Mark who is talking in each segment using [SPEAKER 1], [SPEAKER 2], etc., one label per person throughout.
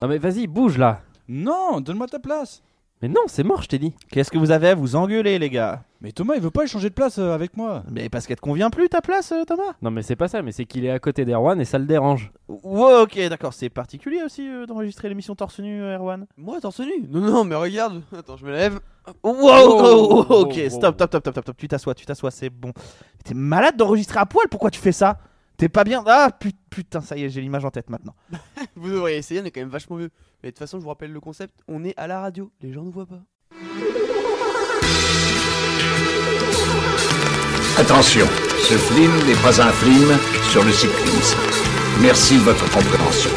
[SPEAKER 1] Non mais vas-y, bouge là.
[SPEAKER 2] Non, donne-moi ta place.
[SPEAKER 1] Mais non, c'est mort, je t'ai dit.
[SPEAKER 3] Qu'est-ce que vous avez à vous engueuler, les gars
[SPEAKER 2] Mais Thomas, il veut pas échanger de place euh, avec moi.
[SPEAKER 3] Mais parce qu'elle te convient plus ta place, euh, Thomas
[SPEAKER 1] Non mais c'est pas ça, mais c'est qu'il est à côté d'Erwan et ça le dérange.
[SPEAKER 3] Ouais, ok, d'accord, c'est particulier aussi euh, d'enregistrer l'émission torse nu, euh, Erwan.
[SPEAKER 4] Moi, torse nu Non, non, mais regarde. Attends, je me lève.
[SPEAKER 3] Wow,
[SPEAKER 2] Oh,
[SPEAKER 3] oh, ok,
[SPEAKER 2] oh, oh.
[SPEAKER 3] stop, stop, stop, stop, stop, stop, tu t'assois, tu t'assois, c'est bon. T'es malade d'enregistrer à poil, pourquoi tu fais ça T'es pas bien Ah put- putain, ça y est, j'ai l'image en tête maintenant.
[SPEAKER 4] Vous devriez essayer, on est quand même vachement mieux. Mais de toute façon, je vous rappelle le concept on est à la radio, les gens ne voient pas.
[SPEAKER 5] Attention, ce film n'est pas un film sur le cyclisme. Merci de votre compréhension.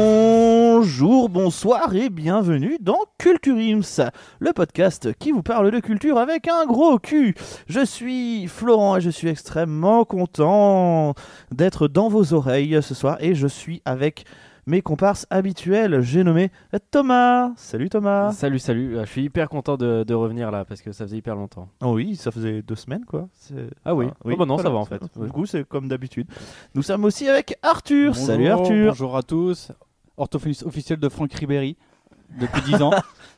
[SPEAKER 3] Bonjour, bonsoir et bienvenue dans Culture Ims, le podcast qui vous parle de culture avec un gros cul. Je suis Florent et je suis extrêmement content d'être dans vos oreilles ce soir et je suis avec mes comparses habituels. J'ai nommé Thomas. Salut
[SPEAKER 4] Ah.
[SPEAKER 3] Thomas.
[SPEAKER 1] Salut, salut. Euh, Je suis hyper content de, de revenir là parce que ça faisait hyper longtemps.
[SPEAKER 3] Oh oui, ça faisait deux semaines quoi. C'est-
[SPEAKER 1] Ah oui. Oh bah non, ça va, en fait.
[SPEAKER 3] Du coup, c'est comme d'habitude. Nous sommes aussi avec Arthur.
[SPEAKER 2] Bonjour,
[SPEAKER 3] Salut Arthur.
[SPEAKER 2] Bonjour à tous. Orthophoniste officiel de Franck Ribéry depuis 10 ans.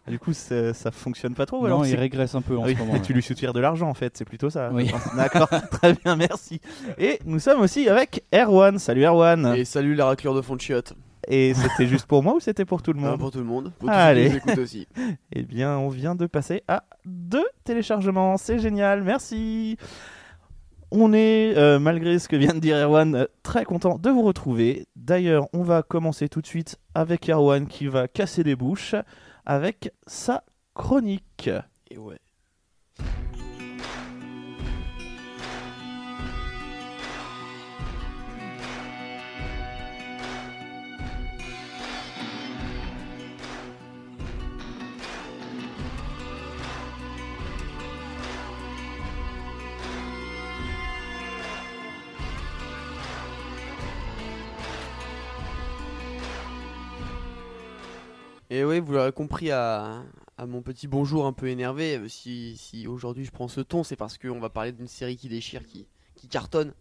[SPEAKER 3] Du coup, c'est- ça fonctionne pas trop. ou
[SPEAKER 2] non,
[SPEAKER 3] alors
[SPEAKER 2] il
[SPEAKER 3] c'est-
[SPEAKER 2] régresse un peu en
[SPEAKER 3] Oui,
[SPEAKER 2] ce moment.
[SPEAKER 3] tu lui soutiens de l'argent en fait, c'est plutôt ça.
[SPEAKER 2] Oui.
[SPEAKER 3] je pense. D'accord, très bien, merci. Et nous sommes aussi avec Erwan. Salut Erwan.
[SPEAKER 4] Et salut la raclure de fond de chiottes.
[SPEAKER 3] Et, c'était juste pour moi ou c'était pour tout le
[SPEAKER 4] Ah,
[SPEAKER 3] monde
[SPEAKER 4] pour tout le monde. Pour tous
[SPEAKER 3] Ah,
[SPEAKER 4] ceux qui
[SPEAKER 3] allez.
[SPEAKER 4] nous écoutent aussi.
[SPEAKER 3] Eh bien, on vient de passer à deux téléchargements, c'est génial, merci. On est, euh, malgré ce que vient de dire Erwan, euh, très content de vous retrouver. D'ailleurs, on va commencer tout de suite avec Erwan qui va casser des bouches avec sa chronique.
[SPEAKER 4] Et ouais. Et oui, vous l'aurez compris à, à mon petit bonjour un peu énervé. euh, Si, si aujourd'hui je prends ce ton, c'est parce qu'on va parler d'une série qui déchire, qui, qui cartonne.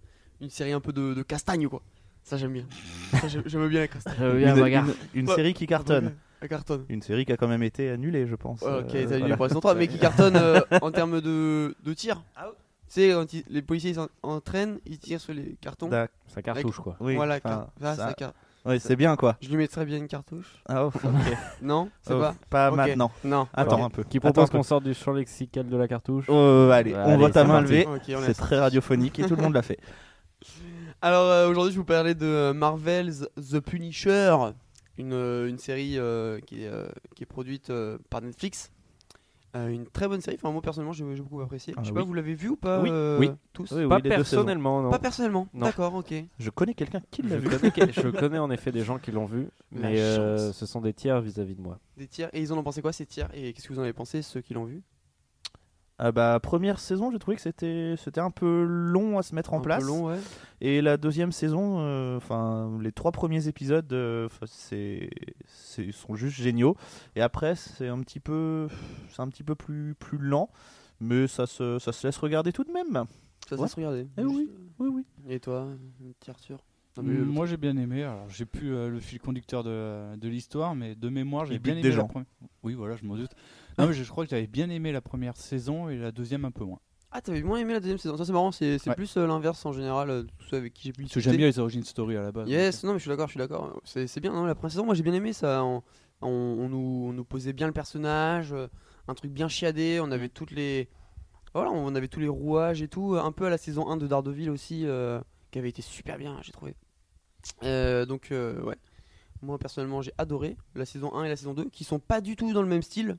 [SPEAKER 4] Une série un peu de, de castagne, quoi. Ça, j'aime bien. Ça, j'aime j'aime bien la castagne.
[SPEAKER 1] J'avais
[SPEAKER 3] Une, une- une
[SPEAKER 4] Ouais.
[SPEAKER 3] série qui cartonne.
[SPEAKER 4] La cartonne.
[SPEAKER 3] Une série qui a quand même été annulée, je pense.
[SPEAKER 4] Ouais, ok,
[SPEAKER 3] Euh,
[SPEAKER 4] t'as lu
[SPEAKER 3] voilà.
[SPEAKER 4] les poissons trois, mais qui cartonne euh, en termes de, de tir. Tu sais, quand ils- les policiers ils s'en- entraînent, ils tirent sur les cartons.
[SPEAKER 3] D'ac-
[SPEAKER 1] Ça cartouche quoi.
[SPEAKER 3] Bah oui,
[SPEAKER 4] voilà, ah,
[SPEAKER 3] enfin,
[SPEAKER 4] car- là,
[SPEAKER 3] ça-
[SPEAKER 4] ça car-
[SPEAKER 3] oui, c'est bien quoi.
[SPEAKER 4] Je lui mettrais bien une cartouche.
[SPEAKER 3] Ah, oh,
[SPEAKER 4] Non C'est
[SPEAKER 3] oh,
[SPEAKER 4] pas
[SPEAKER 3] pas
[SPEAKER 4] Ok.
[SPEAKER 3] maintenant.
[SPEAKER 4] Non.
[SPEAKER 3] Attends
[SPEAKER 4] Ok,
[SPEAKER 3] un peu.
[SPEAKER 1] Qui
[SPEAKER 3] Attends un
[SPEAKER 1] propose
[SPEAKER 3] peu.
[SPEAKER 1] qu'on sorte du champ lexical de la cartouche
[SPEAKER 3] Oh, allez,
[SPEAKER 1] Ouais,
[SPEAKER 3] on
[SPEAKER 1] allez,
[SPEAKER 3] voit ta
[SPEAKER 1] c'est
[SPEAKER 3] main
[SPEAKER 1] parti.
[SPEAKER 3] levée.
[SPEAKER 4] Ok, on
[SPEAKER 3] C'est
[SPEAKER 4] laisse.
[SPEAKER 3] très radiophonique et tout le monde l'a fait.
[SPEAKER 4] Alors euh, aujourd'hui, je vais vous parler de euh, Marvel's The Punisher, une, euh, une série euh, qui, est, euh, qui est produite euh, par Netflix. Euh, une très bonne série. Enfin, moi personnellement, j'ai j'ai beaucoup apprécié.
[SPEAKER 3] Ah,
[SPEAKER 4] je sais
[SPEAKER 3] oui.
[SPEAKER 4] pas, vous l'avez vu ou pas
[SPEAKER 3] Oui,
[SPEAKER 4] euh,
[SPEAKER 1] oui.
[SPEAKER 4] Tous
[SPEAKER 3] Oui, oui,
[SPEAKER 1] Pas
[SPEAKER 3] les deux
[SPEAKER 1] personnellement, non.
[SPEAKER 4] Pas personnellement.
[SPEAKER 1] Non.
[SPEAKER 4] D'accord, ok.
[SPEAKER 3] Je connais quelqu'un qui
[SPEAKER 1] je,
[SPEAKER 3] l'a vu.
[SPEAKER 1] connais, je connais en effet des gens qui l'ont vu,
[SPEAKER 4] La
[SPEAKER 1] mais euh,
[SPEAKER 4] chance.
[SPEAKER 1] ce sont des tiers vis-à-vis de moi.
[SPEAKER 4] Des tirs. Et ils en ont pensé quoi ces tirs Et qu'est-ce que vous en avez pensé ceux qui l'ont vu
[SPEAKER 3] Ah bah, première saison, j'ai trouvé que c'était c'était un peu long à se mettre en
[SPEAKER 4] Un peu
[SPEAKER 3] place.
[SPEAKER 4] long, ouais.
[SPEAKER 3] Et la deuxième saison, euh, enfin les trois premiers épisodes, euh, enfin, c'est c'est- ils sont juste géniaux. Et après, c'est un petit peu c'est un petit peu plus plus lent, mais ça se ça se laisse regarder tout de même.
[SPEAKER 4] Ça, ça
[SPEAKER 3] Ouais.
[SPEAKER 4] se regardait. euh,
[SPEAKER 3] Eh oui, oui, oui.
[SPEAKER 4] Et toi, une tire sûre Non, mais le-
[SPEAKER 2] Mm, Moi j'ai bien aimé, alors j'ai plus euh, le fil conducteur de, de l'histoire, mais de mémoire j'ai
[SPEAKER 3] Il
[SPEAKER 2] bien
[SPEAKER 3] pique
[SPEAKER 2] aimé
[SPEAKER 3] des
[SPEAKER 2] la
[SPEAKER 3] gens.
[SPEAKER 2] première. Oui voilà, je m'en doute. Non mais je, je crois que j'avais bien aimé la première saison et la deuxième un peu moins.
[SPEAKER 4] Ah, t'avais moins aimé la deuxième saison. Ça, c'est marrant. C'est c'est
[SPEAKER 2] Ouais.
[SPEAKER 4] plus euh, l'inverse en général euh, de tous ceux avec qui j'ai pu
[SPEAKER 2] Parce que j'aime
[SPEAKER 4] discuter.
[SPEAKER 2] bien les origines story à la base.
[SPEAKER 3] euh.
[SPEAKER 4] Yes, non, mais je suis d'accord, je suis d'accord. C'est c'est bien, non, la première saison, moi j'ai bien aimé ça. On, on- on nous, on nous posait bien le personnage, euh, un truc bien chiadé. On avait
[SPEAKER 3] Mm.
[SPEAKER 4] toutes les. Voilà, on avait tous les rouages et tout. euh, Un peu à la saison 1 de Daredevil aussi, euh, qui avait été super bien, j'ai trouvé. Euh, donc, euh, ouais. Moi personnellement, j'ai adoré la saison 1 et la saison 2, qui sont pas du tout dans le même style.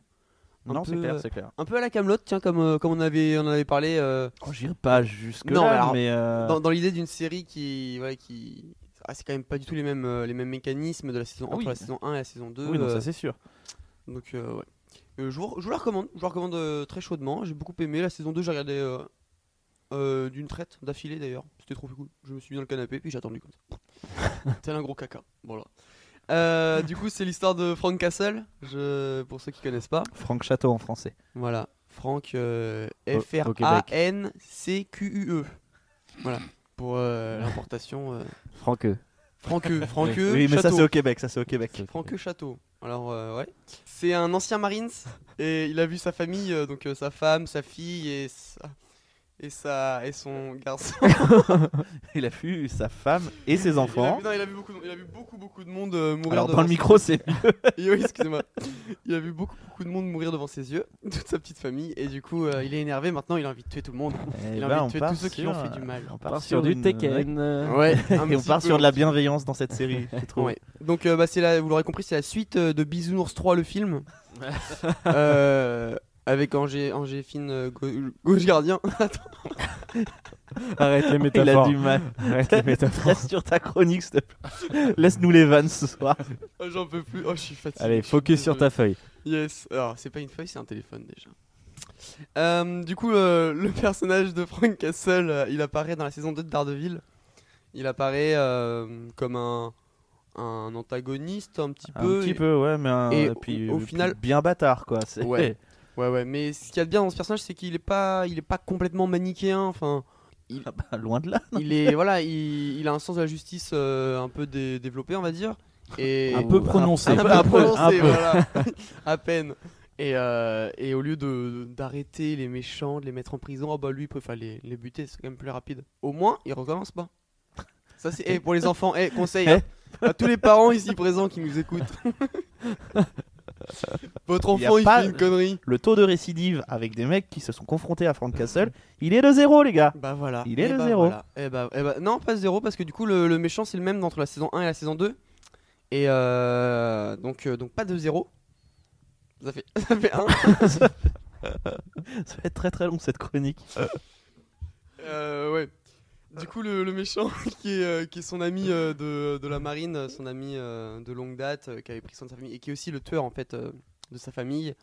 [SPEAKER 4] Un
[SPEAKER 3] non, c'est
[SPEAKER 4] peu,
[SPEAKER 3] clair,
[SPEAKER 4] euh,
[SPEAKER 3] c'est clair.
[SPEAKER 4] Un peu à la Camelot, tiens, comme, euh, comme on, avait, on en avait parlé. euh,
[SPEAKER 3] Oh, j'irai pas jusque
[SPEAKER 4] Non, mais
[SPEAKER 3] là,
[SPEAKER 4] alors,
[SPEAKER 3] mais euh,
[SPEAKER 4] dans, dans l'idée d'une série qui voilà qui ah, c'est quand même pas du tout les mêmes euh, les mêmes mécanismes de la saison
[SPEAKER 3] Ah
[SPEAKER 4] entre
[SPEAKER 3] oui.
[SPEAKER 4] la saison 1 et la saison 2
[SPEAKER 3] oui, non,
[SPEAKER 4] euh,
[SPEAKER 3] ça c'est sûr.
[SPEAKER 4] donc euh, ouais Euh, je, vous, je vous la recommande je vous la recommande euh, très chaudement j'ai beaucoup aimé la saison 2 j'ai regardé euh, euh, d'une traite d'affilée d'ailleurs c'était trop cool je me suis mis dans le canapé puis j'ai attendu comme ça tel un gros caca voilà Euh, du coup, c'est l'histoire de Frank Castle, je... pour ceux qui connaissent pas.
[SPEAKER 3] Franck Château en français.
[SPEAKER 4] Voilà, Frank euh,
[SPEAKER 1] Au- au Québec.
[SPEAKER 4] F-R-A-N-C-Q-U-E. E. Voilà, pour euh, l'importation. euh,
[SPEAKER 1] Franck. euh,
[SPEAKER 4] Franqueux, Franqueux,
[SPEAKER 3] oui, mais ça
[SPEAKER 4] Château.
[SPEAKER 3] c'est au Québec, ça c'est au Québec.
[SPEAKER 1] c'est-
[SPEAKER 4] Franqueux Château. Alors, euh, ouais. C'est un ancien Marines et il a vu sa famille, euh, donc euh, sa femme, sa fille et sa... Et, sa... et son garçon.
[SPEAKER 3] Il a vu sa femme et ses
[SPEAKER 4] Il a,
[SPEAKER 3] enfants.
[SPEAKER 4] vu, non, il a vu beaucoup, de- il a vu beaucoup, beaucoup de monde euh, mourir
[SPEAKER 3] Alors
[SPEAKER 4] devant
[SPEAKER 3] dans le
[SPEAKER 4] ses-
[SPEAKER 3] micro c'est
[SPEAKER 4] Et oui, excusez-moi. Il a vu beaucoup, beaucoup de monde mourir devant ses yeux, toute sa petite famille, et du coup, euh, il est énervé. Maintenant, il a envie de tuer tout le monde.
[SPEAKER 3] Eh
[SPEAKER 4] Il a
[SPEAKER 3] ben,
[SPEAKER 4] envie
[SPEAKER 3] on
[SPEAKER 4] de tuer
[SPEAKER 3] part
[SPEAKER 4] tous ceux qui lui ont
[SPEAKER 3] sur- euh,
[SPEAKER 4] fait du mal.
[SPEAKER 3] On
[SPEAKER 1] part sur
[SPEAKER 3] une-
[SPEAKER 1] du Tekken. euh,
[SPEAKER 4] Ouais.
[SPEAKER 3] Et on part sur de la bienveillance dans cette série, je trouve.
[SPEAKER 4] Ouais. Donc euh, bah, c'est la, vous l'aurez compris, c'est la suite euh, de Bisounours 3 le film. Euh, avec Angé, Angéphine euh, Gau- Gauche Gardien.
[SPEAKER 1] Arrête les
[SPEAKER 3] Il a
[SPEAKER 1] métaphores.
[SPEAKER 3] du mal.
[SPEAKER 1] Arrête les métaphores.
[SPEAKER 3] Reste sur ta chronique, s'il te plaît. Laisse-nous les vannes ce soir.
[SPEAKER 4] Oh, J'en peux plus. Oh, je suis fatigué.
[SPEAKER 1] Allez,
[SPEAKER 4] Je suis
[SPEAKER 1] focus sur
[SPEAKER 4] désolé.
[SPEAKER 1] ta feuille.
[SPEAKER 4] Yes. Alors c'est pas une feuille, c'est un téléphone déjà. Euh, du coup, euh, le personnage de Frank Castle, euh, il apparaît dans la saison 2 de Daredevil. Il apparaît euh, comme un, un antagoniste un petit
[SPEAKER 3] Un
[SPEAKER 4] peu.
[SPEAKER 3] petit peu, ouais, mais un-
[SPEAKER 4] et
[SPEAKER 3] puis, euh,
[SPEAKER 4] au- au
[SPEAKER 3] puis
[SPEAKER 4] final-
[SPEAKER 3] bien bâtard, quoi. C'est-
[SPEAKER 4] Ouais. Ouais, ouais. Mais ce qu'il y a de bien dans ce personnage, c'est qu'il est pas, il est pas complètement manichéen. Enfin,
[SPEAKER 3] Ah bah, loin de là.
[SPEAKER 4] il est voilà il, il a un sens de la justice euh, un peu dé- développé on va dire et
[SPEAKER 2] Un peu
[SPEAKER 3] Ah,
[SPEAKER 2] prononcé.
[SPEAKER 4] un peu, un peu prononcé,
[SPEAKER 3] un peu.
[SPEAKER 4] voilà à peine et, euh, et au lieu de d'arrêter les méchants de les mettre en prison oh bah lui il préfère les, les buter c'est quand même plus rapide au moins il recommence pas ça c'est eh, pour les enfants eh, conseil hein, à tous les parents ici présents qui nous écoutent votre
[SPEAKER 3] Il y a
[SPEAKER 4] enfant il
[SPEAKER 3] pas-
[SPEAKER 4] fait une connerie
[SPEAKER 3] Le taux de récidive avec des mecs qui se sont confrontés à Frank Castle, il est de zéro, les gars.
[SPEAKER 4] Bah voilà.
[SPEAKER 3] Il est
[SPEAKER 4] Eh
[SPEAKER 3] le
[SPEAKER 4] bah
[SPEAKER 3] zéro.
[SPEAKER 4] voilà. Eh bah, eh bah- non, pas zéro parce que du coup, le, le méchant c'est le même entre la saison 1 et la saison 2. Et euh, donc, euh, donc pas de zéro. Ça fait, ça fait un.
[SPEAKER 3] Ça va être très très long cette chronique.
[SPEAKER 4] Euh, ouais. Du coup, le, le méchant qui est, euh, qui est son ami euh, de, de la marine, euh, son ami euh, de longue date, euh, qui avait pris soin de sa famille et qui est aussi le tueur en fait euh, de sa famille,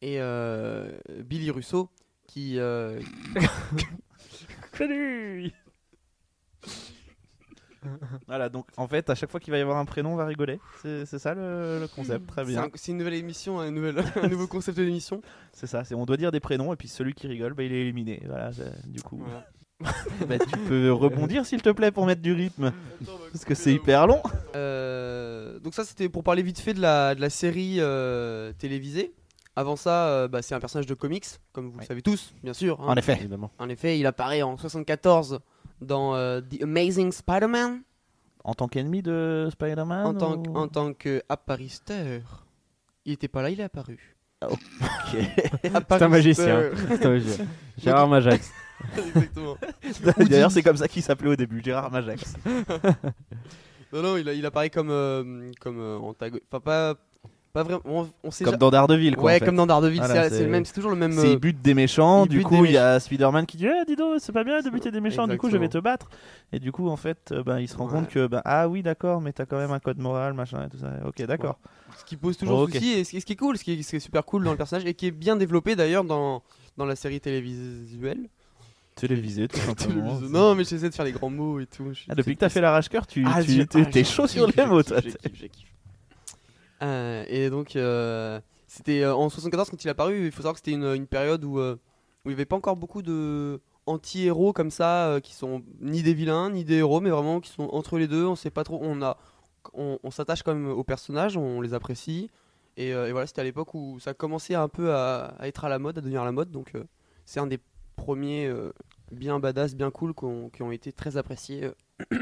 [SPEAKER 4] et euh, Billy Russo qui. euh,
[SPEAKER 3] Voilà, donc en fait, à chaque fois qu'il va y avoir un prénom, on va rigoler. C'est c'est ça le, le concept, très
[SPEAKER 4] c'est
[SPEAKER 3] bien.
[SPEAKER 4] un- c'est une nouvelle émission, un, nouvel, un nouveau concept de l'émission.
[SPEAKER 3] C'est ça, c'est on doit dire des prénoms et puis celui qui rigole, bah, il est éliminé. Voilà, c'est- du coup.
[SPEAKER 4] Voilà.
[SPEAKER 3] Bah, tu peux rebondir s'il te plaît pour mettre du rythme,
[SPEAKER 4] bah,
[SPEAKER 3] parce que c'est hyper long.
[SPEAKER 4] Euh, donc ça c'était pour parler vite fait de la, de la série euh, télévisée. Avant ça, euh, bah, c'est un personnage de comics, comme vous
[SPEAKER 3] Ouais.
[SPEAKER 4] le savez tous, bien sûr. hein.
[SPEAKER 3] En effet.
[SPEAKER 1] Évidemment.
[SPEAKER 4] En effet, il apparaît en 74 dans euh, The Amazing Spider-Man
[SPEAKER 3] En tant qu'ennemi de Spider-Man
[SPEAKER 4] en, tant,
[SPEAKER 3] ou-
[SPEAKER 4] en tant que appariteur. Il était pas là, il est apparu.
[SPEAKER 3] Ah,
[SPEAKER 1] C'est un
[SPEAKER 4] Appariteur.
[SPEAKER 1] magicien. C'est un magicien. Gérard Majax.
[SPEAKER 4] Exactement.
[SPEAKER 3] D'ailleurs, c'est comme ça qu'il s'appelait au début, Gérard Majax.
[SPEAKER 4] Non, non, il, a- il apparaît comme, euh, comme euh, antagoniste. Enfin, pas, pas vraiment. On, on sait
[SPEAKER 3] Comme
[SPEAKER 4] ja-
[SPEAKER 3] dans Daredevil, quoi.
[SPEAKER 4] Ouais,
[SPEAKER 3] en fait.
[SPEAKER 4] comme dans Daredevil,
[SPEAKER 3] Voilà,
[SPEAKER 4] c'est- c'est
[SPEAKER 3] c'est-
[SPEAKER 4] le même, c'est toujours le même.
[SPEAKER 3] C'est
[SPEAKER 4] euh,
[SPEAKER 3] il bute des méchants,
[SPEAKER 4] il
[SPEAKER 3] du
[SPEAKER 4] bute
[SPEAKER 3] coup
[SPEAKER 4] des
[SPEAKER 3] il y a Spider-Man qui dit eh, dis donc, c'est pas bien de buter des méchants, du coup je vais te
[SPEAKER 4] Exactement.
[SPEAKER 3] battre. Et du coup en fait euh, ben, il se rend
[SPEAKER 4] Ouais.
[SPEAKER 3] compte que ben, ah oui d'accord mais t'as quand même un code moral machin et tout ça. Ok d'accord.
[SPEAKER 4] Ce qui pose toujours
[SPEAKER 3] Oh, Ok.
[SPEAKER 4] souci et ce, ce qui est cool, ce qui, est, ce qui est super cool dans le personnage et qui est bien développé d'ailleurs dans, dans la série télévisuelle.
[SPEAKER 3] Télévisé tout
[SPEAKER 2] euh,
[SPEAKER 3] simplement.
[SPEAKER 4] Télévisuelle. Non, mais j'essaie de faire les grands mots et tout. je suis-
[SPEAKER 3] Ah, depuis que t'as fait la rage cœur tu
[SPEAKER 4] Ah,
[SPEAKER 3] tu-
[SPEAKER 4] j'ai-
[SPEAKER 3] t'es
[SPEAKER 4] ah,
[SPEAKER 3] t'es
[SPEAKER 4] j'ai-
[SPEAKER 3] chaud sur
[SPEAKER 4] j'ai-
[SPEAKER 3] les
[SPEAKER 4] j'ai-
[SPEAKER 3] mots
[SPEAKER 4] j'ai-
[SPEAKER 3] toi.
[SPEAKER 4] j'ai- j'ai- j'ai- j'ai- Euh, et donc, euh, c'était euh, en 74 quand il est apparu. Il faut savoir que c'était une, une période où, euh, où il n'y avait pas encore beaucoup de anti-héros comme ça euh, qui sont ni des vilains ni des héros, mais vraiment qui sont entre les deux. On sait pas trop. On a, on, on s'attache quand même aux personnages, on les apprécie. Et, euh, et voilà, c'était à l'époque où ça commençait un peu à, à être à la mode, à devenir la mode. Donc, euh, c'est un des premiers euh, bien badass, bien cool qu'on- qui ont été très appréciés euh,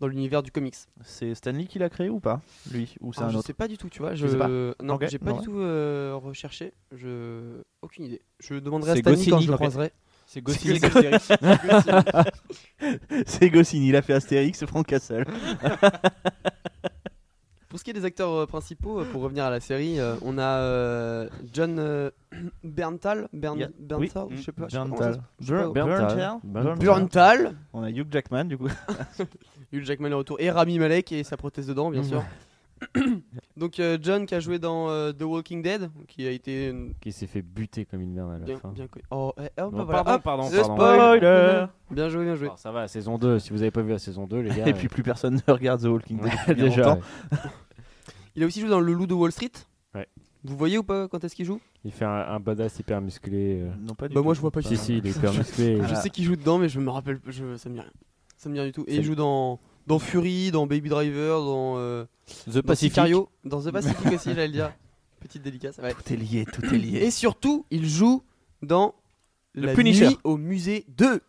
[SPEAKER 4] dans l'univers du comics.
[SPEAKER 3] C'est Stanley qui l'a créé ou pas lui ou c'est
[SPEAKER 4] Ah,
[SPEAKER 3] un
[SPEAKER 4] je
[SPEAKER 3] autre.
[SPEAKER 4] sais pas du tout, tu vois.
[SPEAKER 3] Tu
[SPEAKER 4] Je...
[SPEAKER 3] sais pas
[SPEAKER 4] Non,
[SPEAKER 3] Ok,
[SPEAKER 4] j'ai pas
[SPEAKER 3] non, ouais.
[SPEAKER 4] du tout euh, recherché. Je... Aucune idée. Je demanderai à
[SPEAKER 2] C'est
[SPEAKER 4] Stanley quand
[SPEAKER 2] Goscinny
[SPEAKER 4] je le
[SPEAKER 2] qui
[SPEAKER 4] croiserai.
[SPEAKER 2] C'est
[SPEAKER 4] Goscinny,
[SPEAKER 2] Goscinny
[SPEAKER 4] cette
[SPEAKER 3] C'est Goscinny, il a fait Astérix, c'est Frank Castle.
[SPEAKER 4] Pour ce qui est des acteurs euh, principaux, euh, pour revenir à la série, euh, on a euh, John euh, Berntal. Bern...
[SPEAKER 3] Yeah.
[SPEAKER 4] Berntal
[SPEAKER 2] Oui.
[SPEAKER 4] Je sais pas. je sais pas comment ça
[SPEAKER 3] Burntal. Bur-
[SPEAKER 1] Burntal.
[SPEAKER 4] se-
[SPEAKER 3] Burntal.
[SPEAKER 4] Berntal.
[SPEAKER 3] On a Hugh Jackman du coup.
[SPEAKER 4] Hugh Jackman est retour. Et Rami Malek et sa prothèse de dents, bien sûr. Donc, euh, John qui a joué dans euh, The Walking Dead, qui a été. une-
[SPEAKER 1] Qui s'est fait buter comme une merde à la
[SPEAKER 4] Bien,
[SPEAKER 1] fin.
[SPEAKER 4] bien connu. Oh, eh, hop,
[SPEAKER 1] Non,
[SPEAKER 4] voilà.
[SPEAKER 1] pardon,
[SPEAKER 4] Hop,
[SPEAKER 1] pardon,
[SPEAKER 4] c'est
[SPEAKER 1] pardon.
[SPEAKER 3] Spoiler.
[SPEAKER 4] Bien joué, bien joué.
[SPEAKER 1] Alors, ça va, saison 2. Si vous avez pas vu la saison 2, les gars.
[SPEAKER 3] Et puis plus personne ne regarde The Walking Dead.
[SPEAKER 1] euh,
[SPEAKER 3] depuis longtemps.
[SPEAKER 1] déjà. ouais.
[SPEAKER 4] Il a aussi joué dans Le Loup de Wall Street.
[SPEAKER 1] Ouais.
[SPEAKER 4] Vous voyez ou pas quand est-ce qu'il joue
[SPEAKER 1] Il fait un, un badass hyper musclé. euh.
[SPEAKER 3] Non, pas du
[SPEAKER 4] Bah,
[SPEAKER 3] tout.
[SPEAKER 4] moi, je vois pas
[SPEAKER 1] Si, si, il est hyper musclé.
[SPEAKER 4] Je sais qu'il joue dedans, mais je me rappelle, je, ça me dit rien. Ça me dit rien du tout. Et il joue dans, dans Fury, dans Baby Driver, dans, euh,
[SPEAKER 2] The
[SPEAKER 4] dans Sicario, dans The Pacific aussi, j'allais le dire. Petite dédicace. ouais.
[SPEAKER 3] Tout est lié, tout est lié.
[SPEAKER 4] Et surtout, il joue dans
[SPEAKER 3] Le
[SPEAKER 4] La
[SPEAKER 3] Punisher.
[SPEAKER 4] Nuit au musée 2.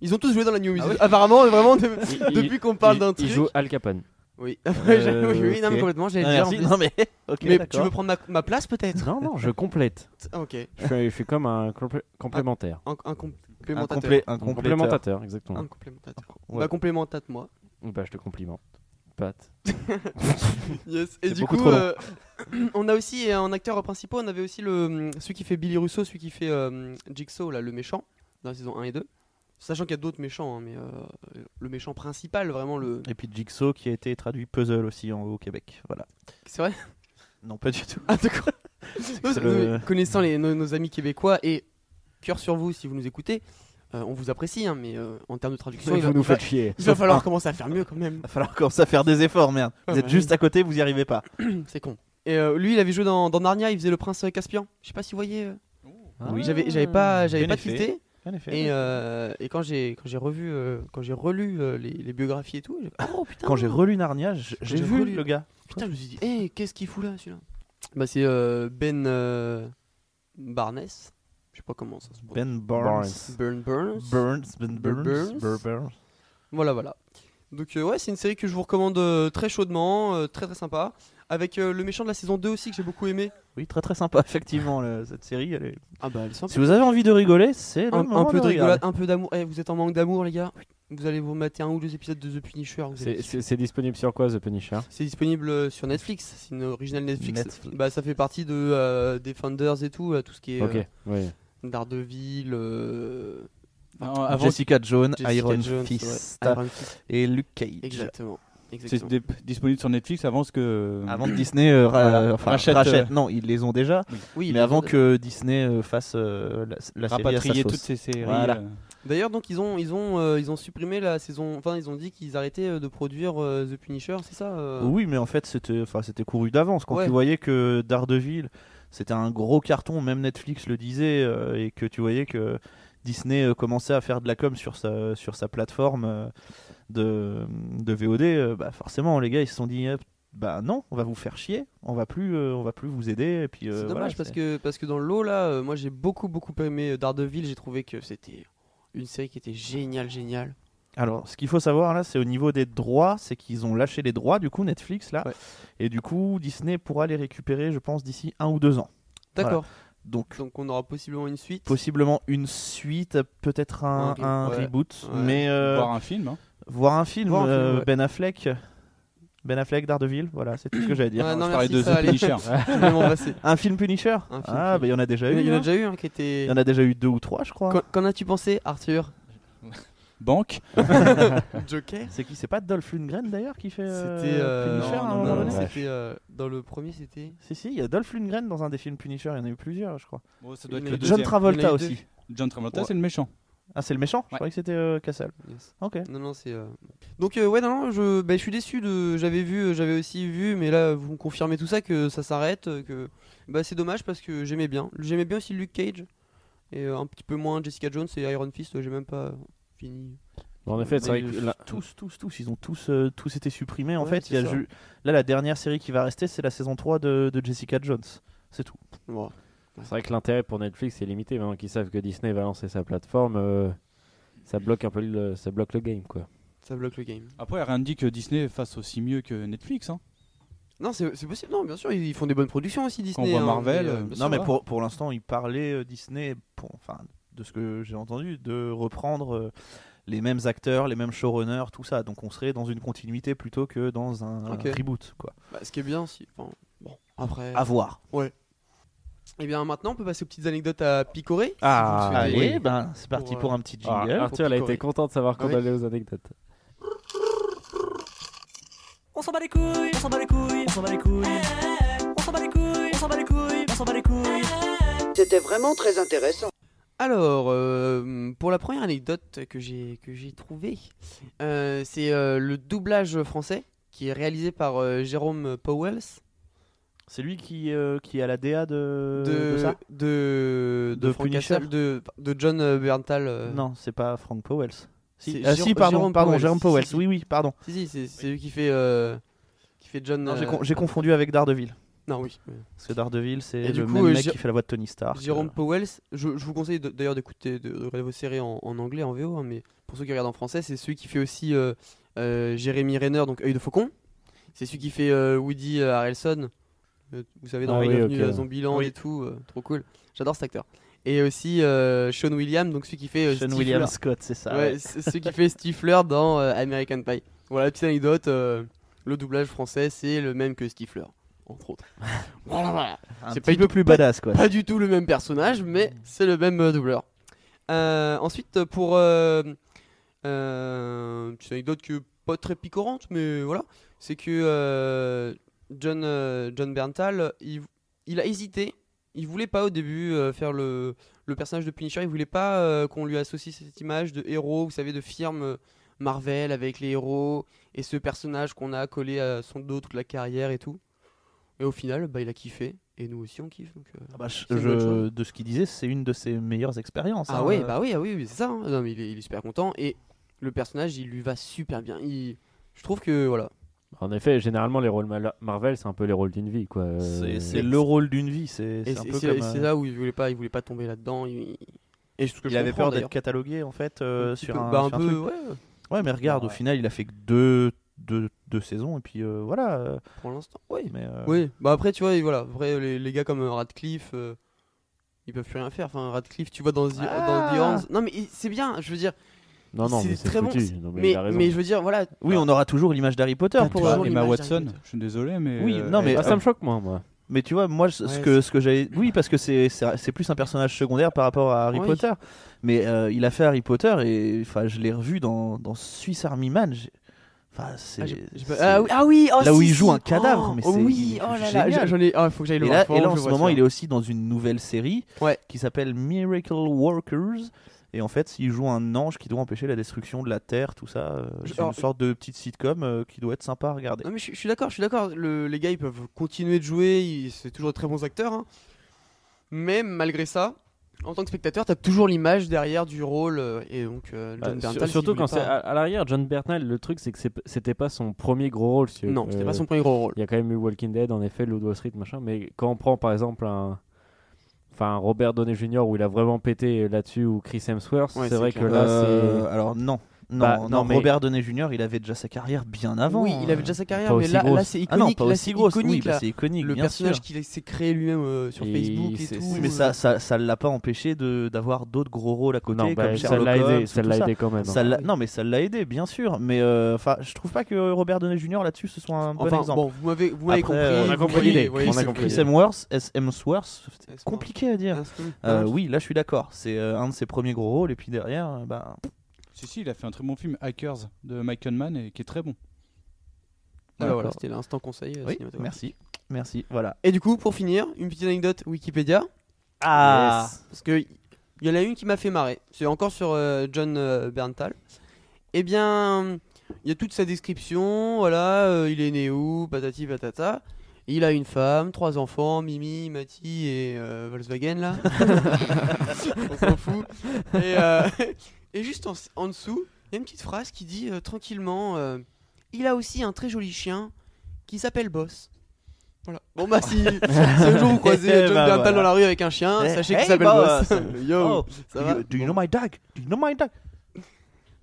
[SPEAKER 4] Ils ont tous joué dans La Nuit au musée 2. Apparemment, vraiment, de-
[SPEAKER 1] Il- il-
[SPEAKER 4] depuis qu'on parle
[SPEAKER 1] il-
[SPEAKER 4] d'un truc.
[SPEAKER 1] Il joue Al Capone.
[SPEAKER 4] Oui,
[SPEAKER 3] Euh,
[SPEAKER 4] oui, oui, non,
[SPEAKER 3] ok.
[SPEAKER 4] mais complètement, j'allais
[SPEAKER 3] Ah,
[SPEAKER 4] le dire. en
[SPEAKER 3] merci.
[SPEAKER 4] plus.
[SPEAKER 3] Non, mais. ok,
[SPEAKER 4] mais tu
[SPEAKER 3] d'accord.
[SPEAKER 4] veux prendre ma, ma place peut-être
[SPEAKER 1] Non, non, je complète.
[SPEAKER 4] Ah, Ok,
[SPEAKER 1] Je suis, je suis comme un complé- complémentaire.
[SPEAKER 4] un, un
[SPEAKER 3] Un
[SPEAKER 4] complémentateur.
[SPEAKER 3] complet, un
[SPEAKER 1] Un
[SPEAKER 3] complémentaire.
[SPEAKER 1] complémentateur, exactement.
[SPEAKER 4] Un complémentateur.
[SPEAKER 3] Ouais.
[SPEAKER 4] Bah, complémentate-moi.
[SPEAKER 1] Bah, je te complimente. Pat.
[SPEAKER 4] Yes. Et
[SPEAKER 1] C'est
[SPEAKER 4] du
[SPEAKER 1] beaucoup
[SPEAKER 4] coup,
[SPEAKER 1] trop long.
[SPEAKER 4] euh, on a aussi, euh, en acteurs principaux, on avait aussi le, hum, celui qui fait Billy Russo, celui qui fait euh, Jigsaw, là, le méchant, dans la saison 1 et 2. Sachant qu'il y a d'autres méchants, hein, mais euh, le méchant principal, vraiment, le.
[SPEAKER 3] Et puis Jigsaw qui a été traduit puzzle aussi en- au Québec. Voilà.
[SPEAKER 4] C'est vrai
[SPEAKER 3] Non, pas du tout.
[SPEAKER 4] Ah, d'accord. Non,
[SPEAKER 3] c'est
[SPEAKER 4] mais
[SPEAKER 3] le-
[SPEAKER 4] Connaissant les- nos, nos amis québécois et cœur sur vous si vous nous écoutez, euh, on vous apprécie, hein, mais euh, en termes de traduction, il va,
[SPEAKER 1] Vous nous
[SPEAKER 4] il va-
[SPEAKER 1] faites chier.
[SPEAKER 4] il va
[SPEAKER 3] Sauf
[SPEAKER 4] falloir
[SPEAKER 3] un.
[SPEAKER 4] commencer à faire mieux quand même.
[SPEAKER 3] Il va falloir commencer à faire des efforts, merde. Vous
[SPEAKER 4] Ouais,
[SPEAKER 3] êtes
[SPEAKER 4] ouais.
[SPEAKER 3] juste à côté, vous y arrivez pas.
[SPEAKER 4] C'est con. Et euh, lui, il avait joué dans, dans Narnia, il faisait le prince euh, Caspian. Je sais pas si vous voyez. euh.
[SPEAKER 3] Ah.
[SPEAKER 1] Oui.
[SPEAKER 4] J'avais, j'avais pas, j'avais
[SPEAKER 3] Bien
[SPEAKER 4] pas
[SPEAKER 3] effet.
[SPEAKER 4] tilté.
[SPEAKER 3] En effet.
[SPEAKER 4] Et, euh, et quand j'ai, quand j'ai revu, euh, quand j'ai relu euh, les, les biographies et tout, j'ai... oh putain.
[SPEAKER 3] Quand j'ai relu Narnia, j- j'ai
[SPEAKER 4] j'ai
[SPEAKER 3] vu
[SPEAKER 4] relu-
[SPEAKER 3] le gars.
[SPEAKER 4] Putain, je me suis dit, hé, qu'est-ce qu'il fout là, celui-là Bah c'est euh, Ben euh, Barnes. Je sais pas comment ça se prononce.
[SPEAKER 3] Ben Barnes.
[SPEAKER 4] Burn Burns.
[SPEAKER 3] Burns. Ben
[SPEAKER 4] Burns.
[SPEAKER 3] Burns. Burns.
[SPEAKER 4] Voilà, voilà. Donc euh, ouais, c'est une série que je vous recommande euh, très chaudement, euh, très très sympa. Avec euh, le méchant de la saison 2 aussi que j'ai beaucoup aimé.
[SPEAKER 3] Oui, très très sympa, effectivement, le- cette série. elle est-
[SPEAKER 4] Ah bah elle est sympa.
[SPEAKER 3] Si vous avez envie de rigoler, c'est le
[SPEAKER 4] Un,
[SPEAKER 3] moment
[SPEAKER 4] un peu de
[SPEAKER 3] regarder.
[SPEAKER 4] rigolade, un peu d'amour. Eh, vous êtes en manque d'amour les gars Vous allez vous mater un ou deux épisodes de The Punisher. vous allez
[SPEAKER 1] C'est-
[SPEAKER 4] kiffer.
[SPEAKER 1] C'est c'est disponible sur quoi, The Punisher
[SPEAKER 4] C'est disponible euh, sur Netflix, c'est une originale Netflix.
[SPEAKER 3] Netflix.
[SPEAKER 4] Bah ça fait partie de euh, Defenders et tout, euh, tout ce qui est
[SPEAKER 1] Ok,
[SPEAKER 4] euh,
[SPEAKER 1] ouais.
[SPEAKER 4] Daredevil, euh,
[SPEAKER 2] Ah, Avant,
[SPEAKER 3] Jessica Jones,
[SPEAKER 4] Jessica
[SPEAKER 3] Bah, Iron
[SPEAKER 4] Jones,
[SPEAKER 3] Fist Ah.
[SPEAKER 4] ouais, Iron Fist.
[SPEAKER 3] et Luke Cage.
[SPEAKER 4] Exactement.
[SPEAKER 2] c'est
[SPEAKER 4] Exactement.
[SPEAKER 2] dé- disponible sur Netflix avant ce que.
[SPEAKER 3] Avant que Disney euh, ra-
[SPEAKER 2] Voilà.
[SPEAKER 3] enfin, rachète,
[SPEAKER 2] Rachète, euh,
[SPEAKER 3] non, ils les ont déjà,
[SPEAKER 4] Oui,
[SPEAKER 3] mais
[SPEAKER 4] ils
[SPEAKER 3] avant
[SPEAKER 4] ont-
[SPEAKER 3] que Disney euh, fasse euh, la, la série à sa
[SPEAKER 2] rapatrier
[SPEAKER 3] sauce.
[SPEAKER 2] toutes ces séries.
[SPEAKER 3] Voilà.
[SPEAKER 2] euh,
[SPEAKER 4] D'ailleurs, donc ils ont ils ont euh, ils ont supprimé la saison. Enfin, ils ont dit qu'ils arrêtaient euh, de produire euh, The Punisher, c'est ça euh
[SPEAKER 3] Oui, mais en fait, c'était enfin, c'était couru d'avance. Quand
[SPEAKER 4] Ouais.
[SPEAKER 3] tu voyais que Daredevil, c'était un gros carton, même Netflix le disait, euh, et que tu voyais que Disney euh, commençait à faire de la com sur sa, sur sa plateforme euh, de, de VOD, euh, bah, forcément, les gars, ils se sont dit. euh, bah non, on va vous faire chier, on va plus, euh, on va plus vous aider. Et puis, euh,
[SPEAKER 4] C'est
[SPEAKER 3] voilà,
[SPEAKER 4] dommage parce
[SPEAKER 3] c'est-
[SPEAKER 4] que parce que dans l'eau là, euh, moi j'ai beaucoup beaucoup aimé euh, Daredevil. J'ai trouvé que c'était une série qui était géniale géniale.
[SPEAKER 3] Alors, ce qu'il faut savoir là, c'est au niveau des droits, c'est qu'ils ont lâché les droits, du coup, Netflix là,
[SPEAKER 2] Ouais.
[SPEAKER 3] et du coup, Disney pourra les récupérer, je pense, d'ici un ou deux ans.
[SPEAKER 4] D'accord.
[SPEAKER 3] Donc,
[SPEAKER 4] Donc on aura possiblement une suite.
[SPEAKER 3] possiblement une suite, peut-être un,
[SPEAKER 4] Un re-
[SPEAKER 3] un
[SPEAKER 4] ouais.
[SPEAKER 3] reboot,
[SPEAKER 4] Ouais.
[SPEAKER 3] mais euh, voir,
[SPEAKER 2] Voir un film. hein.
[SPEAKER 3] un film,
[SPEAKER 4] Voir un film,
[SPEAKER 3] euh,
[SPEAKER 4] ouais.
[SPEAKER 3] Ben Affleck, Ben Affleck, Daredevil, voilà, c'est tout ce que j'allais dire.
[SPEAKER 4] Ouais, Ah, non,
[SPEAKER 2] je parlais
[SPEAKER 4] merci,
[SPEAKER 2] de
[SPEAKER 4] ça
[SPEAKER 2] The
[SPEAKER 4] allait.
[SPEAKER 2] Punisher.
[SPEAKER 4] Je vais m'en passer.
[SPEAKER 3] Un film Punisher
[SPEAKER 4] Un film
[SPEAKER 3] Ah,
[SPEAKER 4] Punisher.
[SPEAKER 3] bah il y en a déjà
[SPEAKER 4] Il
[SPEAKER 3] eu.
[SPEAKER 4] y en a
[SPEAKER 3] hein.
[SPEAKER 4] déjà eu un
[SPEAKER 3] Il
[SPEAKER 4] qui était.
[SPEAKER 3] y en a déjà eu deux ou trois, je crois.
[SPEAKER 4] Qu'en qu'en as-tu pensé, Arthur
[SPEAKER 2] Banque.
[SPEAKER 4] Joker
[SPEAKER 3] C'est qui C'est pas Dolph Lundgren d'ailleurs qui fait euh,
[SPEAKER 4] C'était euh,
[SPEAKER 3] Punisher
[SPEAKER 2] non,
[SPEAKER 3] à un
[SPEAKER 2] non,
[SPEAKER 3] moment
[SPEAKER 1] non,
[SPEAKER 3] donné
[SPEAKER 1] non.
[SPEAKER 4] c'était euh, dans le premier c'était.
[SPEAKER 3] Si, si, il y a Dolph Lundgren dans un des films Punisher, il y en a eu plusieurs, je crois.
[SPEAKER 2] Bon, ça
[SPEAKER 4] doit
[SPEAKER 2] doit être
[SPEAKER 4] être le
[SPEAKER 2] le
[SPEAKER 4] Et
[SPEAKER 3] John
[SPEAKER 4] deuxième. Il y en
[SPEAKER 3] Travolta
[SPEAKER 4] a eu
[SPEAKER 3] aussi.
[SPEAKER 2] John Travolta,
[SPEAKER 3] Ouais.
[SPEAKER 2] c'est le méchant.
[SPEAKER 3] Ah, c'est le méchant Je
[SPEAKER 2] Ouais.
[SPEAKER 3] croyais que c'était euh, Cassel.
[SPEAKER 4] Yes.
[SPEAKER 3] Ok.
[SPEAKER 4] Non non c'est. euh, Donc euh, ouais non non je bah, je suis déçu de j'avais vu euh, j'avais aussi vu mais là vous me confirmez tout ça que ça s'arrête euh, que bah c'est dommage parce que j'aimais bien j'aimais bien aussi Luke Cage et euh, un petit peu moins Jessica Jones et Iron Fist euh, j'ai même pas euh, fini.
[SPEAKER 1] En effet, c'est vrai
[SPEAKER 3] Mais
[SPEAKER 1] que la-
[SPEAKER 3] Tous, tous, tous, ils ont tous, euh, tous été supprimés. En
[SPEAKER 4] Ouais,
[SPEAKER 3] fait, il y a
[SPEAKER 4] c'est ça.
[SPEAKER 3] ju- là, la dernière série qui va rester, c'est la saison 3 de, de Jessica Jones. C'est tout.
[SPEAKER 4] Bon.
[SPEAKER 1] c'est vrai que l'intérêt pour Netflix est limité. Maintenant qu'ils savent que Disney va lancer sa plateforme, euh, ça bloque un peu le, ça bloque le game, quoi.
[SPEAKER 4] Ça bloque le game.
[SPEAKER 2] Après, rien ne dit que Disney fasse aussi mieux que Netflix. hein.
[SPEAKER 4] Non, c'est c'est possible, non, bien sûr, ils ils font des bonnes productions aussi, Disney.
[SPEAKER 2] voit
[SPEAKER 4] hein,
[SPEAKER 2] Marvel,
[SPEAKER 4] mais,
[SPEAKER 2] euh,
[SPEAKER 4] euh, bien
[SPEAKER 2] non,
[SPEAKER 4] sûr,
[SPEAKER 3] non, mais
[SPEAKER 4] voilà.
[SPEAKER 3] pour, pour l'instant, ils parlaient euh, Disney, pour, enfin, de ce que j'ai entendu, de reprendre euh, les mêmes acteurs, les mêmes showrunners, tout ça. Donc, on serait dans une continuité plutôt que dans un
[SPEAKER 4] Ok.
[SPEAKER 3] reboot. Quoi.
[SPEAKER 4] Bah, ce qui est bien aussi. enfin, bon, après.
[SPEAKER 3] À voir.
[SPEAKER 4] Et Eh bien maintenant, on peut passer aux petites anecdotes à picorer. si vous le
[SPEAKER 3] Allez,
[SPEAKER 4] souhaitez.
[SPEAKER 3] ben, c'est parti
[SPEAKER 4] Ah, Pour,
[SPEAKER 3] pour,
[SPEAKER 4] euh,
[SPEAKER 3] un petit
[SPEAKER 1] Alors,
[SPEAKER 3] jingle.
[SPEAKER 1] Ah, Arthur, elle a
[SPEAKER 4] picorer.
[SPEAKER 1] été contente de savoir qu'on
[SPEAKER 4] Oui.
[SPEAKER 1] allait aux anecdotes.
[SPEAKER 6] On s'en bat les couilles, on s'en bat les couilles, on s'en bat les couilles. On s'en bat les couilles, on s'en bat les couilles, on s'en bat les couilles.
[SPEAKER 7] C'était vraiment très intéressant.
[SPEAKER 4] Alors, euh, pour la première anecdote que j'ai que j'ai trouvée, euh, c'est euh, le doublage français qui est réalisé par euh, Jérôme Powells.
[SPEAKER 3] C'est lui qui, euh, qui a la DA de, Euh, de
[SPEAKER 4] de
[SPEAKER 3] ça
[SPEAKER 4] de
[SPEAKER 3] De
[SPEAKER 4] de Frank
[SPEAKER 3] Punisher
[SPEAKER 4] Castle, de de John euh, Berntal. euh,
[SPEAKER 3] Non, c'est pas Frank Powell. Si,
[SPEAKER 4] C'est
[SPEAKER 3] ah,
[SPEAKER 4] Jérôme-
[SPEAKER 3] si, pardon,
[SPEAKER 4] Jérôme
[SPEAKER 3] pardon,
[SPEAKER 4] Powell,
[SPEAKER 3] Jérôme
[SPEAKER 4] si,
[SPEAKER 3] Powell.
[SPEAKER 4] si, si.
[SPEAKER 3] Oui, oui, pardon.
[SPEAKER 4] Si si, c'est c'est lui qui fait euh, qui fait John.
[SPEAKER 3] Non, j'ai
[SPEAKER 4] euh,
[SPEAKER 3] con- j'ai confondu avec Daredevil.
[SPEAKER 4] Non oui.
[SPEAKER 3] Parce que Daredevil, c'est
[SPEAKER 4] Et du
[SPEAKER 3] le
[SPEAKER 4] coup,
[SPEAKER 3] même
[SPEAKER 4] euh,
[SPEAKER 3] mec
[SPEAKER 4] Jé-
[SPEAKER 3] qui fait la voix de Tony Stark.
[SPEAKER 4] Jérôme
[SPEAKER 3] euh.
[SPEAKER 4] Powell, c- je, je vous conseille de- d'ailleurs d'écouter de, de regarder vos séries en, en anglais, en VO, hein, mais pour ceux qui regardent en français, c'est celui qui fait aussi euh, euh, Jérémy Renner, donc Œil de Faucon. C'est celui qui fait euh, Woody euh, Harrelson, euh, vous savez, dans
[SPEAKER 1] Ah
[SPEAKER 4] Il
[SPEAKER 1] oui,
[SPEAKER 4] est venu
[SPEAKER 1] ok,
[SPEAKER 4] à
[SPEAKER 1] ouais.
[SPEAKER 4] Zombieland
[SPEAKER 3] Oui.
[SPEAKER 4] et tout, euh, trop cool. J'adore cet acteur. Et aussi euh, Sean William, donc celui qui fait euh,
[SPEAKER 3] Sean
[SPEAKER 4] Stifler.
[SPEAKER 3] William Scott, c'est ça.
[SPEAKER 4] Ouais,
[SPEAKER 3] ouais.
[SPEAKER 4] c'est celui qui fait Stifler dans euh, American Pie. Voilà, petite anecdote, euh, le doublage français, c'est le même que Stifler, entre autres. voilà, voilà
[SPEAKER 3] Un petit
[SPEAKER 4] c'est pas une-
[SPEAKER 3] peu plus badass, quoi.
[SPEAKER 4] pas du tout le même personnage, mais c'est le même euh, doubleur. Euh, ensuite, pour euh, euh, une petite anecdote que pas très picorante, mais voilà, c'est que euh, John, euh, John Berntal, il, il a hésité. Il voulait pas au début euh, faire le, le personnage de Punisher. Il voulait pas euh, qu'on lui associe cette image de héros, vous savez, de firme euh, Marvel avec les héros et ce personnage qu'on a collé à son dos toute la carrière et tout. Et au final, bah, il a kiffé. Et nous aussi, on kiffe. Donc, euh,
[SPEAKER 3] Ah bah, je-
[SPEAKER 4] C'est une bonne chose.
[SPEAKER 3] de ce qu'il disait, c'est une de ses meilleures expériences.
[SPEAKER 4] Ah
[SPEAKER 3] hein,
[SPEAKER 4] ouais,
[SPEAKER 3] euh.
[SPEAKER 4] bah oui, ah oui, oui, c'est ça. hein. Non, mais il est, il est super content et le personnage, il lui va super bien. Il... Je trouve que voilà.
[SPEAKER 1] En effet, généralement, les rôles mal- Marvel, c'est un peu les rôles d'une vie, quoi. Euh,
[SPEAKER 3] C'est- C'est le rôle d'une vie, c'est
[SPEAKER 4] Et
[SPEAKER 3] c'est un
[SPEAKER 4] c'est
[SPEAKER 3] peu
[SPEAKER 4] c'est-
[SPEAKER 3] comme.
[SPEAKER 4] c'est
[SPEAKER 3] euh,
[SPEAKER 4] là où il voulait pas, il voulait pas tomber là-dedans. il- Et je, que je
[SPEAKER 3] Il avait
[SPEAKER 4] comprends,
[SPEAKER 3] peur d'être
[SPEAKER 4] d'ailleurs.
[SPEAKER 3] catalogué en fait euh,
[SPEAKER 4] Un petit
[SPEAKER 3] sur
[SPEAKER 4] peu-
[SPEAKER 3] un,
[SPEAKER 4] bah, un
[SPEAKER 3] sur un
[SPEAKER 4] peu,
[SPEAKER 3] truc.
[SPEAKER 4] ouais,
[SPEAKER 3] Ouais, mais regarde, au
[SPEAKER 1] Ouais.
[SPEAKER 3] final, il a fait que deux, deux, deux saisons et puis euh, voilà. euh,
[SPEAKER 4] pour l'instant. Oui.
[SPEAKER 3] Mais euh,
[SPEAKER 4] Oui. Bah après, tu vois, et voilà, après les, les gars comme euh, Radcliffe, euh, ils peuvent plus rien faire. Enfin, Radcliffe, tu vois dans The,
[SPEAKER 3] Ah.
[SPEAKER 4] dans The Hands- Non, mais il- c'est bien. Je veux dire,
[SPEAKER 1] Non, non,
[SPEAKER 4] c'est
[SPEAKER 1] mais c'est
[SPEAKER 4] très bon,
[SPEAKER 1] foutu.
[SPEAKER 4] c'est-
[SPEAKER 1] Non, mais,
[SPEAKER 4] mais,
[SPEAKER 1] il a raison.
[SPEAKER 4] mais je veux dire, voilà.
[SPEAKER 3] oui, on aura toujours l'image d'Harry Potter
[SPEAKER 4] T'as
[SPEAKER 3] pour.
[SPEAKER 4] toujours
[SPEAKER 3] euh,
[SPEAKER 4] les-
[SPEAKER 2] Emma
[SPEAKER 4] l'image
[SPEAKER 2] Watson,
[SPEAKER 4] d'Harry Potter.
[SPEAKER 2] je suis désolé, mais.
[SPEAKER 3] Oui,
[SPEAKER 2] euh,
[SPEAKER 3] non, mais-
[SPEAKER 1] Ah, ça me choque, moi, moi.
[SPEAKER 3] Mais tu vois, moi, ce
[SPEAKER 4] Ouais,
[SPEAKER 3] que ce que j'avais, oui, parce que c'est c'est c'est plus un personnage secondaire par rapport à Harry
[SPEAKER 4] Oui.
[SPEAKER 3] Potter. Mais euh, il a fait Harry Potter et enfin, je l'ai revu dans dans Swiss Army Man. j'ai- Enfin, c'est
[SPEAKER 4] Ah, j'ai- j'ai pas-
[SPEAKER 3] c'est-
[SPEAKER 4] ah oui, ah oui, oh,
[SPEAKER 3] là où
[SPEAKER 4] si,
[SPEAKER 3] il joue
[SPEAKER 4] si.
[SPEAKER 3] un cadavre,
[SPEAKER 4] Oh,
[SPEAKER 3] mais
[SPEAKER 4] oh
[SPEAKER 3] c'est- il
[SPEAKER 4] oui,
[SPEAKER 3] est
[SPEAKER 4] oh là là,
[SPEAKER 3] génial.
[SPEAKER 4] j'en ai. ah, faut que j'aille
[SPEAKER 3] Et
[SPEAKER 4] le
[SPEAKER 3] là,
[SPEAKER 4] voir.
[SPEAKER 3] et là, en ce moment, il est aussi dans une nouvelle série
[SPEAKER 4] Ouais.
[SPEAKER 3] qui s'appelle Miracle Workers. Et en fait, il joue un ange qui doit empêcher la destruction de la Terre, tout ça. euh,
[SPEAKER 4] Je-
[SPEAKER 3] C'est une
[SPEAKER 4] alors-
[SPEAKER 3] sorte de petite sitcom euh, qui doit être sympa à regarder.
[SPEAKER 1] Euh,
[SPEAKER 4] Non mais je, je suis d'accord, je suis d'accord. Le- les gars ils peuvent continuer de jouer, ils- c'est toujours de très bons acteurs. hein. Mais malgré ça, en tant que spectateur, t'as toujours l'image derrière du rôle euh, et donc euh,
[SPEAKER 1] Ah,
[SPEAKER 3] Bah,
[SPEAKER 4] John
[SPEAKER 1] sur-
[SPEAKER 4] Bernthal,
[SPEAKER 1] surtout
[SPEAKER 4] s'il
[SPEAKER 1] quand c'est
[SPEAKER 4] voulait
[SPEAKER 1] à,
[SPEAKER 4] pas-
[SPEAKER 1] à l'arrière, John Bernthal, le truc, c'est que c'est p- c'était pas son premier gros rôle.
[SPEAKER 3] ah,
[SPEAKER 1] si tu veux.
[SPEAKER 4] non, c'était
[SPEAKER 1] Euh,
[SPEAKER 4] pas son premier gros rôle.
[SPEAKER 1] Il y a quand même eu Walking Dead, en effet, Loud Wall Street, machin. Mais quand on prend par exemple un. Enfin, un Robert Downey Jr. où il a vraiment pété là-dessus, ou Chris Hemsworth,
[SPEAKER 4] Ouais,
[SPEAKER 1] c'est
[SPEAKER 4] c'est
[SPEAKER 1] vrai que
[SPEAKER 4] clair.
[SPEAKER 1] là,
[SPEAKER 3] Euh,
[SPEAKER 1] c'est.
[SPEAKER 3] alors non, non,
[SPEAKER 1] Bah,
[SPEAKER 3] non,
[SPEAKER 1] non, mais-
[SPEAKER 3] Robert Downey Jr. Il avait déjà sa carrière bien avant. hein.
[SPEAKER 4] oui, il avait déjà sa carrière, mais
[SPEAKER 1] aussi
[SPEAKER 4] là,
[SPEAKER 1] grosse.
[SPEAKER 4] là, c'est
[SPEAKER 3] Ah non,
[SPEAKER 4] iconique,
[SPEAKER 3] pas
[SPEAKER 4] là,
[SPEAKER 3] aussi
[SPEAKER 4] c'est
[SPEAKER 3] grosse.
[SPEAKER 4] iconique,
[SPEAKER 3] oui, bah,
[SPEAKER 4] là.
[SPEAKER 3] c'est iconique.
[SPEAKER 4] le
[SPEAKER 3] bien
[SPEAKER 4] personnage
[SPEAKER 3] sûr.
[SPEAKER 4] qu'il a- s'est créé lui-même euh, sur
[SPEAKER 1] Et
[SPEAKER 4] Facebook et
[SPEAKER 1] c'est-
[SPEAKER 4] tout.
[SPEAKER 1] c'est-
[SPEAKER 3] Oui, mais
[SPEAKER 4] euh,
[SPEAKER 3] ça, ça, ça l'a pas empêché de d'avoir d'autres gros rôles à côté
[SPEAKER 1] Non, bah,
[SPEAKER 3] comme
[SPEAKER 1] ça
[SPEAKER 3] Sherlock
[SPEAKER 1] l'a
[SPEAKER 3] Holmes,
[SPEAKER 1] aidé,
[SPEAKER 3] ou
[SPEAKER 1] ça
[SPEAKER 3] tout
[SPEAKER 1] l'a
[SPEAKER 3] ça.
[SPEAKER 1] aidé quand même.
[SPEAKER 3] Ça
[SPEAKER 1] hein.
[SPEAKER 3] l'a- non mais ça l'a aidé bien sûr mais euh, enfin je trouve pas que Robert Downey Jr là-dessus ce soit un bon
[SPEAKER 4] Enfin,
[SPEAKER 3] exemple
[SPEAKER 4] bon, vous m'avez vous m'avez
[SPEAKER 3] Après,
[SPEAKER 4] compris.
[SPEAKER 3] euh, on a
[SPEAKER 4] vous
[SPEAKER 1] compris l'idée,
[SPEAKER 4] voyez,
[SPEAKER 1] on a
[SPEAKER 4] c'est-
[SPEAKER 1] compris
[SPEAKER 3] Chris
[SPEAKER 1] l'idée.
[SPEAKER 3] Hemsworth S- Hemsworth
[SPEAKER 4] c'est- c'est-
[SPEAKER 3] compliqué à dire
[SPEAKER 4] Ah
[SPEAKER 3] Euh, oui là je suis d'accord c'est euh, un de ses premiers gros rôles et puis derrière euh, bah,
[SPEAKER 2] Si, si, il a fait un très bon film, Hackers, de Mike Hunman, et qui est très bon.
[SPEAKER 4] Voilà, voilà,
[SPEAKER 3] d'accord.
[SPEAKER 4] c'était l'instant conseil euh,
[SPEAKER 3] oui
[SPEAKER 4] cinématographique.
[SPEAKER 3] merci merci voilà
[SPEAKER 4] Et du coup, pour finir, une petite anecdote Wikipédia.
[SPEAKER 3] ah
[SPEAKER 4] Parce que il y en a une qui m'a fait marrer. C'est encore sur euh, John euh, Berntal. Eh bien, il y a toute sa description. Voilà, euh, il est né où, patati patata. Il a une femme, trois enfants, Mimi, Mati et euh, Volkswagen là. On s'en fout. Et, euh, et juste en, en dessous, il y a une petite phrase qui dit euh, tranquillement euh, Il a aussi un très joli chien qui s'appelle Boss. Voilà. Bon bah si, si un jour vous croisez
[SPEAKER 3] Eh
[SPEAKER 4] John
[SPEAKER 3] bah,
[SPEAKER 4] Berntal
[SPEAKER 3] voilà.
[SPEAKER 4] dans la rue avec un chien,
[SPEAKER 3] Eh,
[SPEAKER 4] Hein, sachez
[SPEAKER 3] hey,
[SPEAKER 4] qu'il s'appelle
[SPEAKER 3] Boss.
[SPEAKER 4] Boss. Yo,
[SPEAKER 3] Oh,
[SPEAKER 4] ça
[SPEAKER 3] do
[SPEAKER 4] va
[SPEAKER 3] you, do you know my dog do you know my dog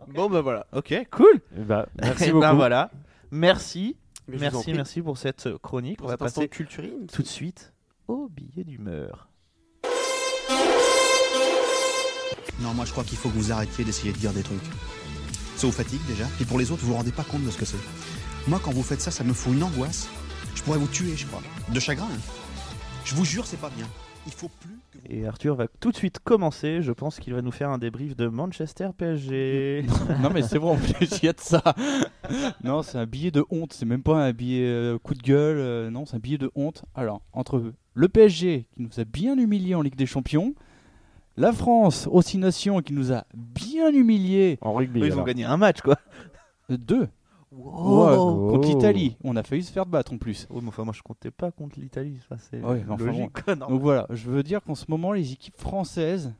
[SPEAKER 4] Bon bah voilà.
[SPEAKER 3] ok cool
[SPEAKER 1] Bah, merci beaucoup.
[SPEAKER 3] Eh ben, voilà merci
[SPEAKER 4] Mais je vous en
[SPEAKER 3] merci
[SPEAKER 4] prie
[SPEAKER 3] merci pour cette euh, chronique
[SPEAKER 4] Pour
[SPEAKER 3] on va
[SPEAKER 4] cet instant
[SPEAKER 3] passer
[SPEAKER 4] culturine.
[SPEAKER 3] tout de suite au billet d'humeur
[SPEAKER 8] Non, moi je crois qu'il faut que vous arrêtiez d'essayer de dire des trucs. Ça vous fatigue déjà, et pour les autres, vous vous rendez pas compte de ce que c'est. Moi, quand vous faites ça, ça me fout une angoisse. Je pourrais vous tuer, je crois. De chagrin. hein. Je vous jure, c'est pas bien. Il faut plus que vous...
[SPEAKER 3] Et Arthur va tout de suite commencer. Je pense qu'il va nous faire un débrief de Manchester PSG.
[SPEAKER 2] non, mais c'est bon, il y a de ça. non, c'est un billet de honte, c'est même pas un billet euh, coup de gueule, euh, non, c'est un billet de honte. Alors, entre le PSG, qui nous a bien humiliés en Ligue des Champions, la France, aussi nation, qui nous a bien humiliés,
[SPEAKER 1] En rugby.
[SPEAKER 3] Ils ont
[SPEAKER 1] alors.
[SPEAKER 3] gagné un match, quoi.
[SPEAKER 2] euh, deux, Wow,
[SPEAKER 1] Oh.
[SPEAKER 2] Contre l'Italie, on a failli se faire battre en plus.
[SPEAKER 3] Oui, mais enfin, moi je comptais pas contre l'Italie, ça c'est
[SPEAKER 2] Ouais, mais enfin,
[SPEAKER 3] logique. quoi, non.
[SPEAKER 2] Donc voilà, je veux dire qu'en ce moment, les équipes françaises,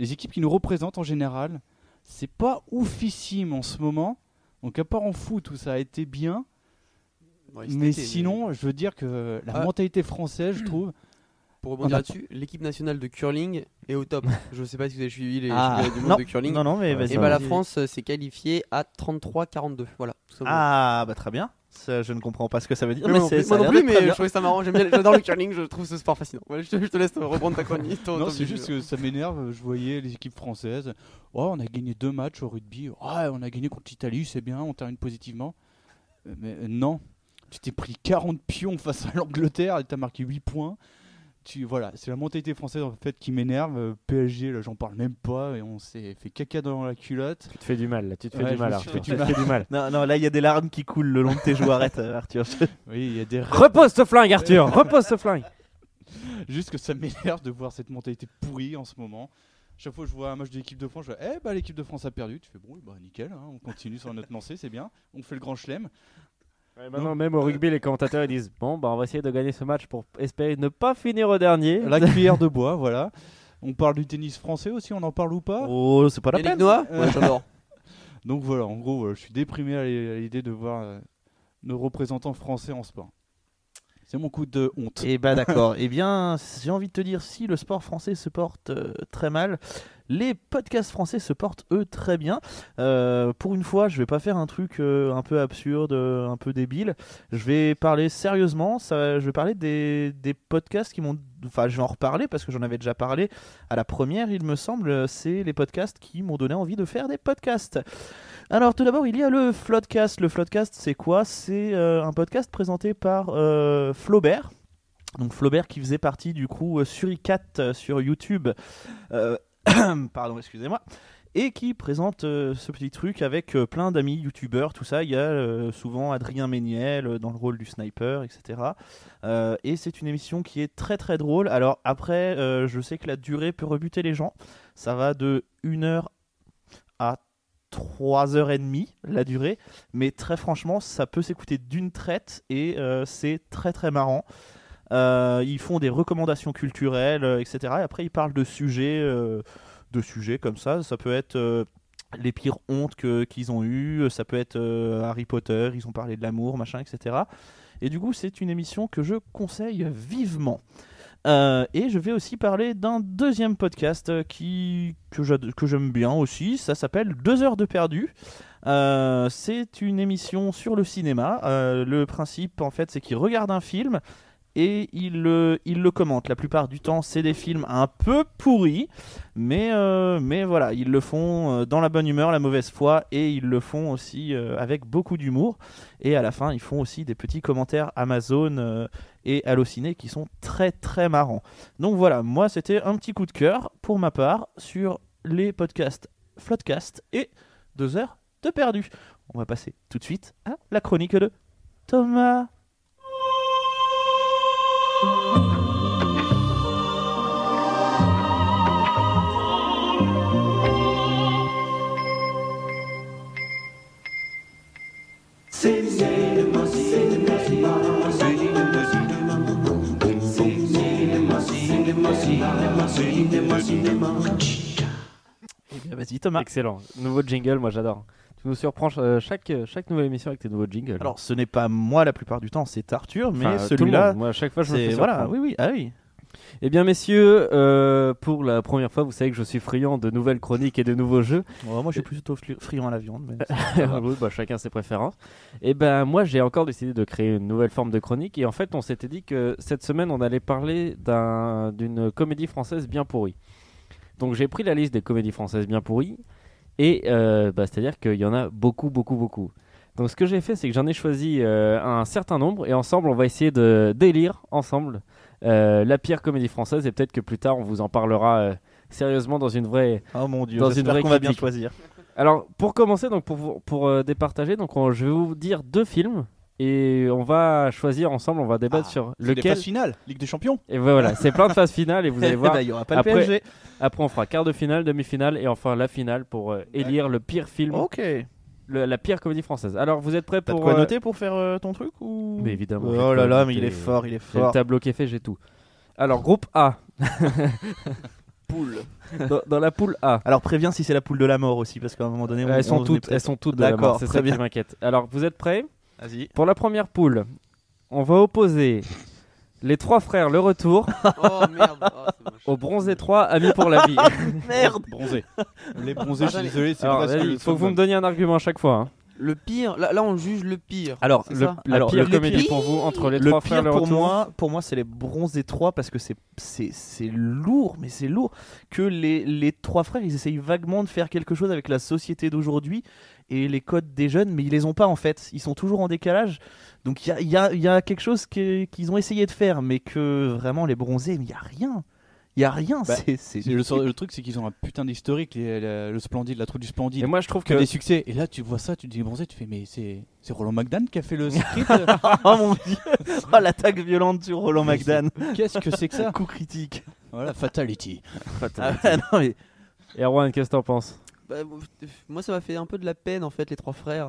[SPEAKER 2] les équipes qui nous représentent en général, c'est pas oufissime en ce moment. Donc à part en foot où ça a été bien,
[SPEAKER 4] Ouais, Bah, cet
[SPEAKER 2] mais
[SPEAKER 4] été,
[SPEAKER 2] sinon, je veux dire que la
[SPEAKER 4] Ah.
[SPEAKER 2] mentalité française, je trouve,
[SPEAKER 4] Pour rebondir
[SPEAKER 2] On a-
[SPEAKER 4] là-dessus, l'équipe nationale de curling est au top. Je sais pas si vous avez suivi les
[SPEAKER 2] Ah.
[SPEAKER 4] championnats du monde
[SPEAKER 3] non,
[SPEAKER 4] de curling.
[SPEAKER 3] non, non, mais vas-y.
[SPEAKER 4] Et bah la
[SPEAKER 3] vas-y.
[SPEAKER 4] France euh, s'est qualifiée à 33-42. Voilà. tout simplement.
[SPEAKER 3] Ah, bah très bien. Ça, je ne comprends pas ce que ça veut dire,
[SPEAKER 4] Non,
[SPEAKER 3] mais
[SPEAKER 4] non,
[SPEAKER 3] c'est ça a
[SPEAKER 4] moi non
[SPEAKER 3] l'air
[SPEAKER 4] plus,
[SPEAKER 3] d'être
[SPEAKER 4] mais
[SPEAKER 3] très
[SPEAKER 4] je
[SPEAKER 3] bien.
[SPEAKER 4] trouvais ça marrant. J'aime bien- J'adore le curling, je trouve ce sport fascinant. Voilà, je, te, je te laisse reprendre ta chronique. ton-
[SPEAKER 2] Non,
[SPEAKER 4] ton
[SPEAKER 2] c'est
[SPEAKER 4] petit
[SPEAKER 2] juste
[SPEAKER 4] jeu.
[SPEAKER 2] que ça m'énerve. euh, Je voyais les équipes françaises. Oh, on a gagné deux matchs au rugby. Ouais, on a gagné contre l'Italie, c'est bien, on termine positivement. Euh, Mais euh, non, tu t'es pris 40 pions face à l'Angleterre et t'as marqué 8 points. Tu, voilà, c'est la mentalité française en fait qui m'énerve. Euh, PSG, là, j'en parle même pas et on s'est fait caca dans la culotte.
[SPEAKER 1] Tu te fais du mal, là. Tu te fais
[SPEAKER 2] Ouais,
[SPEAKER 1] du
[SPEAKER 2] je
[SPEAKER 1] mal,
[SPEAKER 2] me suis fait
[SPEAKER 1] Arthur.
[SPEAKER 2] du
[SPEAKER 1] Tu te fais du mal.
[SPEAKER 3] Non, non, là il y a des larmes qui coulent le long de tes joues. Arrête, euh, Arthur.
[SPEAKER 2] Oui, il y a des rêves.
[SPEAKER 1] Repose ce flingue, Arthur Repose ce flingue
[SPEAKER 2] Juste que ça m'énerve de voir cette mentalité pourrie en ce moment. Chaque fois que je vois un match de l'équipe de France, je vois, eh bah l'équipe de France a perdu. Tu fais bon, bah nickel, hein, on continue sur notre lancée, c'est bien. On fait le grand chelem.
[SPEAKER 1] Maintenant, même au rugby, les commentateurs ils disent Bon, bah, on va essayer de gagner ce match pour espérer ne pas finir au dernier.
[SPEAKER 2] La cuillère de bois, voilà. On parle du tennis français aussi, on en parle ou pas
[SPEAKER 3] Oh, c'est pas la
[SPEAKER 4] Yannick
[SPEAKER 3] peine.
[SPEAKER 4] Noah
[SPEAKER 2] Euh.
[SPEAKER 4] Ouais, j'adore.
[SPEAKER 2] Donc voilà, en gros, voilà, je suis déprimé à l'i- à l'idée de voir euh, nos représentants français en sport. C'est mon coup de honte.
[SPEAKER 3] Et bah d'accord. Eh bien, j'ai envie de te dire, si le sport français se porte euh, très mal, les podcasts français se portent eux très bien. Euh, pour une fois, je vais pas faire un truc euh, un peu absurde, euh, un peu débile. Je vais parler sérieusement. Ça, je vais parler des, des podcasts qui m'ont. Enfin, je vais en reparler parce que j'en avais déjà parlé à la première, il me semble. C'est les podcasts qui m'ont donné envie de faire des podcasts. Alors, tout d'abord, il y a le Floodcast. Le Floodcast, c'est quoi C'est euh, un podcast présenté par euh, Flaubert. Donc Flaubert qui faisait partie du crew euh, Suricat euh, sur YouTube. Euh, pardon, excusez-moi. Et qui présente euh, ce petit truc avec euh, plein d'amis youtubeurs, tout ça. Il y a euh, souvent Adrien Méniel euh, dans le rôle du sniper, etc. Euh, et c'est une émission qui est très très drôle. Alors après, euh, je sais que la durée peut rebuter les gens. Ça va de 1h à 3h30 la durée. Mais très franchement, ça peut s'écouter d'une traite et euh, c'est très très marrant. Euh, ils font des recommandations culturelles, euh, etc. Et après, ils parlent de sujets, euh, de sujets comme ça. Ça peut être euh, les pires hontes que- qu'ils ont eues, ça peut être euh, Harry Potter, ils ont parlé de l'amour, machin, etc. Et du coup, c'est une émission que je conseille vivement. Euh, et je vais aussi parler d'un deuxième podcast euh, qui, que j'ad- que j'aime bien aussi. Ça s'appelle Deux heures de perdu. Euh, c'est une émission sur le cinéma. Euh, le principe, en fait, c'est qu'ils regardent un film et ils le, ils le commentent. La plupart du temps, c'est des films un peu pourris, mais, euh, mais voilà, ils le font euh, dans la bonne humeur, la mauvaise foi, et ils le font aussi euh, avec beaucoup d'humour. Et à la fin, ils font aussi des petits commentaires Amazon euh, et Allociné qui sont très très marrants. Donc voilà, moi c'était un petit coup de cœur pour ma part sur les podcasts Floodcast et deux heures de perdu. On va passer tout de suite à la chronique de Thomas. Eh bien vas-y Thomas.
[SPEAKER 1] Excellent. Nouveau jingle, moi j'adore. Tu nous surprends euh, chaque, chaque nouvelle émission avec tes nouveaux jingles.
[SPEAKER 3] Alors, ce n'est pas moi la plupart du temps, c'est Arthur, mais
[SPEAKER 1] Enfin, euh, tout le monde.
[SPEAKER 3] celui-là,
[SPEAKER 1] Moi, à chaque fois, je me
[SPEAKER 3] c'est
[SPEAKER 1] fais
[SPEAKER 3] voilà,
[SPEAKER 1] surprendre.
[SPEAKER 3] oui, oui, ah oui.
[SPEAKER 1] Eh bien, messieurs, euh, pour la première fois, vous savez que je suis friand de nouvelles chroniques et de nouveaux jeux.
[SPEAKER 3] Oh, moi, je suis plutôt fli- friand à la viande. Mais...
[SPEAKER 1] Ah oui, bah, chacun ses préférences. Et ben moi j'ai encore décidé de créer une nouvelle forme de chronique et en fait on s'était dit que cette semaine on allait parler d'un- d'une comédie française bien pourrie. Donc j'ai pris la liste des comédies françaises bien pourries et euh, bah, c'est-à-dire qu'il y en a beaucoup beaucoup beaucoup. Donc ce que j'ai fait c'est que j'en ai choisi euh, un certain nombre et ensemble on va essayer de délire ensemble euh, la pire comédie française et peut-être que plus tard on vous en parlera euh, sérieusement dans une vraie
[SPEAKER 3] Oh mon dieu,
[SPEAKER 1] Dans une
[SPEAKER 3] j'espère
[SPEAKER 1] vraie
[SPEAKER 3] qu'on va bien
[SPEAKER 1] critique.
[SPEAKER 3] choisir.
[SPEAKER 1] alors, pour commencer, donc pour, vous- pour euh, départager, donc on- je vais vous dire deux films et on va choisir ensemble, on va débattre
[SPEAKER 2] Ah,
[SPEAKER 1] sur
[SPEAKER 2] C'est les
[SPEAKER 1] lequel.
[SPEAKER 2] phases finales, Ligue des Champions.
[SPEAKER 1] Et voilà, c'est plein de phases finales et vous allez
[SPEAKER 3] Eh
[SPEAKER 1] voir.
[SPEAKER 3] ben, il y aura pas le
[SPEAKER 1] Après-
[SPEAKER 3] PSG.
[SPEAKER 1] Après, on fera quart de finale, demi-finale et enfin la finale pour euh, élire le pire film
[SPEAKER 3] Ok.
[SPEAKER 1] le- la pire comédie française. Alors, vous êtes prêts
[SPEAKER 3] Oh. T'as de
[SPEAKER 1] pour.
[SPEAKER 3] quoi
[SPEAKER 1] euh,
[SPEAKER 3] noter pour faire euh, ton truc ou
[SPEAKER 1] Mais évidemment, j'ai
[SPEAKER 3] Oh là
[SPEAKER 1] pas
[SPEAKER 3] là,
[SPEAKER 1] noté.
[SPEAKER 3] mais il est fort, il est
[SPEAKER 1] J'ai le
[SPEAKER 3] fort.
[SPEAKER 1] tableau qui est fait, j'ai tout. Alors, groupe A.
[SPEAKER 4] Poule.
[SPEAKER 1] dans, dans la poule A.
[SPEAKER 3] Alors préviens si c'est la poule de la mort aussi, parce qu'à un moment donné, on-
[SPEAKER 1] Elles
[SPEAKER 3] on
[SPEAKER 1] sont
[SPEAKER 3] est
[SPEAKER 1] toutes,
[SPEAKER 3] peut-être-
[SPEAKER 1] elles sont toutes de la
[SPEAKER 3] D'accord,
[SPEAKER 1] mort, c'est
[SPEAKER 3] très
[SPEAKER 1] ça
[SPEAKER 3] bien.
[SPEAKER 1] qui m'inquiète. Alors, vous êtes prêts
[SPEAKER 3] Vas-y.
[SPEAKER 1] Pour la première poule, on va opposer les trois frères Le Retour
[SPEAKER 4] Oh merde, oh, c'est moche.
[SPEAKER 1] au Bronzé 3 Amis pour la vie.
[SPEAKER 3] Merde.
[SPEAKER 2] Bronzé. Les bronzés, je suis
[SPEAKER 4] Attendez.
[SPEAKER 2] désolé, c'est
[SPEAKER 1] Alors,
[SPEAKER 2] presque
[SPEAKER 1] vas-y,
[SPEAKER 2] le
[SPEAKER 1] faut que vous
[SPEAKER 2] summum.
[SPEAKER 1] me donniez un argument à chaque fois. hein.
[SPEAKER 4] Le pire, là, là, on juge le pire.
[SPEAKER 3] Alors,
[SPEAKER 4] C'est
[SPEAKER 1] Le-
[SPEAKER 4] ça
[SPEAKER 1] la
[SPEAKER 3] Alors,
[SPEAKER 1] pire
[SPEAKER 3] le
[SPEAKER 1] comédie
[SPEAKER 3] pire-
[SPEAKER 1] pour vous entre les
[SPEAKER 3] le
[SPEAKER 1] trois frères Le
[SPEAKER 3] pire pour
[SPEAKER 1] Retour.
[SPEAKER 3] moi, pour moi, c'est les bronzés 3 parce que c'est c'est c'est lourd, mais c'est lourd que les les trois frères ils essayent vaguement de faire quelque chose avec la société d'aujourd'hui et les codes des jeunes, mais ils les ont pas en fait. Ils sont toujours en décalage. Donc il y a, il y a- il y a quelque chose que- qu'ils ont essayé de faire, mais que vraiment les bronzés, mais il y a rien, il y a rien.
[SPEAKER 2] Bah,
[SPEAKER 3] c'est c'est
[SPEAKER 2] C'est le, le truc, c'est qu'ils ont un putain d'historique, les- la- le Splendide, la troupe du Splendide.
[SPEAKER 1] Et moi, je trouve
[SPEAKER 2] que
[SPEAKER 1] que
[SPEAKER 2] des succès. Et là, tu vois ça, tu te dis bronzé, tu fais, mais c'est c'est Roland McDan qui a fait le script
[SPEAKER 3] oh mon dieu, oh l'attaque violente sur Roland
[SPEAKER 2] Mais
[SPEAKER 3] McDan,
[SPEAKER 2] Qu'est-ce que c'est que ça
[SPEAKER 3] coup critique.
[SPEAKER 2] Voilà, Fatality.
[SPEAKER 3] Ah, non, mais
[SPEAKER 1] Erwan, qu'est-ce que t'en penses
[SPEAKER 4] Bah, moi, ça m'a fait un peu de la peine en fait, les trois frères.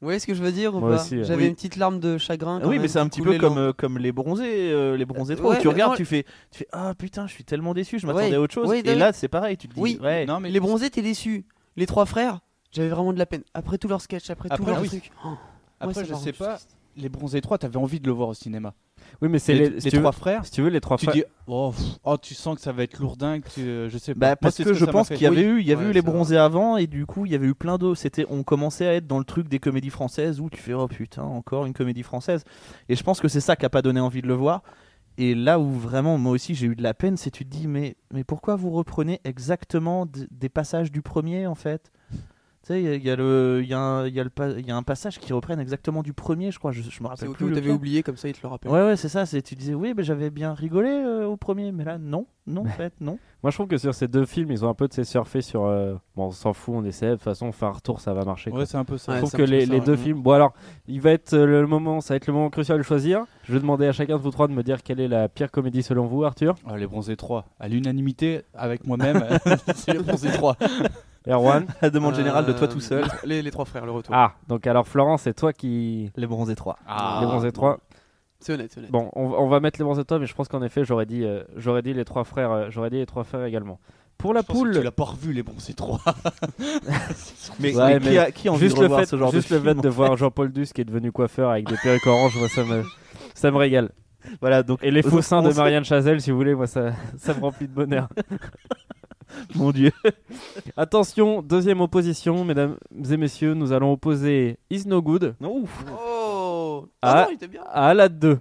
[SPEAKER 4] Vous voyez ce que je veux dire ou
[SPEAKER 1] Moi
[SPEAKER 4] pas
[SPEAKER 1] aussi, ouais.
[SPEAKER 4] J'avais
[SPEAKER 3] Oui.
[SPEAKER 4] une petite larme de chagrin.
[SPEAKER 3] hein.
[SPEAKER 4] quand
[SPEAKER 3] Ah Oui,
[SPEAKER 4] même,
[SPEAKER 3] mais c'est un
[SPEAKER 4] qui
[SPEAKER 3] petit
[SPEAKER 4] coulait
[SPEAKER 3] peu comme,
[SPEAKER 4] lent.
[SPEAKER 3] euh, comme les bronzés, euh, les bronzés 3.
[SPEAKER 4] ouais,
[SPEAKER 3] tu
[SPEAKER 4] mais
[SPEAKER 3] regardes,
[SPEAKER 4] moi-
[SPEAKER 3] tu fais, tu fais Ah putain, je suis tellement déçu, je
[SPEAKER 4] Ouais.
[SPEAKER 3] m'attendais à autre chose.
[SPEAKER 4] Oui,
[SPEAKER 3] Et
[SPEAKER 4] d'ailleurs.
[SPEAKER 3] là, c'est pareil, tu te dis
[SPEAKER 4] Oui.
[SPEAKER 3] Ouais.
[SPEAKER 2] Non, mais
[SPEAKER 4] Les bronzés, t'es déçu. Les trois frères, j'avais vraiment de la peine. Après tout leur sketch, après, tout
[SPEAKER 2] Après,
[SPEAKER 4] leur
[SPEAKER 2] oui.
[SPEAKER 4] truc. Oh, ouais,
[SPEAKER 2] après,
[SPEAKER 4] ça
[SPEAKER 2] je
[SPEAKER 4] m'a
[SPEAKER 2] sais
[SPEAKER 4] rendu
[SPEAKER 2] pas,
[SPEAKER 4] triste.
[SPEAKER 2] les bronzés 3, t'avais envie de le voir au cinéma.
[SPEAKER 1] Oui, mais c'est
[SPEAKER 2] les,
[SPEAKER 1] les,
[SPEAKER 2] les
[SPEAKER 1] si tu
[SPEAKER 2] trois
[SPEAKER 1] veux-
[SPEAKER 2] frères.
[SPEAKER 1] si tu veux, les trois
[SPEAKER 2] Tu
[SPEAKER 1] frères.
[SPEAKER 2] dis, oh, pff, oh, tu sens que ça va être lourdin, que tu, euh, je sais pas.
[SPEAKER 3] Bah,
[SPEAKER 2] Moi,
[SPEAKER 3] parce
[SPEAKER 2] c'est ce
[SPEAKER 3] que je
[SPEAKER 2] ça
[SPEAKER 3] pense
[SPEAKER 2] m'a fait.
[SPEAKER 3] qu'il y avait
[SPEAKER 4] Oui.
[SPEAKER 3] eu, il y avait
[SPEAKER 4] Ouais,
[SPEAKER 3] eu les
[SPEAKER 4] c'est vrai.
[SPEAKER 3] bronzés avant et du coup il y avait eu plein d'eau. C'était, on commençait à être dans le truc des comédies françaises où tu fais oh putain encore une comédie française. Et je pense que c'est ça qui a pas donné envie de le voir. Et là où vraiment moi aussi j'ai eu de la peine, c'est tu te dis mais mais pourquoi vous reprenez exactement d- des passages du premier en fait Tu sais il y a- il y, a le il y a un il y a le pa- il y a un passage qui reprennent exactement du premier je crois. Je, je me
[SPEAKER 4] C'est
[SPEAKER 3] rappelle
[SPEAKER 4] ok,
[SPEAKER 3] plus.
[SPEAKER 4] vous
[SPEAKER 3] lequel.
[SPEAKER 4] Ah, t'avais oublié, comme ça, ils te le rappellent.
[SPEAKER 3] Ouais ouais c'est ça. C'est tu disais oui mais j'avais bien rigolé euh, au premier mais là non non en fait non.
[SPEAKER 1] Moi, je trouve que sur ces deux films, ils ont un peu de ces surfer sur. euh, Bon, on s'en fout, on essaie. De toute façon, on fait un retour, ça va marcher. quoi.
[SPEAKER 2] Ouais, c'est un peu
[SPEAKER 1] Je
[SPEAKER 2] ça.
[SPEAKER 4] Ouais.
[SPEAKER 1] trouve
[SPEAKER 4] c'est
[SPEAKER 1] que
[SPEAKER 4] un petit
[SPEAKER 1] les,
[SPEAKER 4] peu ça,
[SPEAKER 1] les
[SPEAKER 4] ouais.
[SPEAKER 1] deux
[SPEAKER 4] Mhm.
[SPEAKER 1] films. Bon, alors, il va être euh, le moment, ça va être le moment crucial de choisir. Je vais demander à chacun de vous trois de me dire quelle est la pire comédie selon vous, Arthur.
[SPEAKER 2] Ah, les bronzés 3, à l'unanimité, avec moi-même, c'est les bronzés 3.
[SPEAKER 1] Erwan.
[SPEAKER 3] La demande générale de toi
[SPEAKER 4] Euh,
[SPEAKER 3] tout seul.
[SPEAKER 4] Les, les trois frères, le retour.
[SPEAKER 1] ah, donc alors, Florence, c'est toi qui.
[SPEAKER 3] Les bronzés 3.
[SPEAKER 4] Ah,
[SPEAKER 1] les bronzés
[SPEAKER 4] bon.
[SPEAKER 1] 3.
[SPEAKER 4] C'est honnête, c'est honnête.
[SPEAKER 1] Bon, on, on va mettre les bronzés 3, mais je pense qu'en effet, j'aurais dit, euh, j'aurais dit les trois frères. euh, j'aurais dit les trois frères également. Pour la poule.
[SPEAKER 2] Tu l'as pas revu, les bronzés 3.
[SPEAKER 3] Mais,
[SPEAKER 1] Ouais, mais
[SPEAKER 3] mais qui a, qui a envie
[SPEAKER 1] juste
[SPEAKER 3] de
[SPEAKER 1] le
[SPEAKER 3] revoir
[SPEAKER 1] fait,
[SPEAKER 3] ce genre
[SPEAKER 1] juste
[SPEAKER 3] de
[SPEAKER 1] le fait
[SPEAKER 3] film
[SPEAKER 1] de voir Jean-Paul Duss qui est devenu coiffeur avec des perruques orange, moi ça me, ça me régale.
[SPEAKER 3] Voilà, donc
[SPEAKER 1] Et les faux seins
[SPEAKER 3] on
[SPEAKER 1] de
[SPEAKER 3] se-
[SPEAKER 1] Marianne Chazelle, si vous voulez, moi ça, ça me remplit de bonheur.
[SPEAKER 3] Mon dieu.
[SPEAKER 1] Attention, deuxième opposition, mesdames et messieurs, nous allons opposer Is No Good
[SPEAKER 4] Oh
[SPEAKER 1] Ah.
[SPEAKER 4] Ah non, il était bien.
[SPEAKER 3] Hein
[SPEAKER 1] à Alad 2.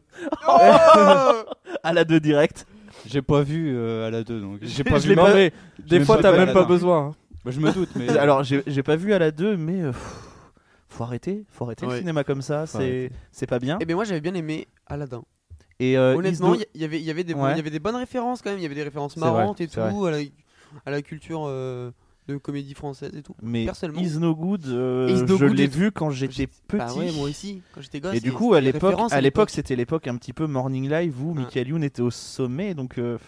[SPEAKER 3] Ah à la 2 direct.
[SPEAKER 2] J'ai pas vu euh, à la 2, donc j'ai pas
[SPEAKER 3] Je
[SPEAKER 2] vu.
[SPEAKER 3] l'ai
[SPEAKER 1] non
[SPEAKER 3] pas-
[SPEAKER 1] mais des
[SPEAKER 2] même
[SPEAKER 1] fois
[SPEAKER 2] pas
[SPEAKER 1] t'as
[SPEAKER 2] vu
[SPEAKER 1] même
[SPEAKER 2] Aladdin.
[SPEAKER 1] pas besoin. hein.
[SPEAKER 2] Bah, je me doute, mais.
[SPEAKER 3] Alors, j'ai j'ai pas vu à la 2, mais euh, pff, faut arrêter, faut arrêter le
[SPEAKER 4] Ouais.
[SPEAKER 3] cinéma comme ça, c'est
[SPEAKER 1] arrêter.
[SPEAKER 3] c'est pas bien.
[SPEAKER 4] Eh bien, moi, j'avais bien aimé Aladdin.
[SPEAKER 3] Et euh,
[SPEAKER 4] Honnêtement,
[SPEAKER 3] Isno-
[SPEAKER 4] il y, avait, il y, avait des
[SPEAKER 3] Ouais.
[SPEAKER 4] il y avait des bonnes références quand même. Il y avait des références
[SPEAKER 1] C'est vrai,
[SPEAKER 4] marrantes et tout,
[SPEAKER 1] c'est vrai.
[SPEAKER 4] à la, à la culture euh, de comédie française et tout.
[SPEAKER 3] mais
[SPEAKER 4] personnellement-
[SPEAKER 3] Is No Good, euh,
[SPEAKER 4] Is No
[SPEAKER 3] je
[SPEAKER 4] Good
[SPEAKER 3] l'ai
[SPEAKER 4] est-
[SPEAKER 3] vu quand j'étais petit.
[SPEAKER 4] Bah ouais, moi aussi, quand j'étais gosse.
[SPEAKER 3] Et du
[SPEAKER 4] c'est-
[SPEAKER 3] coup, à
[SPEAKER 4] c'est des
[SPEAKER 3] l'époque,
[SPEAKER 4] références
[SPEAKER 3] à l'époque, c'était l'époque un petit peu Morning Live où
[SPEAKER 4] Ouais.
[SPEAKER 3] Michael Youn était au sommet, donc euh,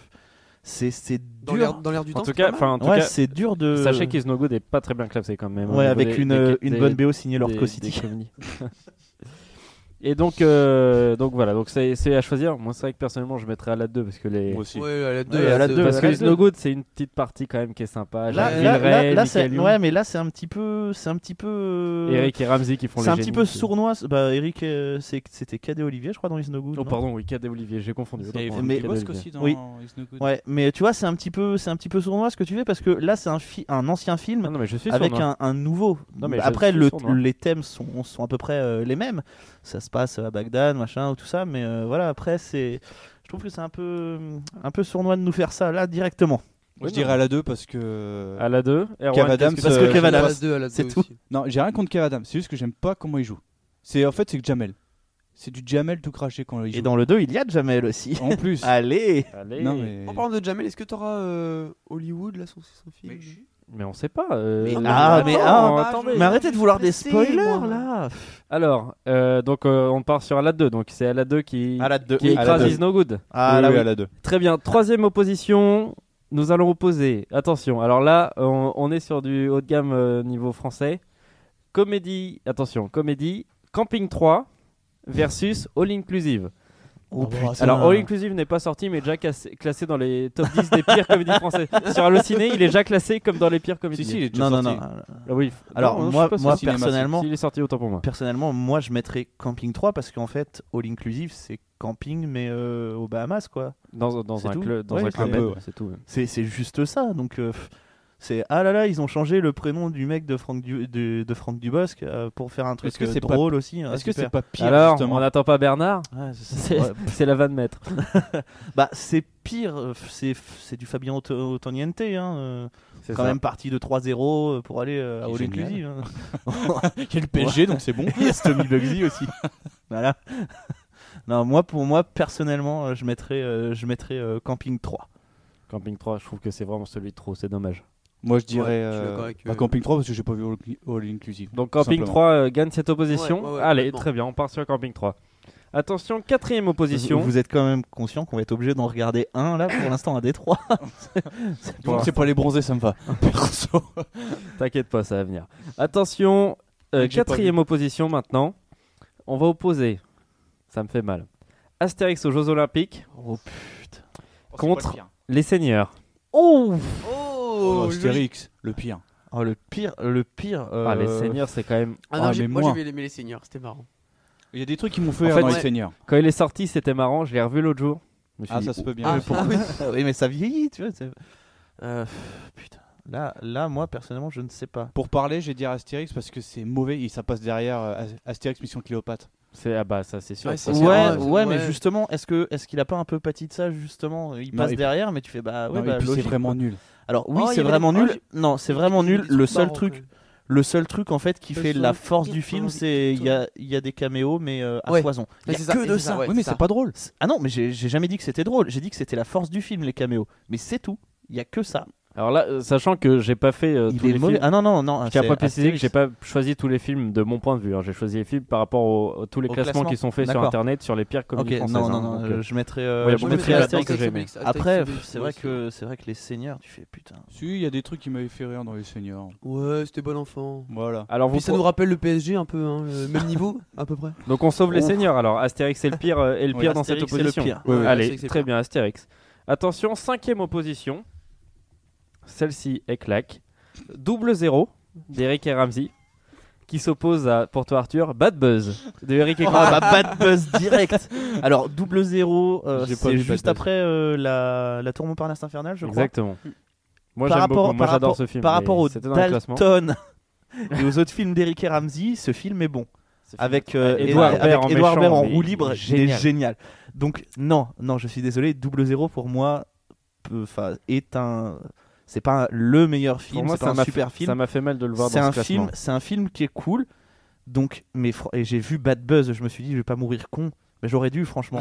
[SPEAKER 3] c'est c'est
[SPEAKER 4] Dans l'air-
[SPEAKER 3] dur.
[SPEAKER 4] dans l'air du temps.
[SPEAKER 1] En tout
[SPEAKER 4] c'était
[SPEAKER 1] cas,
[SPEAKER 4] pas mal.
[SPEAKER 1] enfin en tout
[SPEAKER 3] Ouais,
[SPEAKER 1] cas,
[SPEAKER 3] c'est dur de.
[SPEAKER 1] sachez qu'Is No Good est pas très bien classé quand même. au
[SPEAKER 3] euh, Ouais,
[SPEAKER 1] niveau
[SPEAKER 3] avec
[SPEAKER 1] des-
[SPEAKER 3] une,
[SPEAKER 1] des-
[SPEAKER 3] euh, une
[SPEAKER 1] des-
[SPEAKER 3] bonne BO signée Lord
[SPEAKER 1] des- des
[SPEAKER 3] City.
[SPEAKER 1] comédies. Et donc, euh, donc voilà, donc c'est c'est à choisir. Moi, c'est vrai que personnellement, je mettrais à la 2 parce que les. Euh,
[SPEAKER 2] Moi aussi.
[SPEAKER 4] Ouais, à la 2.
[SPEAKER 3] Ouais, à la deux,
[SPEAKER 1] Parce
[SPEAKER 3] à
[SPEAKER 1] que
[SPEAKER 3] la
[SPEAKER 1] It's No Good, c'est une petite partie quand même qui est sympa.
[SPEAKER 3] Là,
[SPEAKER 1] Jacques
[SPEAKER 3] là, là,
[SPEAKER 1] Villeray,
[SPEAKER 3] là, c'est-
[SPEAKER 1] Michael Youn,
[SPEAKER 3] ouais, mais là c'est un petit peu, c'est un petit peu. euh,
[SPEAKER 1] Eric et Ramsey qui font les
[SPEAKER 3] C'est un petit
[SPEAKER 1] génies,
[SPEAKER 3] peu
[SPEAKER 1] qui-
[SPEAKER 3] sournois. Bah, Eric, euh, c'est- c'était Cadet Olivier, je crois, dans Is No Good.
[SPEAKER 1] Oh,
[SPEAKER 3] non
[SPEAKER 1] pardon, oui, Cadet Olivier, j'ai confondu. autant pour moi,
[SPEAKER 3] mais-
[SPEAKER 1] Cadet
[SPEAKER 2] Bosque
[SPEAKER 1] Olivier.
[SPEAKER 2] aussi dans
[SPEAKER 3] Oui.
[SPEAKER 2] It's No Good.
[SPEAKER 3] Ouais, mais tu vois, c'est un petit peu, c'est un petit peu sournois ce que tu fais parce que là, c'est un, fi- un ancien
[SPEAKER 1] Ah
[SPEAKER 3] film
[SPEAKER 1] non, mais je suis hein.
[SPEAKER 3] avec
[SPEAKER 1] sournois.
[SPEAKER 3] un, un nouveau.
[SPEAKER 1] Non, mais je
[SPEAKER 3] Après,
[SPEAKER 1] suis
[SPEAKER 3] le-
[SPEAKER 1] sournois.
[SPEAKER 3] les thèmes sont, sont à peu près euh, les mêmes. Ça se passe à Bagdad, machin, ou tout ça. Mais euh, voilà, après, c'est. Je trouve que c'est un peu, un peu sournois de nous faire ça là directement.
[SPEAKER 2] Je dirais à la 2 parce que. euh,
[SPEAKER 1] À la 2,
[SPEAKER 2] Kev Adams,
[SPEAKER 3] Parce que
[SPEAKER 2] euh,
[SPEAKER 3] Kev Adams, c'est
[SPEAKER 4] c'est
[SPEAKER 3] tout.
[SPEAKER 4] tout.
[SPEAKER 2] Non, j'ai rien contre Kev Adams, c'est juste que j'aime pas comment il joue. C'est en fait c'est que Jamel. C'est du Jamel tout craché quand il joue.
[SPEAKER 3] Et dans le 2, il y a Jamel
[SPEAKER 2] En
[SPEAKER 3] aussi.
[SPEAKER 2] plus.
[SPEAKER 3] Allez.
[SPEAKER 1] Allez,
[SPEAKER 2] non
[SPEAKER 1] mais...
[SPEAKER 2] mais
[SPEAKER 4] En parlant de Jamel, est-ce que t'auras euh, Hollywood là son, son film
[SPEAKER 1] on sait pas. euh,
[SPEAKER 4] Mais-
[SPEAKER 1] on-
[SPEAKER 3] Ah, mais-
[SPEAKER 1] attends,
[SPEAKER 4] ah,
[SPEAKER 1] attendez.
[SPEAKER 4] je-
[SPEAKER 3] Mais arrêtez de vouloir des
[SPEAKER 4] Laissez-moi.
[SPEAKER 3] spoilers là.
[SPEAKER 1] Alors, euh, donc euh, on part sur la 2, donc c'est à la 2 qui,
[SPEAKER 3] la 2.
[SPEAKER 1] qui écrase Is No Good.
[SPEAKER 3] Ah
[SPEAKER 2] Oui,
[SPEAKER 3] là
[SPEAKER 2] oui,
[SPEAKER 3] oui.
[SPEAKER 2] à la 2.
[SPEAKER 1] Très bien, troisième opposition. Nous allons opposer, attention, alors là, on, on est sur du haut de gamme euh, niveau français. Comédie, attention, comédie, Camping 3 versus All Inclusive.
[SPEAKER 3] Oh, putain.
[SPEAKER 1] Alors, All Inclusive n'est pas sorti, mais est déjà cassé- classé dans les top 10 des pires comédies françaises. Sur Allociné, il est déjà classé comme dans les pires comédies.
[SPEAKER 2] Si, si, il est déjà
[SPEAKER 3] non, non, non,
[SPEAKER 2] sorti.
[SPEAKER 1] Ah oui.
[SPEAKER 3] Alors,
[SPEAKER 1] Non, non, je
[SPEAKER 3] moi-
[SPEAKER 1] sais pas si
[SPEAKER 3] moi,
[SPEAKER 1] au cinéma, c'est-
[SPEAKER 3] personnellement-
[SPEAKER 1] S'il est sorti, autant pour moi.
[SPEAKER 3] Personnellement, moi, je mettrais Camping 3 parce qu'en fait, All Inclusive, c'est camping, mais euh, aux Bahamas, quoi.
[SPEAKER 1] Dans, dans
[SPEAKER 3] C'est
[SPEAKER 1] un
[SPEAKER 3] tout
[SPEAKER 1] club, dans
[SPEAKER 3] Ouais,
[SPEAKER 1] un
[SPEAKER 3] c'est un
[SPEAKER 1] club,
[SPEAKER 2] peu,
[SPEAKER 1] même,
[SPEAKER 2] ouais.
[SPEAKER 1] c'est tout.
[SPEAKER 3] C'est c'est juste ça. Donc, euh, pff, c'est ah là là, ils ont changé le prénom du mec de Franck, Du- de, de Franck Dubosc euh, pour faire un truc
[SPEAKER 2] Est-ce que
[SPEAKER 3] euh,
[SPEAKER 2] c'est pas-
[SPEAKER 3] drôle aussi. Ah,
[SPEAKER 2] Est-ce que c'est pas
[SPEAKER 3] super.
[SPEAKER 2] pire
[SPEAKER 1] Alors, on
[SPEAKER 2] justement
[SPEAKER 1] n'attend pas Bernard.
[SPEAKER 3] Ouais, c'est ça.
[SPEAKER 1] C'est
[SPEAKER 3] Ouais.
[SPEAKER 1] c'est la vanne maître.
[SPEAKER 3] Bah, c'est pire, euh, c'est c'est du Fabien Ot- Otoniente. Hein. euh,
[SPEAKER 1] C'est
[SPEAKER 3] Quand
[SPEAKER 1] ça.
[SPEAKER 3] même parti de 3-0 euh, pour aller euh, à
[SPEAKER 2] Qui est
[SPEAKER 3] All
[SPEAKER 2] génial.
[SPEAKER 3] Inclusive. hein.
[SPEAKER 2] Il y a le PSG, donc c'est bon.
[SPEAKER 3] Il y a Tommy Bugsy aussi. Voilà. Non, moi, pour moi, personnellement, euh, je mettrais, euh, je mettrais euh, Camping 3.
[SPEAKER 1] Camping 3, je trouve que c'est vraiment celui de trop, c'est dommage.
[SPEAKER 2] Moi, je
[SPEAKER 4] Ouais,
[SPEAKER 2] dirais
[SPEAKER 4] je suis
[SPEAKER 2] euh,
[SPEAKER 4] d'accord avec,
[SPEAKER 2] pas
[SPEAKER 4] euh,
[SPEAKER 2] Camping 3 parce que j'ai pas vu All, All Inclusive.
[SPEAKER 1] Donc
[SPEAKER 2] Tout
[SPEAKER 1] Camping
[SPEAKER 2] simplement.
[SPEAKER 1] 3 euh, gagne cette opposition.
[SPEAKER 4] Ouais, ouais, ouais,
[SPEAKER 1] Allez,
[SPEAKER 4] complètement.
[SPEAKER 1] très bien, on part sur Camping 3. Attention, quatrième opposition.
[SPEAKER 3] Vous, vous êtes quand même conscient qu'on va être obligé d'en regarder un là pour l'instant à Détroit.
[SPEAKER 2] Donc, c'est pas les bronzés, ça me va. Perso.
[SPEAKER 1] T'inquiète pas, ça va venir. Attention, euh,
[SPEAKER 2] Et que j'ai pas
[SPEAKER 1] quatrième opposition maintenant. On va opposer, ça me fait mal, Astérix aux Jeux Olympiques,
[SPEAKER 3] Oh putain.
[SPEAKER 1] Contre. Les Seigneurs.
[SPEAKER 3] Oh,
[SPEAKER 4] Oh,
[SPEAKER 2] Oh, Astérix, le pire.
[SPEAKER 3] le pire, le pire. euh,
[SPEAKER 1] Ah, les Seigneurs, c'est quand même...
[SPEAKER 4] Ah non,
[SPEAKER 2] Ah,
[SPEAKER 4] j'ai-
[SPEAKER 2] mais
[SPEAKER 4] moi
[SPEAKER 2] moi.
[SPEAKER 4] j'avais aimé les seigneurs, c'était marrant.
[SPEAKER 2] Il y a des trucs qui m'ont fait
[SPEAKER 1] En fait,
[SPEAKER 2] rire dans
[SPEAKER 4] ouais.
[SPEAKER 2] les seigneurs.
[SPEAKER 1] Quand il est sorti, c'était marrant, je l'ai revu l'autre jour. Je me suis
[SPEAKER 2] Ah,
[SPEAKER 1] dit,
[SPEAKER 2] ça se peut bien.
[SPEAKER 4] Ah,
[SPEAKER 2] Mais pour-
[SPEAKER 4] ah oui.
[SPEAKER 3] Ah oui, mais ça vieillit, tu vois. c'est- Euh, pff, putain. Là, là, moi personnellement, je ne sais pas.
[SPEAKER 2] Pour parler, j'ai dire Astérix parce que c'est mauvais et ça passe derrière euh, As- Astérix Mission Cléopâtre.
[SPEAKER 1] c'est- ah bah ça c'est sûr.
[SPEAKER 4] Ouais,
[SPEAKER 1] ça.
[SPEAKER 4] c'est-
[SPEAKER 3] Ouais,
[SPEAKER 4] vrai,
[SPEAKER 3] ouais,
[SPEAKER 4] c'est-
[SPEAKER 3] mais
[SPEAKER 4] ouais.
[SPEAKER 3] justement, est-ce que, est-ce qu'il a pas un peu pâti de ça justement Il
[SPEAKER 2] Non,
[SPEAKER 3] passe
[SPEAKER 2] et puis-
[SPEAKER 3] derrière, mais tu fais bah, ouais,
[SPEAKER 2] Non, et
[SPEAKER 3] bah,
[SPEAKER 2] puis c'est
[SPEAKER 3] logique,
[SPEAKER 2] vraiment
[SPEAKER 3] quoi.
[SPEAKER 2] nul.
[SPEAKER 3] Alors oui,
[SPEAKER 4] Oh, il y
[SPEAKER 3] c'est
[SPEAKER 4] avait
[SPEAKER 3] vraiment
[SPEAKER 4] des-
[SPEAKER 3] nul.
[SPEAKER 4] oh,
[SPEAKER 3] Non, c'est vraiment
[SPEAKER 4] Il y a
[SPEAKER 3] nul.
[SPEAKER 4] des
[SPEAKER 3] Le
[SPEAKER 4] trucs
[SPEAKER 3] seul
[SPEAKER 4] marrants,
[SPEAKER 3] truc,
[SPEAKER 4] quand même.
[SPEAKER 3] le seul truc en fait qui
[SPEAKER 4] Ils
[SPEAKER 3] fait
[SPEAKER 4] sont
[SPEAKER 3] la force du
[SPEAKER 4] hyper
[SPEAKER 3] film,
[SPEAKER 4] vite,
[SPEAKER 3] c'est il y a,
[SPEAKER 4] toi.
[SPEAKER 3] il y a des caméos, mais euh, à
[SPEAKER 4] Ouais.
[SPEAKER 3] foison. Il
[SPEAKER 4] Mais
[SPEAKER 3] y a
[SPEAKER 4] c'est ça,
[SPEAKER 3] que
[SPEAKER 4] et
[SPEAKER 3] de
[SPEAKER 4] c'est
[SPEAKER 3] ça.
[SPEAKER 4] ça, ouais.
[SPEAKER 2] oui, mais
[SPEAKER 4] c'est
[SPEAKER 2] c'est pas drôle.
[SPEAKER 3] C'est- Ah non, mais j'ai j'ai jamais dit que c'était drôle. J'ai dit que c'était la force du film les caméos. Mais c'est tout. Il y a que ça.
[SPEAKER 1] Alors là, euh, sachant que j'ai pas fait euh, tous
[SPEAKER 3] Il
[SPEAKER 1] les
[SPEAKER 3] est mauvais.
[SPEAKER 1] films-
[SPEAKER 3] Ah non non non.
[SPEAKER 1] Je tiens à
[SPEAKER 3] c'est
[SPEAKER 1] pas préciser que
[SPEAKER 3] Astérix.
[SPEAKER 1] j'ai pas choisi tous les films de mon point de vue. hein. J'ai choisi les films par rapport au- à tous les
[SPEAKER 3] Au
[SPEAKER 1] classements
[SPEAKER 3] classement.
[SPEAKER 1] qui sont faits sur
[SPEAKER 3] D'accord.
[SPEAKER 1] internet sur les pires comédies
[SPEAKER 3] Ok,
[SPEAKER 1] françaises.
[SPEAKER 3] non, non,
[SPEAKER 1] hein.
[SPEAKER 3] non,
[SPEAKER 1] Donc,
[SPEAKER 3] euh, je mettrais, euh,
[SPEAKER 1] Ouais,
[SPEAKER 3] je
[SPEAKER 1] bon,
[SPEAKER 4] Moi,
[SPEAKER 1] mais
[SPEAKER 3] mettrais
[SPEAKER 1] c'est là-dedans
[SPEAKER 4] Astérix,
[SPEAKER 3] Astérix.
[SPEAKER 1] que j'ai aimé.
[SPEAKER 4] Obélix, Astérix,
[SPEAKER 3] Après,
[SPEAKER 4] Obélix,
[SPEAKER 3] c'est vrai
[SPEAKER 4] aussi.
[SPEAKER 3] que c'est vrai que les seigneurs, tu fais putain.
[SPEAKER 2] Si, il y a des trucs qui m'avaient fait rire dans les seigneurs.
[SPEAKER 4] Ouais, c'était bon enfant.
[SPEAKER 2] Voilà.
[SPEAKER 1] Alors vous
[SPEAKER 4] Puis ça nous rappelle le PSG un peu, hein, le même niveau à peu près.
[SPEAKER 1] Donc on sauve les
[SPEAKER 3] Ouf.
[SPEAKER 1] seigneurs alors. Astérix c'est le pire euh, et le
[SPEAKER 2] Oui,
[SPEAKER 1] pire dans cette
[SPEAKER 3] Astérix, c'est le
[SPEAKER 1] opposition.
[SPEAKER 3] pire.
[SPEAKER 2] Ouais, ouais.
[SPEAKER 1] Allez,
[SPEAKER 4] Astérix, c'est le
[SPEAKER 1] très
[SPEAKER 4] pire.
[SPEAKER 1] bien Astérix. Attention, cinquième opposition. Celle-ci est claque. Double zéro d'Eric et Ramsey qui s'oppose à pour toi Arthur Bad Buzz de Eric et Ramsey.
[SPEAKER 3] Ah bah bad buzz direct. Alors double zéro, euh,
[SPEAKER 2] J'ai pas
[SPEAKER 3] c'est
[SPEAKER 2] vu Bad
[SPEAKER 3] juste
[SPEAKER 2] Buzz.
[SPEAKER 3] après euh, la la tour Montparnasse infernale, je crois. Mm.
[SPEAKER 1] Exactement. Moi
[SPEAKER 3] par
[SPEAKER 1] j'aime
[SPEAKER 3] rapport,
[SPEAKER 1] beaucoup, moi
[SPEAKER 3] par
[SPEAKER 1] j'adore
[SPEAKER 3] rapport-
[SPEAKER 1] ce film.
[SPEAKER 3] Par
[SPEAKER 1] mais
[SPEAKER 3] rapport au
[SPEAKER 1] c'était dans le classement.
[SPEAKER 3] Dalton et aux autres films d'Eric et Ramsey, ce film est bon.
[SPEAKER 1] Ce film-
[SPEAKER 3] Avec euh,
[SPEAKER 1] Édouard
[SPEAKER 3] avec
[SPEAKER 1] Baird en
[SPEAKER 3] Édouard
[SPEAKER 1] méchant,
[SPEAKER 3] Baird en
[SPEAKER 1] mais
[SPEAKER 3] roue
[SPEAKER 1] il est
[SPEAKER 3] libre, il est
[SPEAKER 1] génial.
[SPEAKER 3] génial. Donc non, non, je suis désolé, double zéro pour moi, peut- enfin est un, c'est pas un- le meilleur
[SPEAKER 1] Pour
[SPEAKER 3] film,
[SPEAKER 1] moi
[SPEAKER 3] c'est pas
[SPEAKER 1] ça
[SPEAKER 3] un
[SPEAKER 1] m'a
[SPEAKER 3] super
[SPEAKER 1] fait- ça
[SPEAKER 3] film.
[SPEAKER 1] m'a fait mal de le voir
[SPEAKER 3] C'est
[SPEAKER 1] dans
[SPEAKER 3] un
[SPEAKER 1] ce classement.
[SPEAKER 3] film, c'est un film qui est cool. Donc, mais fr- et j'ai vu Bad Buzz, je me suis dit je vais pas mourir con, mais j'aurais dû franchement.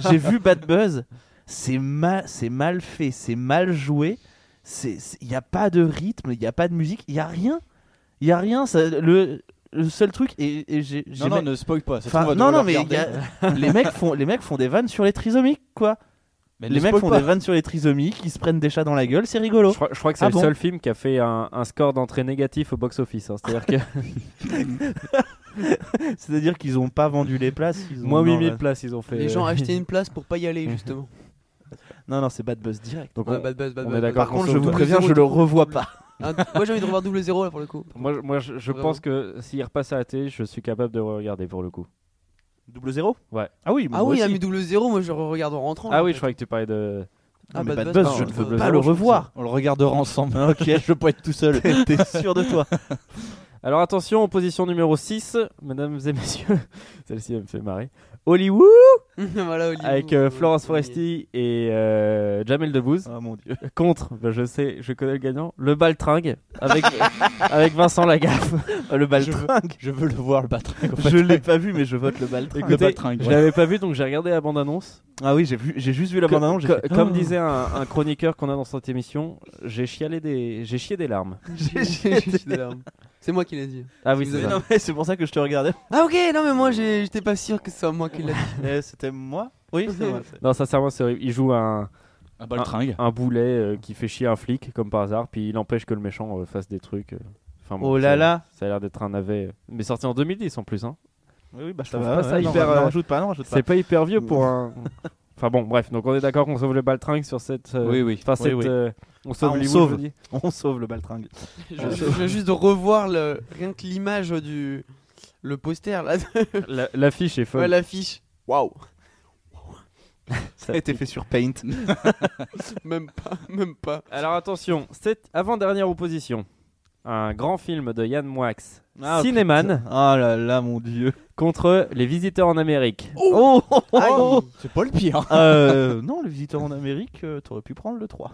[SPEAKER 3] j'ai vu Bad Buzz, c'est mal, c'est mal fait, c'est mal joué, c'est il y a pas de rythme, il y a pas de musique, il y a rien, il y a rien. ça- le, le seul truc et, et j'ai j'ai
[SPEAKER 2] Non, non,
[SPEAKER 3] même-
[SPEAKER 2] ne spoil pas. ça se
[SPEAKER 3] enfin,
[SPEAKER 2] trouve, on va
[SPEAKER 3] non,
[SPEAKER 2] devoir
[SPEAKER 3] non, mais il y a-
[SPEAKER 2] regarder.
[SPEAKER 3] les mecs font les mecs font des vannes sur les trisomiques quoi.
[SPEAKER 2] Mais
[SPEAKER 3] les
[SPEAKER 2] ne
[SPEAKER 3] mecs
[SPEAKER 2] spoil
[SPEAKER 3] font
[SPEAKER 2] pas.
[SPEAKER 3] des vannes sur les trisomiques, ils se prennent des chats dans la gueule, c'est rigolo.
[SPEAKER 1] Je crois, je crois que c'est
[SPEAKER 3] Ah
[SPEAKER 1] le
[SPEAKER 3] bon
[SPEAKER 1] seul film qui a fait un, un score d'entrée négatif au box-office. hein. C'est-à-dire que
[SPEAKER 3] C'est-à-dire qu'ils ont pas vendu les places. ils ont-
[SPEAKER 1] moins
[SPEAKER 3] non,
[SPEAKER 1] 8000
[SPEAKER 3] là-
[SPEAKER 1] places, ils ont fait. euh,
[SPEAKER 4] Les gens achetaient une place pour pas y aller justement.
[SPEAKER 3] Non, non, c'est Bad Buzz direct.
[SPEAKER 1] Donc,
[SPEAKER 4] Ouais,
[SPEAKER 1] on-
[SPEAKER 4] bad buzz, bad
[SPEAKER 1] on est
[SPEAKER 4] buzz.
[SPEAKER 1] d'accord
[SPEAKER 3] Par
[SPEAKER 1] qu'on
[SPEAKER 3] contre,
[SPEAKER 1] se
[SPEAKER 3] je vous
[SPEAKER 1] voit.
[SPEAKER 3] préviens, je le revois pas.
[SPEAKER 4] Ah, moi j'ai envie de revoir double zéro là pour le coup.
[SPEAKER 1] Moi, je- moi, je, je
[SPEAKER 4] Vraiment.
[SPEAKER 1] pense que s'il repasse à la télé, je suis capable de regarder pour le coup.
[SPEAKER 3] Double zéro
[SPEAKER 1] Ouais.
[SPEAKER 3] Ah oui,
[SPEAKER 4] Ah oui, il a mis double zéro, moi je le regarde en rentrant.
[SPEAKER 1] Ah oui, je croyais que tu parlais de.
[SPEAKER 4] Ah,
[SPEAKER 3] mais
[SPEAKER 4] Bad
[SPEAKER 3] Bad
[SPEAKER 4] Buzz,
[SPEAKER 3] Buzz,
[SPEAKER 1] non,
[SPEAKER 3] je ne veux
[SPEAKER 1] Double
[SPEAKER 3] pas
[SPEAKER 1] Zéro,
[SPEAKER 3] le
[SPEAKER 1] je trouve
[SPEAKER 3] revoir.
[SPEAKER 2] On le regardera ensemble.
[SPEAKER 3] Ok,
[SPEAKER 2] Je veux pas être tout seul.
[SPEAKER 3] t'es t'es sûr de toi.
[SPEAKER 1] Alors attention, en position numéro 6, mesdames et messieurs, celle-ci elle me fait marrer. Hollywood
[SPEAKER 4] voilà, Olivier.
[SPEAKER 1] avec euh, Florence Foresti et euh, Jamel Debbouze
[SPEAKER 3] Ah mon dieu.
[SPEAKER 1] contre, ben, je sais, je connais le gagnant, le Baltringue avec, avec Vincent Lagaffe.
[SPEAKER 3] Le
[SPEAKER 2] Je veux-
[SPEAKER 3] baltringue.
[SPEAKER 2] Je veux le voir le battre.
[SPEAKER 3] Je l'ai pas vu, mais je vote le baltringue.
[SPEAKER 1] Écoutez,
[SPEAKER 2] Baltringue,
[SPEAKER 1] je
[SPEAKER 2] ouais.
[SPEAKER 1] l'avais pas vu donc j'ai regardé la bande-annonce.
[SPEAKER 3] Ah oui, j'ai vu- j'ai Oh. juste vu la
[SPEAKER 1] Co-
[SPEAKER 3] bande annonce.
[SPEAKER 1] co- comme disait un, un chroniqueur qu'on a dans cette émission, j'ai chialé des, j'ai chié des larmes.
[SPEAKER 4] C'est moi qui l'ai dit.
[SPEAKER 1] Ah oui,
[SPEAKER 4] Vous
[SPEAKER 1] c'est
[SPEAKER 4] avez-
[SPEAKER 1] ça.
[SPEAKER 3] Non mais c'est pour ça que je te regardais.
[SPEAKER 4] Ah ok, non mais moi j'ai- j'étais pas sûr que ce soit moi qui l'ai dit.
[SPEAKER 3] Eh, C'était moi Oui, Ah, c'est moi.
[SPEAKER 1] Non, sincèrement, c'est horrible. Il joue un,
[SPEAKER 2] Un baltringue.
[SPEAKER 1] un boulet euh, qui fait chier un flic, comme par hasard, puis il empêche que le méchant euh, fasse des trucs. euh. Enfin,
[SPEAKER 3] Oh là
[SPEAKER 1] ça-
[SPEAKER 3] là.
[SPEAKER 1] Ça a l'air d'être un navet. euh, Mais sorti en 2010 en plus. Hein.
[SPEAKER 3] Oui, oui, bah, je
[SPEAKER 1] Ça
[SPEAKER 3] trouve
[SPEAKER 1] va,
[SPEAKER 3] pas
[SPEAKER 1] ouais,
[SPEAKER 3] ça
[SPEAKER 1] non,
[SPEAKER 3] hyper.
[SPEAKER 1] non,
[SPEAKER 3] euh,
[SPEAKER 1] non.
[SPEAKER 3] rajoute pas, non, rajoute pas.
[SPEAKER 1] C'est pas hyper vieux pour un. Enfin bon, bref. Donc on est d'accord qu'on sauve le baltringue sur cette. euh,
[SPEAKER 2] Oui, oui.
[SPEAKER 1] Enfin,
[SPEAKER 3] Oui,
[SPEAKER 1] cette.
[SPEAKER 3] oui.
[SPEAKER 1] euh, on sauve
[SPEAKER 3] Ah, on
[SPEAKER 1] Hollywood,
[SPEAKER 3] sauve.
[SPEAKER 1] je dis.
[SPEAKER 3] On sauve le baltringue.
[SPEAKER 4] Je, je- je viens juste de revoir le, rien que l'image du le poster là, de-
[SPEAKER 1] La- L'affiche est folle.
[SPEAKER 4] ouais, l'affiche. Waouh.
[SPEAKER 1] Ça-
[SPEAKER 3] Ah,
[SPEAKER 9] été fait sur Paint.
[SPEAKER 4] Même pas, même pas.
[SPEAKER 1] Alors attention, cette avant-dernière opposition. Un grand film de Yann Moix, Cinéman,
[SPEAKER 3] Ah là là, mon dieu.
[SPEAKER 1] contre Les Visiteurs en Amérique.
[SPEAKER 3] Oh,
[SPEAKER 2] C'est pas le pire.
[SPEAKER 3] Euh, Non, le visiteur en Amérique, euh, t'aurais pu prendre le 3.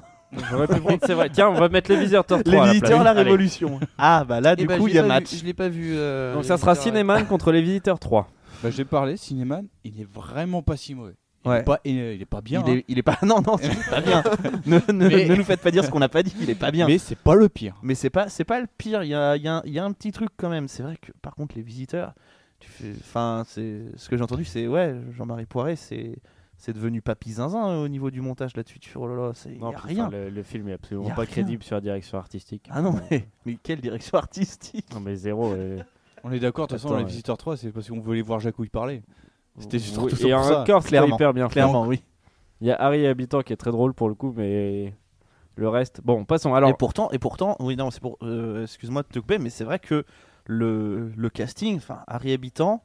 [SPEAKER 1] J'aurais pu prendre, c'est vrai. Tiens, on va mettre Les Visiteurs 3
[SPEAKER 3] Les
[SPEAKER 1] à la
[SPEAKER 3] visiteurs
[SPEAKER 1] place.
[SPEAKER 3] la
[SPEAKER 1] Allez.
[SPEAKER 3] révolution. Ah bah là,
[SPEAKER 4] Eh
[SPEAKER 3] du
[SPEAKER 4] ben,
[SPEAKER 3] coup,
[SPEAKER 4] je
[SPEAKER 3] il y a
[SPEAKER 4] l'ai pas vu-
[SPEAKER 3] match.
[SPEAKER 4] je l'ai pas vu. euh,
[SPEAKER 1] Donc ça sera
[SPEAKER 4] les visiteurs, ouais.
[SPEAKER 1] Cinéman contre Les Visiteurs 3.
[SPEAKER 2] Bah, j'ai parlé, Cinéman, il est vraiment pas si mauvais. Il,
[SPEAKER 3] Ouais.
[SPEAKER 2] est, pas, il est- il est pas bien. hein.
[SPEAKER 3] il, est, il est pas. Non, non, c'est pas bien. ne, ne-
[SPEAKER 2] Mais-
[SPEAKER 3] ne nous faites pas dire ce qu'on n'a pas dit, il est pas
[SPEAKER 2] hein.
[SPEAKER 3] bien.
[SPEAKER 2] Mais c'est pas le pire.
[SPEAKER 3] Mais c'est pas, c'est pas le pire. Il y a, il y a un- il y a un petit truc quand même. C'est vrai que par contre les visiteurs, tu fais, enfin c'est ce que j'ai entendu, c'est ouais Jean-Marie Poiret, c'est c'est devenu papy zinzin euh, au niveau du montage là-dessus. Tu oh là là, c'est y a
[SPEAKER 1] puis,
[SPEAKER 3] rien.
[SPEAKER 1] enfin, le, le film est absolument
[SPEAKER 3] Y a
[SPEAKER 1] pas
[SPEAKER 3] rien.
[SPEAKER 1] crédible sur la direction artistique.
[SPEAKER 3] Ah non mais, mais quelle direction artistique
[SPEAKER 1] Non mais zéro. euh,
[SPEAKER 2] On est d'accord, de toute façon,
[SPEAKER 1] Attends,
[SPEAKER 2] les
[SPEAKER 1] ouais.
[SPEAKER 2] Visiteurs 3, c'est parce qu'on voulait voir Jacouille parler. C'était juste
[SPEAKER 1] oui,
[SPEAKER 2] surtout
[SPEAKER 1] Et
[SPEAKER 2] pour ça.
[SPEAKER 1] encore, c'est
[SPEAKER 3] Clairement.
[SPEAKER 1] hyper bien fait.
[SPEAKER 3] Clairement oui.
[SPEAKER 1] Il y a Harry et Habitant qui est très drôle pour le coup, mais le reste. Bon, passons. Alors,
[SPEAKER 3] et pourtant et pourtant oui non c'est pour euh, excuse-moi de te couper mais c'est vrai que le, le casting, enfin Harry Habitant,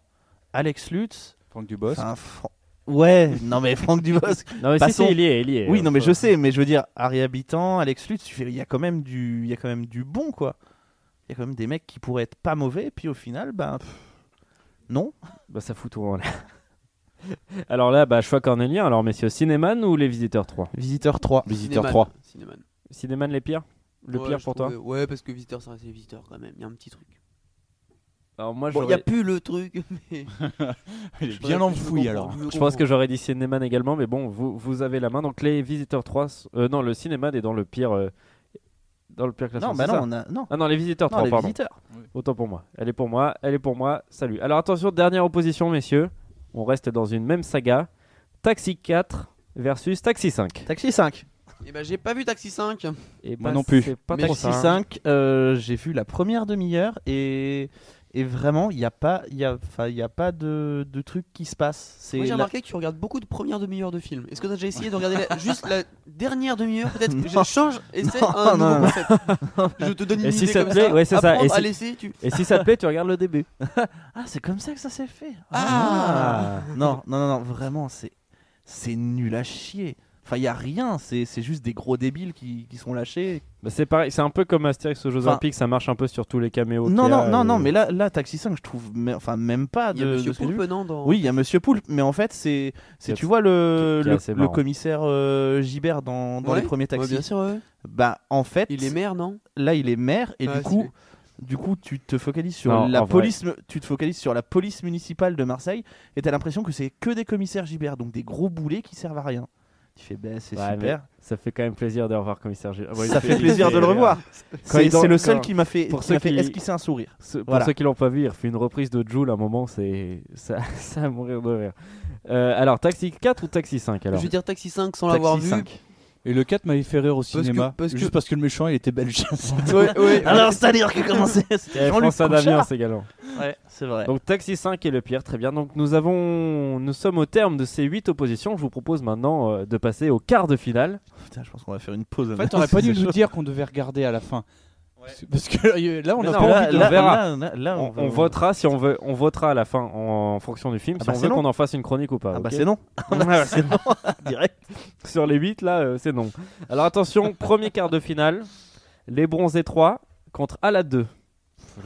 [SPEAKER 3] Alex Lutz,
[SPEAKER 2] Franck Dubos.
[SPEAKER 3] enfin, Fran- ouais non mais Franck Dubosc
[SPEAKER 1] non mais si,
[SPEAKER 3] passons.
[SPEAKER 1] si, il y est, il y est.
[SPEAKER 3] Oui, non, mais
[SPEAKER 1] Faut-
[SPEAKER 3] je sais, mais je veux dire, Harry Habitant, Alex Lutz, tu fais- il y a quand même du, il y a quand même du bon, quoi. Il y a quand même des mecs qui pourraient être pas mauvais, puis au final, ben, pff, non.
[SPEAKER 1] Bah ça fout tout en l'air. Alors là, bah, choix cornélien. Alors messieurs, Cinéman ou Les Visiteurs 3
[SPEAKER 3] Visiteur 3.
[SPEAKER 2] Visiteur
[SPEAKER 4] Cinéman,
[SPEAKER 2] 3.
[SPEAKER 4] Cinéman.
[SPEAKER 1] Cinéman les pires Le
[SPEAKER 4] Ouais,
[SPEAKER 1] pire
[SPEAKER 4] je
[SPEAKER 1] pour
[SPEAKER 4] trouve,
[SPEAKER 1] toi
[SPEAKER 4] euh, Ouais, parce que visiteur, ça reste les visiteurs quand même. Il y a un petit truc.
[SPEAKER 1] Alors moi,
[SPEAKER 4] Bon, il y a plus le truc. Mais
[SPEAKER 2] Il est bien enfoui alors.
[SPEAKER 1] je pense que j'aurais dit Cinéman également, mais bon, vous, vous avez la main. Donc Les Visiteurs 3, euh, non, le Cinéman est dans le pire, euh, dans le pire classement.
[SPEAKER 3] Non, bah
[SPEAKER 1] c'est
[SPEAKER 3] non,
[SPEAKER 1] ça
[SPEAKER 3] on a, non.
[SPEAKER 1] Ah non, Les Visiteurs
[SPEAKER 3] Non,
[SPEAKER 1] 3,
[SPEAKER 3] les
[SPEAKER 1] pardon.
[SPEAKER 3] visiteurs.
[SPEAKER 1] Autant pour moi. Elle est pour moi, elle est pour moi. Salut. Alors attention, dernière opposition, messieurs. On reste dans une même saga. Taxi 4 versus Taxi 5.
[SPEAKER 3] Taxi 5.
[SPEAKER 4] Et bah j'ai pas vu Taxi 5.
[SPEAKER 1] Et
[SPEAKER 2] Moi
[SPEAKER 1] bah,
[SPEAKER 2] non plus.
[SPEAKER 1] c'est Pas trop
[SPEAKER 3] Taxi
[SPEAKER 1] ça, hein.
[SPEAKER 3] 5, euh, j'ai vu la première demi-heure et, et vraiment, il n'y a pas, il y a, enfin, il y a pas de, de truc qui se passe. C'est
[SPEAKER 4] Moi j'ai
[SPEAKER 3] la-
[SPEAKER 4] remarqué que tu regardes beaucoup de premières demi-heures de films. Est-ce que t'as déjà essayé de regarder la- juste la dernière demi-heure Peut-être que
[SPEAKER 3] Non.
[SPEAKER 4] je change, essaie
[SPEAKER 3] Non,
[SPEAKER 4] un
[SPEAKER 3] non,
[SPEAKER 4] nouveau
[SPEAKER 3] non.
[SPEAKER 4] concept. Je te donne une
[SPEAKER 1] Et si
[SPEAKER 4] idée
[SPEAKER 1] ça te
[SPEAKER 4] comme
[SPEAKER 1] plaît,
[SPEAKER 4] ça.
[SPEAKER 1] ouais, c'est ça.
[SPEAKER 4] Apprends
[SPEAKER 1] Et
[SPEAKER 4] à
[SPEAKER 1] si-
[SPEAKER 4] laisser, tu...
[SPEAKER 1] Et si ça te plaît, tu regardes le début.
[SPEAKER 3] Ah, c'est comme ça que ça s'est fait.
[SPEAKER 4] Ah.
[SPEAKER 3] non, non, non, non, vraiment, c'est c'est nul à chier. Enfin, il y a rien, c'est c'est juste des gros débiles qui, qui sont lâchés.
[SPEAKER 1] Bah, c'est pareil, c'est un peu comme Astérix aux Jeux
[SPEAKER 3] Enfin-
[SPEAKER 1] Olympiques, ça marche un peu sur tous les caméos.
[SPEAKER 3] non,
[SPEAKER 1] qu'il y
[SPEAKER 3] non,
[SPEAKER 1] a, euh,
[SPEAKER 3] non,
[SPEAKER 1] et-
[SPEAKER 3] non, mais là, là, Taxi 5, je trouve, mais, enfin, même pas
[SPEAKER 4] Il y
[SPEAKER 3] Ah,
[SPEAKER 4] a
[SPEAKER 3] de.
[SPEAKER 4] Monsieur
[SPEAKER 3] de ce que j'ai vu.
[SPEAKER 4] Poulpe, non, dans...
[SPEAKER 3] Oui, il y a Monsieur Poulpe, mais en fait, c'est, c'est
[SPEAKER 1] Qui-
[SPEAKER 3] tu vois le,
[SPEAKER 1] qui- qui est
[SPEAKER 3] le,
[SPEAKER 1] assez
[SPEAKER 3] le
[SPEAKER 1] marrant.
[SPEAKER 3] commissaire euh, Gibert dans, dans
[SPEAKER 4] Ouais,
[SPEAKER 3] les premiers
[SPEAKER 4] Ouais,
[SPEAKER 3] taxis.
[SPEAKER 4] bien sûr, ouais.
[SPEAKER 3] bah, en fait,
[SPEAKER 4] Il est maire, non
[SPEAKER 3] là, il est maire et
[SPEAKER 4] Ouais,
[SPEAKER 2] Ah,
[SPEAKER 3] du
[SPEAKER 4] c'est
[SPEAKER 3] coup,
[SPEAKER 4] lui.
[SPEAKER 3] du coup, tu te focalises sur
[SPEAKER 1] Non, en
[SPEAKER 3] la
[SPEAKER 1] vrai.
[SPEAKER 3] police, mu- tu te focalises sur la police municipale de Marseille, et t'as l'impression que c'est que des commissaires Gibert, donc des gros boulets qui servent à rien. Tu fais, ben c'est
[SPEAKER 1] Ouais,
[SPEAKER 3] super.
[SPEAKER 1] Ça fait quand même plaisir de revoir Commissaire Gilles. Ah, bon, il
[SPEAKER 3] Ça fait
[SPEAKER 1] il
[SPEAKER 3] plaisir de le
[SPEAKER 1] rire.
[SPEAKER 3] revoir.
[SPEAKER 1] Quand il
[SPEAKER 3] C'est
[SPEAKER 1] dort-
[SPEAKER 3] c'est le seul
[SPEAKER 1] quand-
[SPEAKER 3] qui m'a fait,
[SPEAKER 1] pour
[SPEAKER 3] qui
[SPEAKER 1] ceux
[SPEAKER 3] m'a fait
[SPEAKER 1] qui-
[SPEAKER 3] esquisser un sourire.
[SPEAKER 1] Ce- pour
[SPEAKER 3] Voilà.
[SPEAKER 1] ceux qui l'ont pas vu, il refait une reprise de Joule à un moment, c'est ça, ça à mourir de rire. Euh, alors, Taxi 4 ou Taxi 5 alors
[SPEAKER 4] Je veux dire Taxi 5 sans l'avoir vu.
[SPEAKER 2] Et le 4 m'avait fait rire au
[SPEAKER 4] que-
[SPEAKER 2] cinéma.
[SPEAKER 4] parce que-
[SPEAKER 2] Juste parce que le méchant, il était belge.
[SPEAKER 4] Ouais, ouais.
[SPEAKER 3] Alors, c'est-à-dire que comment c'est
[SPEAKER 1] Eh,
[SPEAKER 3] C'était Jean-Luc
[SPEAKER 1] François Damiens
[SPEAKER 3] Couchard
[SPEAKER 1] c'est également.
[SPEAKER 3] Ouais, c'est vrai.
[SPEAKER 1] Donc Taxi 5 est le pire, très bien. Donc nous avons, nous sommes au terme de ces 8 oppositions. Je vous propose maintenant euh, de passer au quart de finale.
[SPEAKER 3] Putain, je pense qu'on va faire une pause.
[SPEAKER 2] En fait, on pas dû nous dire qu'on devait regarder à la fin. Parce que là, on
[SPEAKER 1] Mais
[SPEAKER 2] a
[SPEAKER 1] non,
[SPEAKER 2] pas
[SPEAKER 1] là-
[SPEAKER 2] envie de
[SPEAKER 1] là-
[SPEAKER 2] le verra.
[SPEAKER 3] là, là, là,
[SPEAKER 1] On,
[SPEAKER 3] va-
[SPEAKER 1] on votera si on veut, on votera à la fin en, en fonction du film
[SPEAKER 3] Ah
[SPEAKER 1] si
[SPEAKER 3] bah,
[SPEAKER 1] on
[SPEAKER 3] c'est
[SPEAKER 1] veut
[SPEAKER 3] long.
[SPEAKER 1] qu'on en fasse une chronique ou pas.
[SPEAKER 3] Ah bah
[SPEAKER 1] ok
[SPEAKER 3] c'est non. Ah bah, c'est non. Direct.
[SPEAKER 1] Sur les 8, là, euh, c'est non. Alors attention, premier quart de finale. Les bronzés 3 contre Ala 2.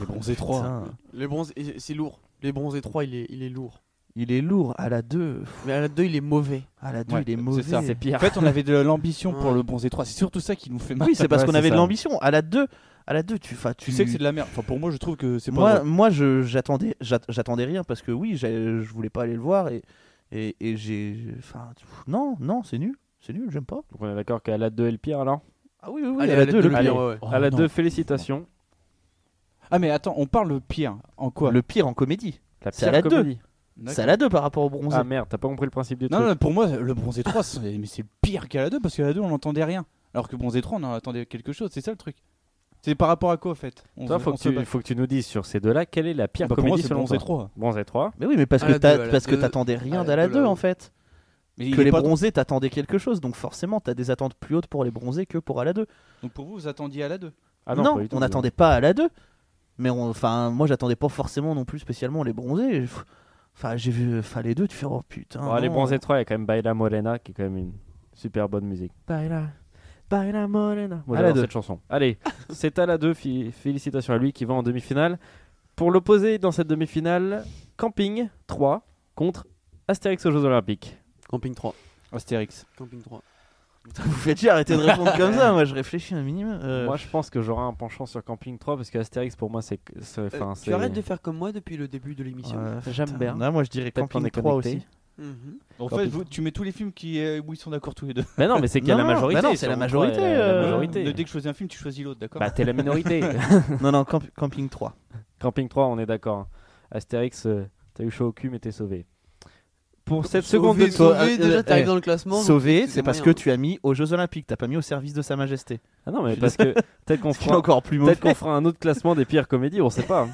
[SPEAKER 2] Les bronzés 3.
[SPEAKER 3] Putain,
[SPEAKER 4] Les bronzes, et- c'est lourd. Les bronzés 3, il est, il est lourd.
[SPEAKER 3] Il est lourd à la 2.
[SPEAKER 4] Mais à la 2, il est mauvais.
[SPEAKER 3] À la 2,
[SPEAKER 2] Ouais,
[SPEAKER 3] il est
[SPEAKER 2] c'est
[SPEAKER 3] mauvais.
[SPEAKER 2] ça, c'est
[SPEAKER 1] pire.
[SPEAKER 2] En fait, on avait de l'ambition pour
[SPEAKER 4] Ouais.
[SPEAKER 2] le bronzé 3. C'est surtout ça qui nous fait mal.
[SPEAKER 3] Bah Oui, c'est parce
[SPEAKER 1] Ouais,
[SPEAKER 3] qu'on
[SPEAKER 1] c'est
[SPEAKER 3] avait de
[SPEAKER 1] ça.
[SPEAKER 3] l'ambition. À la 2, à la 2, tu, 'fin,
[SPEAKER 2] Tu sais que c'est de la merde. Enfin, pour moi, je trouve que c'est pas.
[SPEAKER 3] Moi,
[SPEAKER 2] vrai.
[SPEAKER 3] moi je, j'attendais, j'at- j'attendais rien parce que oui, j'ai- je voulais pas aller le voir et, et, et j'ai. j'ai- Enfin, pff, non, non, c'est nul, c'est nul, j'aime pas.
[SPEAKER 1] Donc on est d'accord qu'Ala 2 est le pire alors
[SPEAKER 3] Ah oui, oui, oui,
[SPEAKER 4] Allez,
[SPEAKER 3] à la
[SPEAKER 4] allez,
[SPEAKER 3] deux, le
[SPEAKER 4] de le
[SPEAKER 3] pire.
[SPEAKER 1] Allez.
[SPEAKER 4] dire, ouais, ouais.
[SPEAKER 2] Oh,
[SPEAKER 1] Ala
[SPEAKER 2] non.
[SPEAKER 1] 2, félicitations.
[SPEAKER 2] Ah, mais attends, on parle le pire. En quoi
[SPEAKER 3] Le pire en comédie.
[SPEAKER 1] La
[SPEAKER 3] C'est
[SPEAKER 1] pire
[SPEAKER 3] Ala 2.
[SPEAKER 1] comédie.
[SPEAKER 2] D'accord.
[SPEAKER 3] C'est à la 2 par rapport au bronzé.
[SPEAKER 1] Ah merde, t'as pas compris le principe du
[SPEAKER 2] Non,
[SPEAKER 1] truc.
[SPEAKER 2] non, pour moi, le bronzé 3, c'est- mais c'est pire qu'à la 2 parce qu'à la 2, on n'entendait rien. Alors que bronzé 3, on en attendait quelque chose. C'est ça le truc. C'est par rapport à quoi, en fait On
[SPEAKER 1] Toi,
[SPEAKER 2] se-
[SPEAKER 1] faut
[SPEAKER 2] on
[SPEAKER 1] que,
[SPEAKER 2] se bat.
[SPEAKER 1] tu, faut que tu nous dises sur ces deux-là, quelle est la pire
[SPEAKER 2] Bah, Pour moi,
[SPEAKER 1] comédie
[SPEAKER 2] c'est
[SPEAKER 1] selon
[SPEAKER 2] bon, c'est
[SPEAKER 1] toi
[SPEAKER 2] trois.
[SPEAKER 1] Bon, c'est trois.
[SPEAKER 3] Mais oui, mais parce
[SPEAKER 4] À
[SPEAKER 3] que
[SPEAKER 4] la
[SPEAKER 3] t'as-
[SPEAKER 4] deux, à la
[SPEAKER 3] parce que
[SPEAKER 4] deux.
[SPEAKER 3] t'attendais rien
[SPEAKER 4] À la
[SPEAKER 3] d'à la
[SPEAKER 4] deux, là,
[SPEAKER 3] 2
[SPEAKER 4] oui.
[SPEAKER 3] en fait.
[SPEAKER 2] Mais il
[SPEAKER 3] que
[SPEAKER 2] est
[SPEAKER 3] les
[SPEAKER 2] pas-
[SPEAKER 3] bronzés t'attendaient quelque chose, donc forcément t'as des attentes plus hautes pour les bronzés que pour à la 2.
[SPEAKER 2] Donc pour vous, vous attendiez à la 2
[SPEAKER 1] Ah
[SPEAKER 3] non,
[SPEAKER 1] pas du tout.
[SPEAKER 3] on n'attendait pas à la 2. Mais on- enfin, moi j'attendais pas forcément non plus spécialement les bronzés. Pff, Enfin, j'ai vu enfin, les deux, tu fais oh putain.
[SPEAKER 1] Bon, les
[SPEAKER 3] non.
[SPEAKER 1] bronzés 3, il y a quand même Baila Morena qui est quand même une super bonne musique. Baila, Baila Morena. Moi,
[SPEAKER 3] À la
[SPEAKER 1] j'adore
[SPEAKER 3] deux.
[SPEAKER 1] cette chanson. Allez, c'est à la 2. Félicitations à lui qui va en demi-finale. Pour l'opposer dans cette demi-finale, Camping 3 contre Astérix aux Jeux Olympiques.
[SPEAKER 4] Camping 3.
[SPEAKER 2] Astérix.
[SPEAKER 4] Camping 3.
[SPEAKER 3] Putain, Vous faites chier, arrêtez de répondre comme ça. Moi je réfléchis un minimum. Euh,
[SPEAKER 1] Moi, je pense que j'aurai un penchant sur Camping 3 parce que Astérix, pour moi, c'est. c'est- enfin,
[SPEAKER 4] Euh,
[SPEAKER 1] c'est-
[SPEAKER 4] tu arrêtes de faire comme moi depuis le début de l'émission.
[SPEAKER 3] euh,
[SPEAKER 1] J'aime
[SPEAKER 3] putain,
[SPEAKER 1] bien.
[SPEAKER 3] non, moi je dirais
[SPEAKER 1] Peut-être qu'on
[SPEAKER 3] Camping
[SPEAKER 1] est
[SPEAKER 3] 3
[SPEAKER 1] connecté.
[SPEAKER 3] aussi.
[SPEAKER 4] Mhm.
[SPEAKER 2] En
[SPEAKER 1] Quand
[SPEAKER 2] fait,
[SPEAKER 1] il-
[SPEAKER 2] vous- tu mets tous les films qui, euh, où ils sont d'accord tous les deux.
[SPEAKER 1] Mais non, mais c'est qu'il y a
[SPEAKER 3] Non,
[SPEAKER 1] la
[SPEAKER 3] non,
[SPEAKER 1] majorité.
[SPEAKER 3] bah non,
[SPEAKER 1] si
[SPEAKER 3] c'est la
[SPEAKER 1] on
[SPEAKER 3] majorité,
[SPEAKER 1] croit, euh, la
[SPEAKER 3] euh,
[SPEAKER 1] majorité.
[SPEAKER 2] Dès que je choisis un film, tu choisis l'autre, d'accord
[SPEAKER 1] Bah, t'es la minorité.
[SPEAKER 3] Non, non, Camp- Camping 3.
[SPEAKER 1] Camping 3, on est d'accord. hein. Astérix, euh, t'as eu chaud au cul, mais t'es sauvé. Pour cette
[SPEAKER 4] Sauvé,
[SPEAKER 1] seconde de
[SPEAKER 3] toi-
[SPEAKER 4] sauvé,
[SPEAKER 3] euh,
[SPEAKER 4] déjà
[SPEAKER 3] euh,
[SPEAKER 4] t'arrives
[SPEAKER 3] eh,
[SPEAKER 4] dans le classement. donc
[SPEAKER 3] Sauvé, c'est
[SPEAKER 4] c'est moyen,
[SPEAKER 3] parce que
[SPEAKER 4] hein.
[SPEAKER 3] tu as mis aux Jeux Olympiques, t'as pas mis au service de Sa Majesté.
[SPEAKER 1] Ah non,
[SPEAKER 3] Je
[SPEAKER 1] mais
[SPEAKER 3] suis
[SPEAKER 1] parce que peut-être qu'on
[SPEAKER 3] Ce qui est
[SPEAKER 1] fera,
[SPEAKER 3] encore plus mauvais.
[SPEAKER 1] peut-être qu'on fera un autre classement des pires comédies, on sait pas. hein.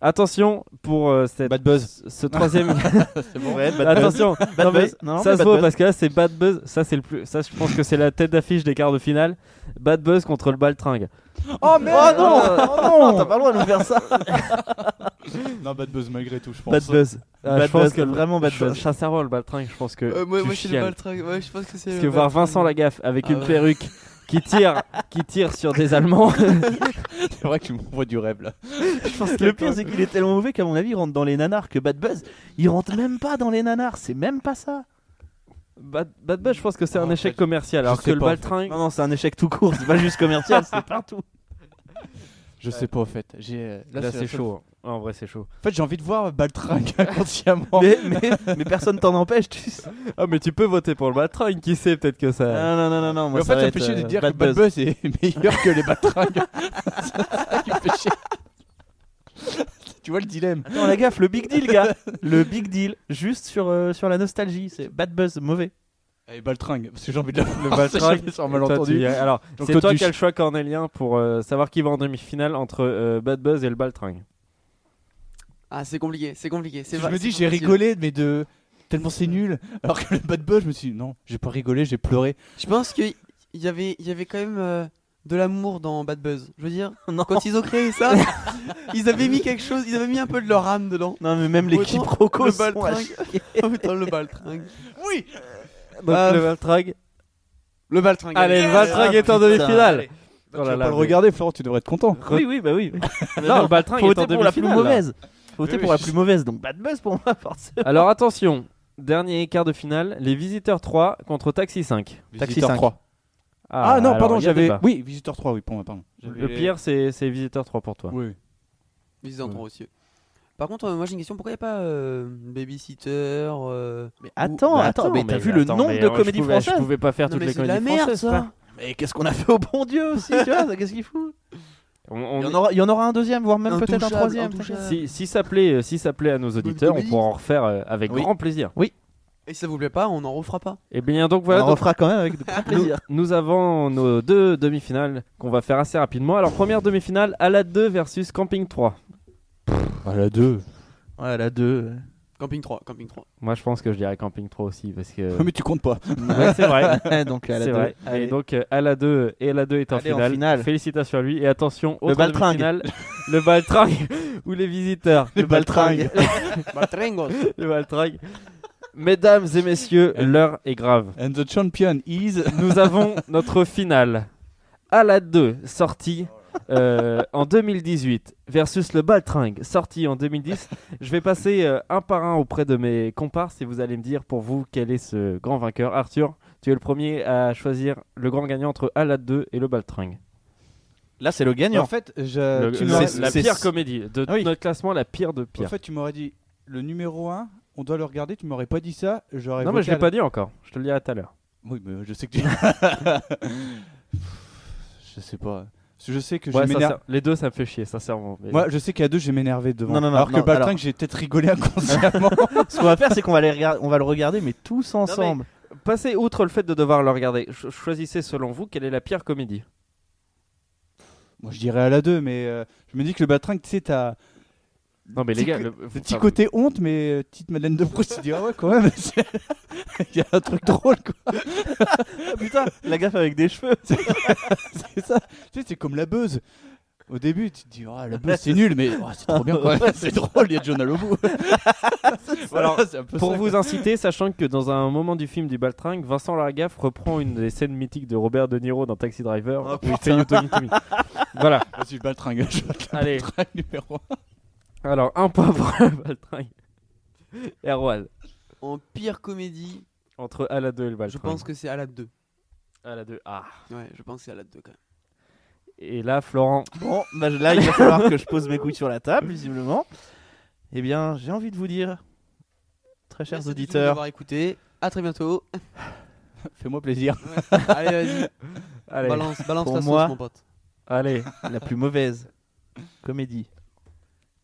[SPEAKER 1] Attention pour euh, cette,
[SPEAKER 2] Bad Buzz.
[SPEAKER 1] ce troisième.
[SPEAKER 2] C'est bon.
[SPEAKER 3] Ouais, Bad Buzz.
[SPEAKER 1] Attention,
[SPEAKER 3] Bad
[SPEAKER 1] non, mais
[SPEAKER 3] Buzz. Non,
[SPEAKER 1] ça
[SPEAKER 3] mais
[SPEAKER 1] se
[SPEAKER 3] Bad
[SPEAKER 1] voit
[SPEAKER 3] Buzz.
[SPEAKER 1] parce que là c'est Bad Buzz. Ça c'est le plus. Ça je pense que c'est la tête d'affiche des quarts de finale. Bad Buzz contre le Baltringue.
[SPEAKER 2] Oh
[SPEAKER 3] Oh
[SPEAKER 2] merde
[SPEAKER 3] non, oh non, t'as pas le droit de nous faire ça.
[SPEAKER 2] Non, Bad Buzz malgré tout, je pense.
[SPEAKER 3] Bad Buzz.
[SPEAKER 1] Ah,
[SPEAKER 3] Bad
[SPEAKER 1] je pense
[SPEAKER 3] Buzz,
[SPEAKER 1] que le-
[SPEAKER 3] vraiment Bad
[SPEAKER 1] Ch-
[SPEAKER 3] Buzz.
[SPEAKER 1] Chassarol, le Baltringue. Je pense que
[SPEAKER 4] Euh, moi,
[SPEAKER 1] tu
[SPEAKER 4] moi, je suis le
[SPEAKER 1] chiales.
[SPEAKER 4] Baltringue. Ouais, je pense que c'est.
[SPEAKER 1] Parce
[SPEAKER 4] le
[SPEAKER 1] que voir
[SPEAKER 4] Baltringue.
[SPEAKER 1] Vincent Lagaffe avec
[SPEAKER 4] Ah
[SPEAKER 1] une
[SPEAKER 4] ouais.
[SPEAKER 1] perruque qui tire, qui tire sur des Allemands.
[SPEAKER 2] C'est vrai que tu m'envoies du rêve là.
[SPEAKER 3] Le pire, c'est qu'il est tellement mauvais qu'à mon avis, il rentre dans les nanars que Bad Buzz, il rentre même pas dans les nanars. C'est même pas ça.
[SPEAKER 1] Bad, Bad Buzz, je pense que c'est
[SPEAKER 2] Ah,
[SPEAKER 1] un
[SPEAKER 2] en
[SPEAKER 1] échec
[SPEAKER 2] fait,
[SPEAKER 1] commercial. Alors que
[SPEAKER 2] sais
[SPEAKER 1] le
[SPEAKER 2] pas, en fait.
[SPEAKER 1] Baltringue.
[SPEAKER 3] Non, non, c'est un échec tout court. C'est pas juste commercial, c'est partout.
[SPEAKER 2] Je sais pas, au fait. J'ai, euh,
[SPEAKER 1] Là,
[SPEAKER 2] la
[SPEAKER 1] c'est
[SPEAKER 2] seule-
[SPEAKER 1] chaud. hein. En vrai, c'est chaud.
[SPEAKER 2] En fait, j'ai envie de voir Baltringue inconsciemment.
[SPEAKER 3] Mais, mais, mais personne t'en empêche, tu sais.
[SPEAKER 1] Ah, mais tu peux voter pour le Baltringue, qui sait, peut-être que
[SPEAKER 3] Non,
[SPEAKER 1] ça.
[SPEAKER 3] non, non, non, non. Moi,
[SPEAKER 2] Mais en fait,
[SPEAKER 3] ça
[SPEAKER 2] ça
[SPEAKER 3] va
[SPEAKER 2] me fait
[SPEAKER 3] être,
[SPEAKER 2] chier de
[SPEAKER 3] euh,
[SPEAKER 2] dire
[SPEAKER 3] Bad
[SPEAKER 2] que Bad
[SPEAKER 3] Buzz.
[SPEAKER 2] Buzz est meilleur que les Baltringues. c'est ça qui me fait chier. tu vois le dilemme.
[SPEAKER 3] Attends, la gaffe, le big deal, gars. Le big deal, juste sur, euh, sur la nostalgie. C'est Bad Buzz, mauvais.
[SPEAKER 2] Et Baltringue, parce que j'ai envie de le
[SPEAKER 1] Baltringue,
[SPEAKER 2] c'est un
[SPEAKER 1] Toi, tu
[SPEAKER 2] malentendu.
[SPEAKER 1] y es. Alors,
[SPEAKER 2] Donc,
[SPEAKER 1] c'est
[SPEAKER 2] toi,
[SPEAKER 1] toi
[SPEAKER 2] tu-
[SPEAKER 1] qui as le choix cornélien pour euh, savoir qui va en demi-finale entre euh, Bad Buzz et le Baltringue.
[SPEAKER 4] Ah, c'est compliqué, c'est compliqué. c'est
[SPEAKER 2] je
[SPEAKER 4] vrai,
[SPEAKER 2] me dis,
[SPEAKER 4] c'est
[SPEAKER 2] j'ai
[SPEAKER 4] compliqué.
[SPEAKER 2] rigolé, mais de. Tellement c'est nul. Alors que le Bad Buzz, je me suis dit, non, j'ai pas rigolé, j'ai pleuré.
[SPEAKER 4] Je pense qu'il y avait, il y avait quand même euh, de l'amour dans Bad Buzz. Je veux dire,
[SPEAKER 3] Non.
[SPEAKER 4] quand ils ont créé ça, ils avaient mis quelque chose, ils avaient mis un peu de leur âme dedans.
[SPEAKER 3] Non, mais même les
[SPEAKER 4] Autant
[SPEAKER 3] quiproquos
[SPEAKER 4] le
[SPEAKER 3] sont à
[SPEAKER 4] Baltringue.
[SPEAKER 3] chier.
[SPEAKER 4] Oh, putain, le baltringue.
[SPEAKER 2] Oui
[SPEAKER 1] Donc,
[SPEAKER 4] Ah,
[SPEAKER 1] le Baltringue.
[SPEAKER 4] Le baltringue.
[SPEAKER 1] Allez, le Baltringue est en
[SPEAKER 3] putain,
[SPEAKER 1] demi-finale. Oh
[SPEAKER 2] Tu
[SPEAKER 1] là là,
[SPEAKER 2] vas pas le
[SPEAKER 1] mais-
[SPEAKER 2] regarder, Florent, tu devrais être content.
[SPEAKER 3] Oui, oui, bah oui.
[SPEAKER 1] Non, le Baltringue
[SPEAKER 3] Faut
[SPEAKER 1] est en
[SPEAKER 3] voter pour la plus
[SPEAKER 1] demi-finale. là.
[SPEAKER 3] mauvaise. Faut voter
[SPEAKER 2] Oui,
[SPEAKER 3] pour la
[SPEAKER 2] je-
[SPEAKER 3] plus mauvaise, donc Bad Buzz pour moi, forcément.
[SPEAKER 1] Alors, attention. Dernier quart de finale, les Visiteurs 3 contre Taxi 5.
[SPEAKER 3] Taxi
[SPEAKER 2] Visiteur
[SPEAKER 3] 5.
[SPEAKER 2] 3. Ah, non,
[SPEAKER 1] alors,
[SPEAKER 2] pardon,
[SPEAKER 1] il y a
[SPEAKER 2] j'avais.
[SPEAKER 1] débat.
[SPEAKER 2] Oui, Visiteur 3, oui, pour moi, pardon.
[SPEAKER 1] Le pire, c'est c'est Visiteurs 3 pour toi.
[SPEAKER 2] Oui.
[SPEAKER 4] Ils en aussi. Par contre, euh, moi j'ai une question. Pourquoi il n'y a pas euh, babysitter euh,
[SPEAKER 3] Attends,
[SPEAKER 1] Bah,
[SPEAKER 3] attends, mais t'as vu le
[SPEAKER 1] attends,
[SPEAKER 3] nombre
[SPEAKER 1] mais,
[SPEAKER 3] de
[SPEAKER 1] euh, je
[SPEAKER 3] comédies
[SPEAKER 1] pouvais-
[SPEAKER 3] françaises
[SPEAKER 1] Je pouvais pas faire
[SPEAKER 4] Non,
[SPEAKER 1] toutes
[SPEAKER 4] mais
[SPEAKER 1] les
[SPEAKER 4] c'est de la
[SPEAKER 1] comédies
[SPEAKER 4] merde,
[SPEAKER 1] françaises.
[SPEAKER 4] ça.
[SPEAKER 1] quoi.
[SPEAKER 3] Mais qu'est-ce qu'on a fait au bon Dieu aussi, tu vois ça, Qu'est-ce qu'il fout
[SPEAKER 1] On- on
[SPEAKER 3] il y,
[SPEAKER 1] est-
[SPEAKER 3] en aura, il y en aura un deuxième, voire même peut-être un
[SPEAKER 4] Intouchable,
[SPEAKER 3] troisième.
[SPEAKER 4] intouchable.
[SPEAKER 3] t'inquiète.
[SPEAKER 1] Si, si ça plaît, euh, si ça plaît à nos auditeurs, on
[SPEAKER 4] comédie.
[SPEAKER 1] pourra en refaire euh, avec
[SPEAKER 3] Oui.
[SPEAKER 1] grand plaisir.
[SPEAKER 4] Et si ça vous plaît pas, on n'en refera pas.
[SPEAKER 1] Et bien donc
[SPEAKER 3] On
[SPEAKER 1] voilà,
[SPEAKER 3] en
[SPEAKER 1] donc,
[SPEAKER 3] refera quand même avec grand
[SPEAKER 1] nous,
[SPEAKER 3] plaisir.
[SPEAKER 1] nous avons nos deux demi-finales qu'on va faire assez rapidement. Alors première demi-finale, Ala 2 versus Camping 3.
[SPEAKER 2] Ah, la 2.
[SPEAKER 3] Ouais, la 2.
[SPEAKER 4] Camping 3, Camping 3.
[SPEAKER 1] Moi je pense que je dirais Camping 3 aussi parce que
[SPEAKER 2] Ah, Mais tu comptes pas.
[SPEAKER 1] Ouais, c'est vrai.
[SPEAKER 3] donc, à la
[SPEAKER 1] C'est
[SPEAKER 3] deux.
[SPEAKER 1] vrai.
[SPEAKER 3] Allez.
[SPEAKER 1] Et donc euh, Ala 2 et Ala 2 est en
[SPEAKER 3] Allez, en
[SPEAKER 1] finale.
[SPEAKER 3] finale.
[SPEAKER 1] Félicitations à lui et attention
[SPEAKER 3] Le
[SPEAKER 1] autre
[SPEAKER 3] Baltringue.
[SPEAKER 1] demi-finale, le Baltringue ou les visiteurs.
[SPEAKER 3] le baltringue.
[SPEAKER 4] Baltringos.
[SPEAKER 1] Le Baltringue. Mesdames et messieurs, l'heure est grave.
[SPEAKER 2] And the champion is.
[SPEAKER 1] nous avons notre finale. À la 2, sortie euh, en 2018, versus le Baltringue, sorti en 2010. Je vais passer euh, un par un auprès de mes comparses et vous allez me dire pour vous quel est ce grand vainqueur. Arthur, tu es le premier à choisir le grand gagnant entre À la 2 et le Baltringue.
[SPEAKER 3] Là, c'est le
[SPEAKER 2] Et en
[SPEAKER 3] gagnant.
[SPEAKER 2] fait,
[SPEAKER 1] Le-
[SPEAKER 2] je... Euh, tu
[SPEAKER 1] le-
[SPEAKER 2] m'aurais-
[SPEAKER 1] la
[SPEAKER 3] c'est-
[SPEAKER 1] pire comédie de
[SPEAKER 3] Ah oui.
[SPEAKER 1] notre classement, la pire de pire.
[SPEAKER 2] En fait, tu m'aurais dit le numéro 1, on doit le regarder. Tu m'aurais pas dit ça. J'aurais
[SPEAKER 1] non mais
[SPEAKER 2] voté
[SPEAKER 1] je
[SPEAKER 2] à
[SPEAKER 1] l'ai
[SPEAKER 2] la-
[SPEAKER 1] pas dit encore. Je te le dirai tout à l'heure.
[SPEAKER 2] Oui, mais je sais que tu. je sais pas. Parce que Je sais que
[SPEAKER 1] Ouais,
[SPEAKER 2] je
[SPEAKER 1] ça,
[SPEAKER 2] m'énerve.
[SPEAKER 1] ça- les deux, ça me fait chier, sincèrement. Mais-
[SPEAKER 2] Moi, je sais qu'à deux, j'ai m'énervé devant.
[SPEAKER 3] Non, non, non,
[SPEAKER 2] alors
[SPEAKER 3] non,
[SPEAKER 2] que Baltringue,
[SPEAKER 3] alors-
[SPEAKER 2] j'ai peut-être rigolé inconsciemment.
[SPEAKER 3] Ce qu'on va faire, c'est qu'on va, les regarder- on va le regarder, mais tous ensemble.
[SPEAKER 1] Passez outre le fait de devoir le regarder. Ch- choisissez selon vous quelle est la pire comédie.
[SPEAKER 2] Moi, je dirais à la 2, mais euh, je me dis que le Batringue, tu sais, t'as
[SPEAKER 1] Non, mais les
[SPEAKER 2] Petit
[SPEAKER 1] gars,
[SPEAKER 2] co-
[SPEAKER 1] le,
[SPEAKER 2] le petit
[SPEAKER 1] enfin,
[SPEAKER 2] côté honte, mais euh, petite Madeleine de Proust, tu dis, ah ouais, quand même, c'est- il y a un truc drôle, quoi.
[SPEAKER 3] Ah, Putain, la gaffe avec des cheveux.
[SPEAKER 2] C'est ça. Tu sais, c'est comme la buzz. Au début, tu te dis, ah, la buzz,
[SPEAKER 3] Ouais,
[SPEAKER 2] c'est nul, mais oh, c'est trop bien, quoi. c'est drôle, il y a John Lobo.
[SPEAKER 1] Alors,
[SPEAKER 2] c'est un peu
[SPEAKER 1] Pour
[SPEAKER 2] ça,
[SPEAKER 1] vous inciter, sachant que dans un moment du film du Baltringue, Vincent Largaffe reprend une des scènes mythiques de Robert De Niro dans Taxi Driver
[SPEAKER 3] Oh,
[SPEAKER 1] où il fait You Tommy Tommy. voilà,
[SPEAKER 2] quoi. Vas-y, le baltringue, je
[SPEAKER 1] allez.
[SPEAKER 2] baltringue numéro 1.
[SPEAKER 1] Alors, un point pour le Baltringue. Erwan,
[SPEAKER 4] En pire comédie,
[SPEAKER 1] entre Ala 2 et le Baltringue.
[SPEAKER 4] je pense que c'est Alad 2.
[SPEAKER 1] Ala 2, ah.
[SPEAKER 4] Ouais, je pense que c'est Alad 2 quand même.
[SPEAKER 1] Et là, Florent,
[SPEAKER 3] Bon, bah, là, il va falloir que je pose mes couilles sur la table, visiblement. Eh bien, j'ai envie de vous dire, très chers
[SPEAKER 4] Merci de tous nous
[SPEAKER 3] auditeurs,
[SPEAKER 4] avoir écouté. À très bientôt.
[SPEAKER 2] Fais-moi plaisir.
[SPEAKER 4] Allez, vas-y.
[SPEAKER 1] allez,
[SPEAKER 4] Balance, balance
[SPEAKER 3] Pour
[SPEAKER 4] la sauce,
[SPEAKER 3] moi.
[SPEAKER 4] mon pote.
[SPEAKER 1] allez.
[SPEAKER 3] la plus mauvaise comédie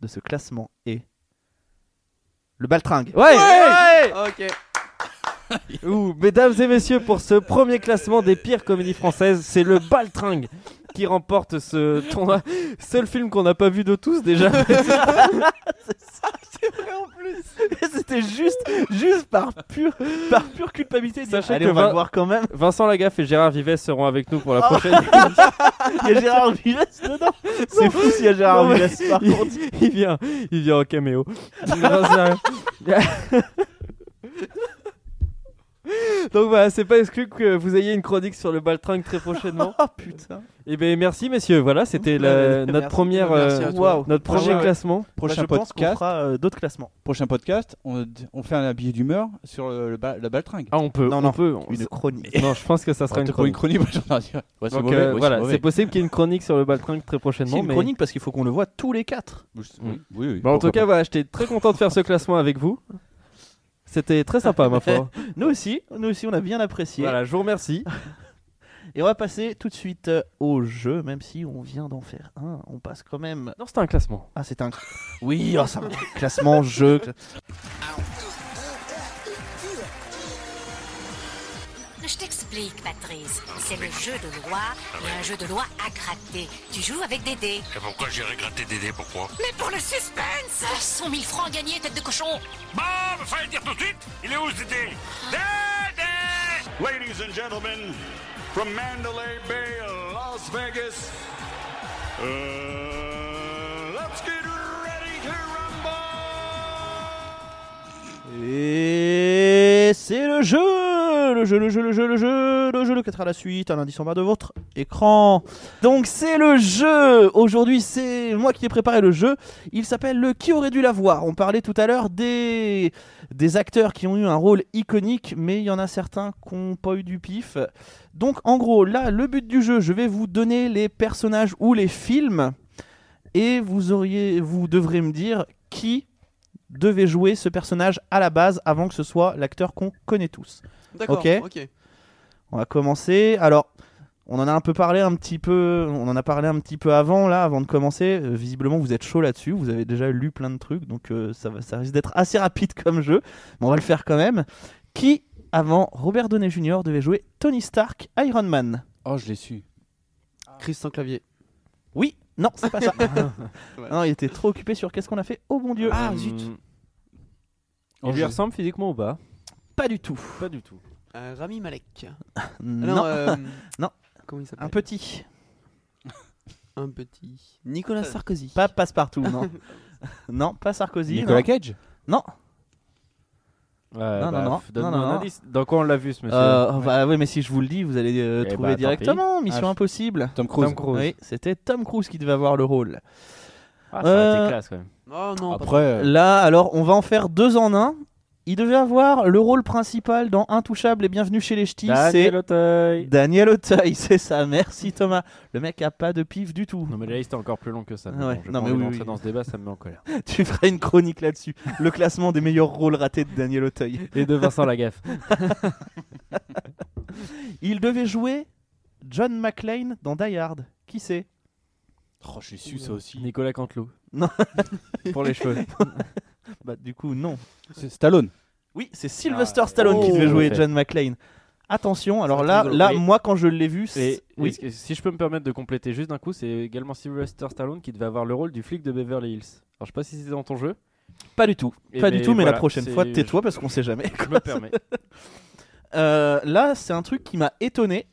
[SPEAKER 3] de ce classement est le baltringue.
[SPEAKER 1] Ouais,
[SPEAKER 4] Ok.
[SPEAKER 1] Ouh, Mesdames et messieurs, pour ce premier classement des pires comédies françaises, c'est le Baltringue qui remporte ce tournoi. Seul film qu'on n'a pas vu de tous déjà.
[SPEAKER 3] C'était juste, juste par pure, par pure culpabilité. de dire,
[SPEAKER 1] Sachez
[SPEAKER 3] Allez,
[SPEAKER 1] que
[SPEAKER 3] on va
[SPEAKER 1] Vin-
[SPEAKER 3] le voir quand même.
[SPEAKER 1] Vincent Lagaffe et Gérard Vivet seront avec nous pour la prochaine.
[SPEAKER 3] Il y a Gérard Villas dedans. C'est fou s'il y a Gérard
[SPEAKER 1] Non, mais-
[SPEAKER 3] Villas par
[SPEAKER 1] il,
[SPEAKER 3] contre.
[SPEAKER 1] il vient, il vient en caméo. Non, sérieux. Donc voilà, c'est pas exclu que vous ayez une chronique sur le Baltringue très prochainement.
[SPEAKER 3] Oh putain.
[SPEAKER 1] Et ben merci messieurs, voilà, c'était la- notre première
[SPEAKER 4] Merci
[SPEAKER 1] euh,
[SPEAKER 4] à toi.
[SPEAKER 3] Waouh.
[SPEAKER 1] notre premier
[SPEAKER 2] Ouais, ouais.
[SPEAKER 1] classement.
[SPEAKER 3] Bah,
[SPEAKER 2] Prochain
[SPEAKER 3] je pense qu'on
[SPEAKER 2] podcast,
[SPEAKER 3] fera euh, d'autres classements.
[SPEAKER 2] prochain podcast, on, on fait un billet d'humeur sur le, le ba- la baltringue.
[SPEAKER 1] Ah, on peut,
[SPEAKER 3] Non,
[SPEAKER 1] on
[SPEAKER 3] non,
[SPEAKER 1] peut. on-
[SPEAKER 3] Une chronique.
[SPEAKER 1] Non, je pense que ça sera
[SPEAKER 2] Ah,
[SPEAKER 1] une
[SPEAKER 2] t'as pas eu
[SPEAKER 1] chronique.
[SPEAKER 2] chronique, moi, j'en ai dit, ouais, c'est
[SPEAKER 1] Donc
[SPEAKER 2] mauvais,
[SPEAKER 1] euh,
[SPEAKER 2] ouais,
[SPEAKER 1] voilà,
[SPEAKER 2] c'est
[SPEAKER 1] c'est
[SPEAKER 2] mauvais.
[SPEAKER 1] possible qu'il y ait une chronique sur le Baltringue très
[SPEAKER 3] C'est
[SPEAKER 1] prochainement
[SPEAKER 3] une
[SPEAKER 1] mais
[SPEAKER 3] chronique parce qu'il faut qu'on le voit tous les quatre.
[SPEAKER 2] Oui, oui, oui,
[SPEAKER 1] Bah, en tout
[SPEAKER 2] pourquoi
[SPEAKER 1] cas, voilà, j'étais très content de faire ce classement avec vous. C'était très sympa ma foi.
[SPEAKER 3] Nous aussi, nous aussi, on a bien apprécié.
[SPEAKER 1] Voilà, je vous remercie.
[SPEAKER 3] Et on va passer tout de suite euh, au jeu, même si on vient d'en faire un, on passe quand même.
[SPEAKER 1] Non, c'était un classement.
[SPEAKER 3] Ah, c'est un. Oui, oh, ça va. classement jeu. cla-
[SPEAKER 9] Je t'explique, Patrice. C'est le jeu de loi et un jeu de loi à gratter. Tu joues avec des dés.
[SPEAKER 10] Et pourquoi j'irais gratter des dés, pourquoi
[SPEAKER 9] Mais pour le suspense 100 000 francs gagnés, tête de cochon
[SPEAKER 10] Bon, bah, fallait le dire tout de suite Il est où ce dé Ladies and gentlemen, from Mandalay Bay, Las Vegas, uh, let's get ready to rumble
[SPEAKER 3] Et c'est le jeu Le jeu, le jeu, le jeu, le jeu, le jeu, le 4 à la suite, un indice en bas de votre écran. Donc c'est le jeu Aujourd'hui, c'est moi qui ai préparé le jeu. Il s'appelle le Qui aurait dû l'avoir On parlait tout à l'heure des... des acteurs qui ont eu un rôle iconique, mais il y en a certains qui n'ont pas eu du pif. Donc en gros, là, le but du jeu, je vais vous donner les personnages ou les films, et vous, auriez... vous devrez me dire qui devait jouer ce personnage à la base avant que ce soit l'acteur qu'on connaît tous.
[SPEAKER 4] D'accord.
[SPEAKER 3] Ok.
[SPEAKER 4] ok.
[SPEAKER 3] On va commencer. Alors, on en a un peu parlé un petit peu, on en a parlé un petit peu avant là, avant de commencer. Euh, visiblement, vous êtes chaud là-dessus. Vous avez déjà lu plein de trucs, donc euh, ça, va, ça risque d'être assez rapide comme jeu, mais on va le faire quand même. Qui avant Robert Downey Jr. devait jouer Tony Stark, Iron Man
[SPEAKER 2] pas. Oh, je l'ai su.
[SPEAKER 4] Christian Clavier.
[SPEAKER 3] Oui, non, c'est pas ça. non, il était trop occupé sur qu'est-ce qu'on a fait. Oh bon Dieu,
[SPEAKER 4] Ah,
[SPEAKER 1] Hum,
[SPEAKER 4] zut.
[SPEAKER 1] Il lui ressemble physiquement ou pas
[SPEAKER 3] pas du tout.
[SPEAKER 1] Pas du tout.
[SPEAKER 4] Euh, Rami Malek. Ah
[SPEAKER 3] Non,
[SPEAKER 4] Non. euh,
[SPEAKER 3] Non.
[SPEAKER 4] Comment il s'appelle
[SPEAKER 3] un petit.
[SPEAKER 4] Un petit. Euh, Nicolas Sarkozy.
[SPEAKER 3] Pas passe-partout, non. non, pas Sarkozy. non.
[SPEAKER 2] Nicolas Cage
[SPEAKER 3] Non.
[SPEAKER 1] Ouais, bah,
[SPEAKER 3] Non, non, non.
[SPEAKER 1] f- donne-nous
[SPEAKER 3] Non, non,
[SPEAKER 1] un
[SPEAKER 3] non.
[SPEAKER 1] indice. Dans quoi on l'a vu ce monsieur
[SPEAKER 3] Euh, bah oui, mais si je vous le dis, vous allez euh,
[SPEAKER 1] Eh
[SPEAKER 3] trouver
[SPEAKER 1] bah, tant
[SPEAKER 3] directement. Mission
[SPEAKER 2] Ah,
[SPEAKER 3] impossible.
[SPEAKER 2] Tom Cruise.
[SPEAKER 1] Tom Cruise.
[SPEAKER 3] Oui, c'était Tom Cruise qui devait avoir le rôle.
[SPEAKER 1] Ah, ça aurait été
[SPEAKER 3] Euh,
[SPEAKER 1] classe quand même.
[SPEAKER 4] Oh non, pas
[SPEAKER 2] Après, euh,
[SPEAKER 3] Là, alors, on va en faire deux en un. Il devait avoir le rôle principal dans Intouchable et Bienvenue chez les Ch'tis. C'est
[SPEAKER 1] Daniel Auteuil.
[SPEAKER 3] Daniel Auteuil, c'est ça. Merci Thomas. Le mec a pas de pif du tout.
[SPEAKER 1] Non mais la liste est encore plus longue que ça.
[SPEAKER 3] Ah ouais.
[SPEAKER 1] bon, je
[SPEAKER 3] Non,
[SPEAKER 1] vais pas
[SPEAKER 3] mais oui,
[SPEAKER 1] rentrer
[SPEAKER 3] oui.
[SPEAKER 1] dans ce débat, ça me met en colère.
[SPEAKER 3] tu feras une chronique là-dessus. Le classement des meilleurs rôles ratés de Daniel Auteuil.
[SPEAKER 1] Et de Vincent Lagaffe.
[SPEAKER 3] Il devait jouer John McClane dans Die Hard. Qui c'est
[SPEAKER 2] oh, je l'ai su ça aussi.
[SPEAKER 1] Nicolas Canteloup.
[SPEAKER 3] Non.
[SPEAKER 1] Pour les cheveux.
[SPEAKER 3] Bah, du coup, non.
[SPEAKER 2] C'est Stallone.
[SPEAKER 3] Oui, c'est Sylvester
[SPEAKER 1] Ah,
[SPEAKER 3] Stallone qui
[SPEAKER 1] oh,
[SPEAKER 3] devait jouer
[SPEAKER 1] parfait.
[SPEAKER 3] John McClane. Attention, alors
[SPEAKER 1] C'est
[SPEAKER 3] là,
[SPEAKER 1] rigolo.
[SPEAKER 3] là
[SPEAKER 1] Et-
[SPEAKER 3] moi quand je l'ai vu, c'est.
[SPEAKER 1] Et
[SPEAKER 3] Oui.
[SPEAKER 1] est-ce que- si je peux me permettre de compléter juste d'un coup, c'est également Sylvester Stallone qui devait avoir le rôle du flic de Beverly Hills. Alors je sais pas si c'est dans ton jeu.
[SPEAKER 3] Pas du tout.
[SPEAKER 1] Eh
[SPEAKER 3] pas
[SPEAKER 1] ben,
[SPEAKER 3] du tout, mais
[SPEAKER 1] voilà,
[SPEAKER 3] la prochaine
[SPEAKER 1] c'est-
[SPEAKER 3] fois, tais-toi parce qu'on sait jamais.
[SPEAKER 1] Je
[SPEAKER 3] quoi.
[SPEAKER 1] me permets.
[SPEAKER 3] Euh, là, c'est un truc qui m'a étonné,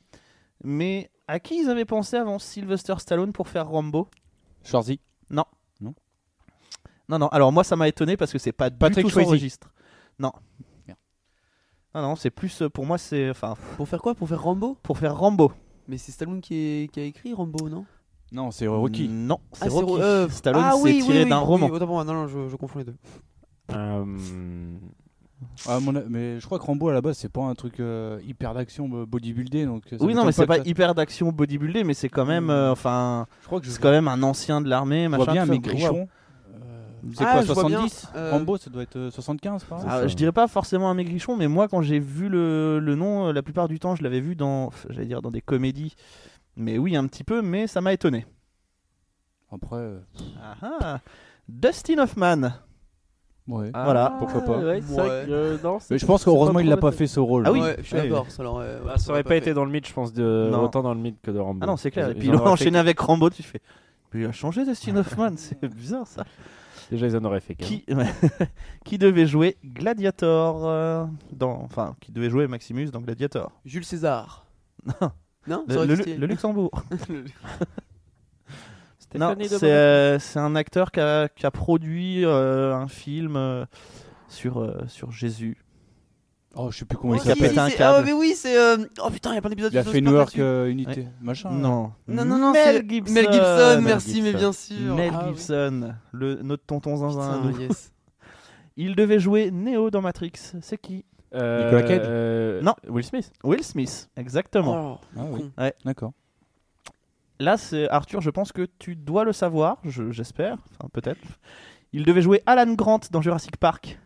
[SPEAKER 3] mais à qui ils avaient pensé avant Sylvester Stallone pour faire Rambo
[SPEAKER 2] Schwarzy
[SPEAKER 3] Non.
[SPEAKER 2] Non.
[SPEAKER 3] Non, non, alors moi ça m'a étonné parce que c'est pas
[SPEAKER 2] Patrick
[SPEAKER 3] du tout son
[SPEAKER 2] Swayze.
[SPEAKER 3] registre. Non. Non, non, c'est plus. euh, Pour moi, c'est. Enfin,
[SPEAKER 4] Pour faire quoi Pour faire Rambo
[SPEAKER 3] Pour faire Rambo.
[SPEAKER 4] Mais c'est Stallone qui, est- qui a écrit Rambo, non
[SPEAKER 2] Non, c'est Rocky.
[SPEAKER 3] Non, c'est
[SPEAKER 4] Ah,
[SPEAKER 3] Rocky.
[SPEAKER 4] Ro- euh,
[SPEAKER 3] Stallone
[SPEAKER 4] ah
[SPEAKER 3] s'est
[SPEAKER 4] oui, oui,
[SPEAKER 3] tiré
[SPEAKER 4] oui,
[SPEAKER 3] d'un
[SPEAKER 4] oui,
[SPEAKER 3] roman.
[SPEAKER 4] autant pour moi. non, non, je, je confonds les deux.
[SPEAKER 1] Euh,
[SPEAKER 2] Ah, mon- mais je crois que Rambo à la base c'est pas un truc euh, hyper d'action euh, bodybuildé donc. ça
[SPEAKER 3] Oui, non,
[SPEAKER 2] m'étonne
[SPEAKER 3] mais c'est pas
[SPEAKER 2] que ça-
[SPEAKER 3] hyper d'action bodybuildé, mais c'est quand même. euh, Enfin,
[SPEAKER 2] Je crois que je
[SPEAKER 3] c'est quand même un ancien de Euh, l'armée,
[SPEAKER 2] vois
[SPEAKER 3] machin.
[SPEAKER 2] bien
[SPEAKER 3] tout
[SPEAKER 2] mes
[SPEAKER 3] ça.
[SPEAKER 2] grichons. C'est
[SPEAKER 4] Ah,
[SPEAKER 2] quoi
[SPEAKER 4] je vois bien,
[SPEAKER 2] 70
[SPEAKER 4] euh,
[SPEAKER 2] Rambo ça doit être euh, 75 par exemple.
[SPEAKER 3] Ah, je dirais pas forcément un maigrichon, mais moi quand j'ai vu le, le nom, euh, la plupart du temps je l'avais vu dans, pff, j'allais dire dans des comédies, mais oui un petit peu, mais ça m'a étonné.
[SPEAKER 2] Après, euh,
[SPEAKER 3] Ah, ah. Dustin Hoffman. Ah
[SPEAKER 2] ouais.
[SPEAKER 3] Voilà.
[SPEAKER 2] Pourquoi pas.
[SPEAKER 1] ouais, c'est vrai
[SPEAKER 4] Ouais.
[SPEAKER 1] que, euh, non, c'est-
[SPEAKER 2] Mais je pense
[SPEAKER 1] c'est
[SPEAKER 2] qu'heureusement
[SPEAKER 1] pas
[SPEAKER 2] il l'a
[SPEAKER 1] trop
[SPEAKER 2] pas
[SPEAKER 1] notre-
[SPEAKER 2] fait ce rôle.
[SPEAKER 3] Ah oui. Ah,
[SPEAKER 4] Ouais, je suis
[SPEAKER 2] Ouais.
[SPEAKER 4] d'accord. Ça l'aurait. ouais,
[SPEAKER 1] Bah, ça aurait pas été dans le mythe, je pense, de...
[SPEAKER 3] Non.
[SPEAKER 1] autant dans le mythe que de Rambo.
[SPEAKER 3] Ah non c'est clair.
[SPEAKER 1] Ils-
[SPEAKER 3] Et
[SPEAKER 1] ils
[SPEAKER 3] puis
[SPEAKER 1] en
[SPEAKER 3] il
[SPEAKER 1] auraient
[SPEAKER 3] l'a
[SPEAKER 1] fait-
[SPEAKER 3] enchaîné avec Rambo, tu fais. Puis il a changé Dustin Hoffman, c'est bizarre ça.
[SPEAKER 1] Déjà, ils en auraient fait.
[SPEAKER 3] Qui, ouais. qui devait jouer Gladiator euh, dans, enfin qui devait jouer Maximus dans Gladiator.
[SPEAKER 4] Jules César.
[SPEAKER 3] Non.
[SPEAKER 4] Non, ça
[SPEAKER 3] Le,
[SPEAKER 4] aurait
[SPEAKER 3] le-
[SPEAKER 4] existé.
[SPEAKER 3] le Luxembourg.
[SPEAKER 4] Le-
[SPEAKER 3] Non, c'est euh, c'est un acteur qui a, qui a produit euh, un film euh, sur euh, sur Jésus.
[SPEAKER 2] Oh, je sais plus comment il
[SPEAKER 4] Oh, si,
[SPEAKER 3] s'appelle.
[SPEAKER 2] s'appelle.
[SPEAKER 4] si,
[SPEAKER 3] Un
[SPEAKER 4] c'est-
[SPEAKER 3] câble.
[SPEAKER 4] Ah, mais oui, c'est. euh, Oh putain, il y a plein d'épisodes.
[SPEAKER 2] Il a
[SPEAKER 4] de
[SPEAKER 2] fait
[SPEAKER 4] South Park
[SPEAKER 2] Newark
[SPEAKER 4] là-dessus.
[SPEAKER 2] euh, Unité, machin.
[SPEAKER 3] Non.
[SPEAKER 4] Non, non, non,
[SPEAKER 3] Mel
[SPEAKER 4] c'est
[SPEAKER 3] Gibson.
[SPEAKER 4] Mel Gibson, merci, mais bien sûr.
[SPEAKER 3] Mel
[SPEAKER 4] Ah, oui.
[SPEAKER 3] Gibson, le, notre tonton zinzin. à
[SPEAKER 4] Putain,
[SPEAKER 3] nous.
[SPEAKER 4] yes.
[SPEAKER 3] Il devait jouer Neo dans Matrix. C'est qui
[SPEAKER 1] Euh,
[SPEAKER 2] Nicolas Cage
[SPEAKER 1] euh,
[SPEAKER 3] Non.
[SPEAKER 1] Will Smith.
[SPEAKER 3] Will Smith. Exactement.
[SPEAKER 4] Oh,
[SPEAKER 2] Ah oui.
[SPEAKER 3] Ouais.
[SPEAKER 2] D'accord.
[SPEAKER 3] Là, c'est Arthur, je pense que tu dois le savoir, je- j'espère. Enfin, peut-être. Il devait jouer Alan Grant dans Jurassic Park.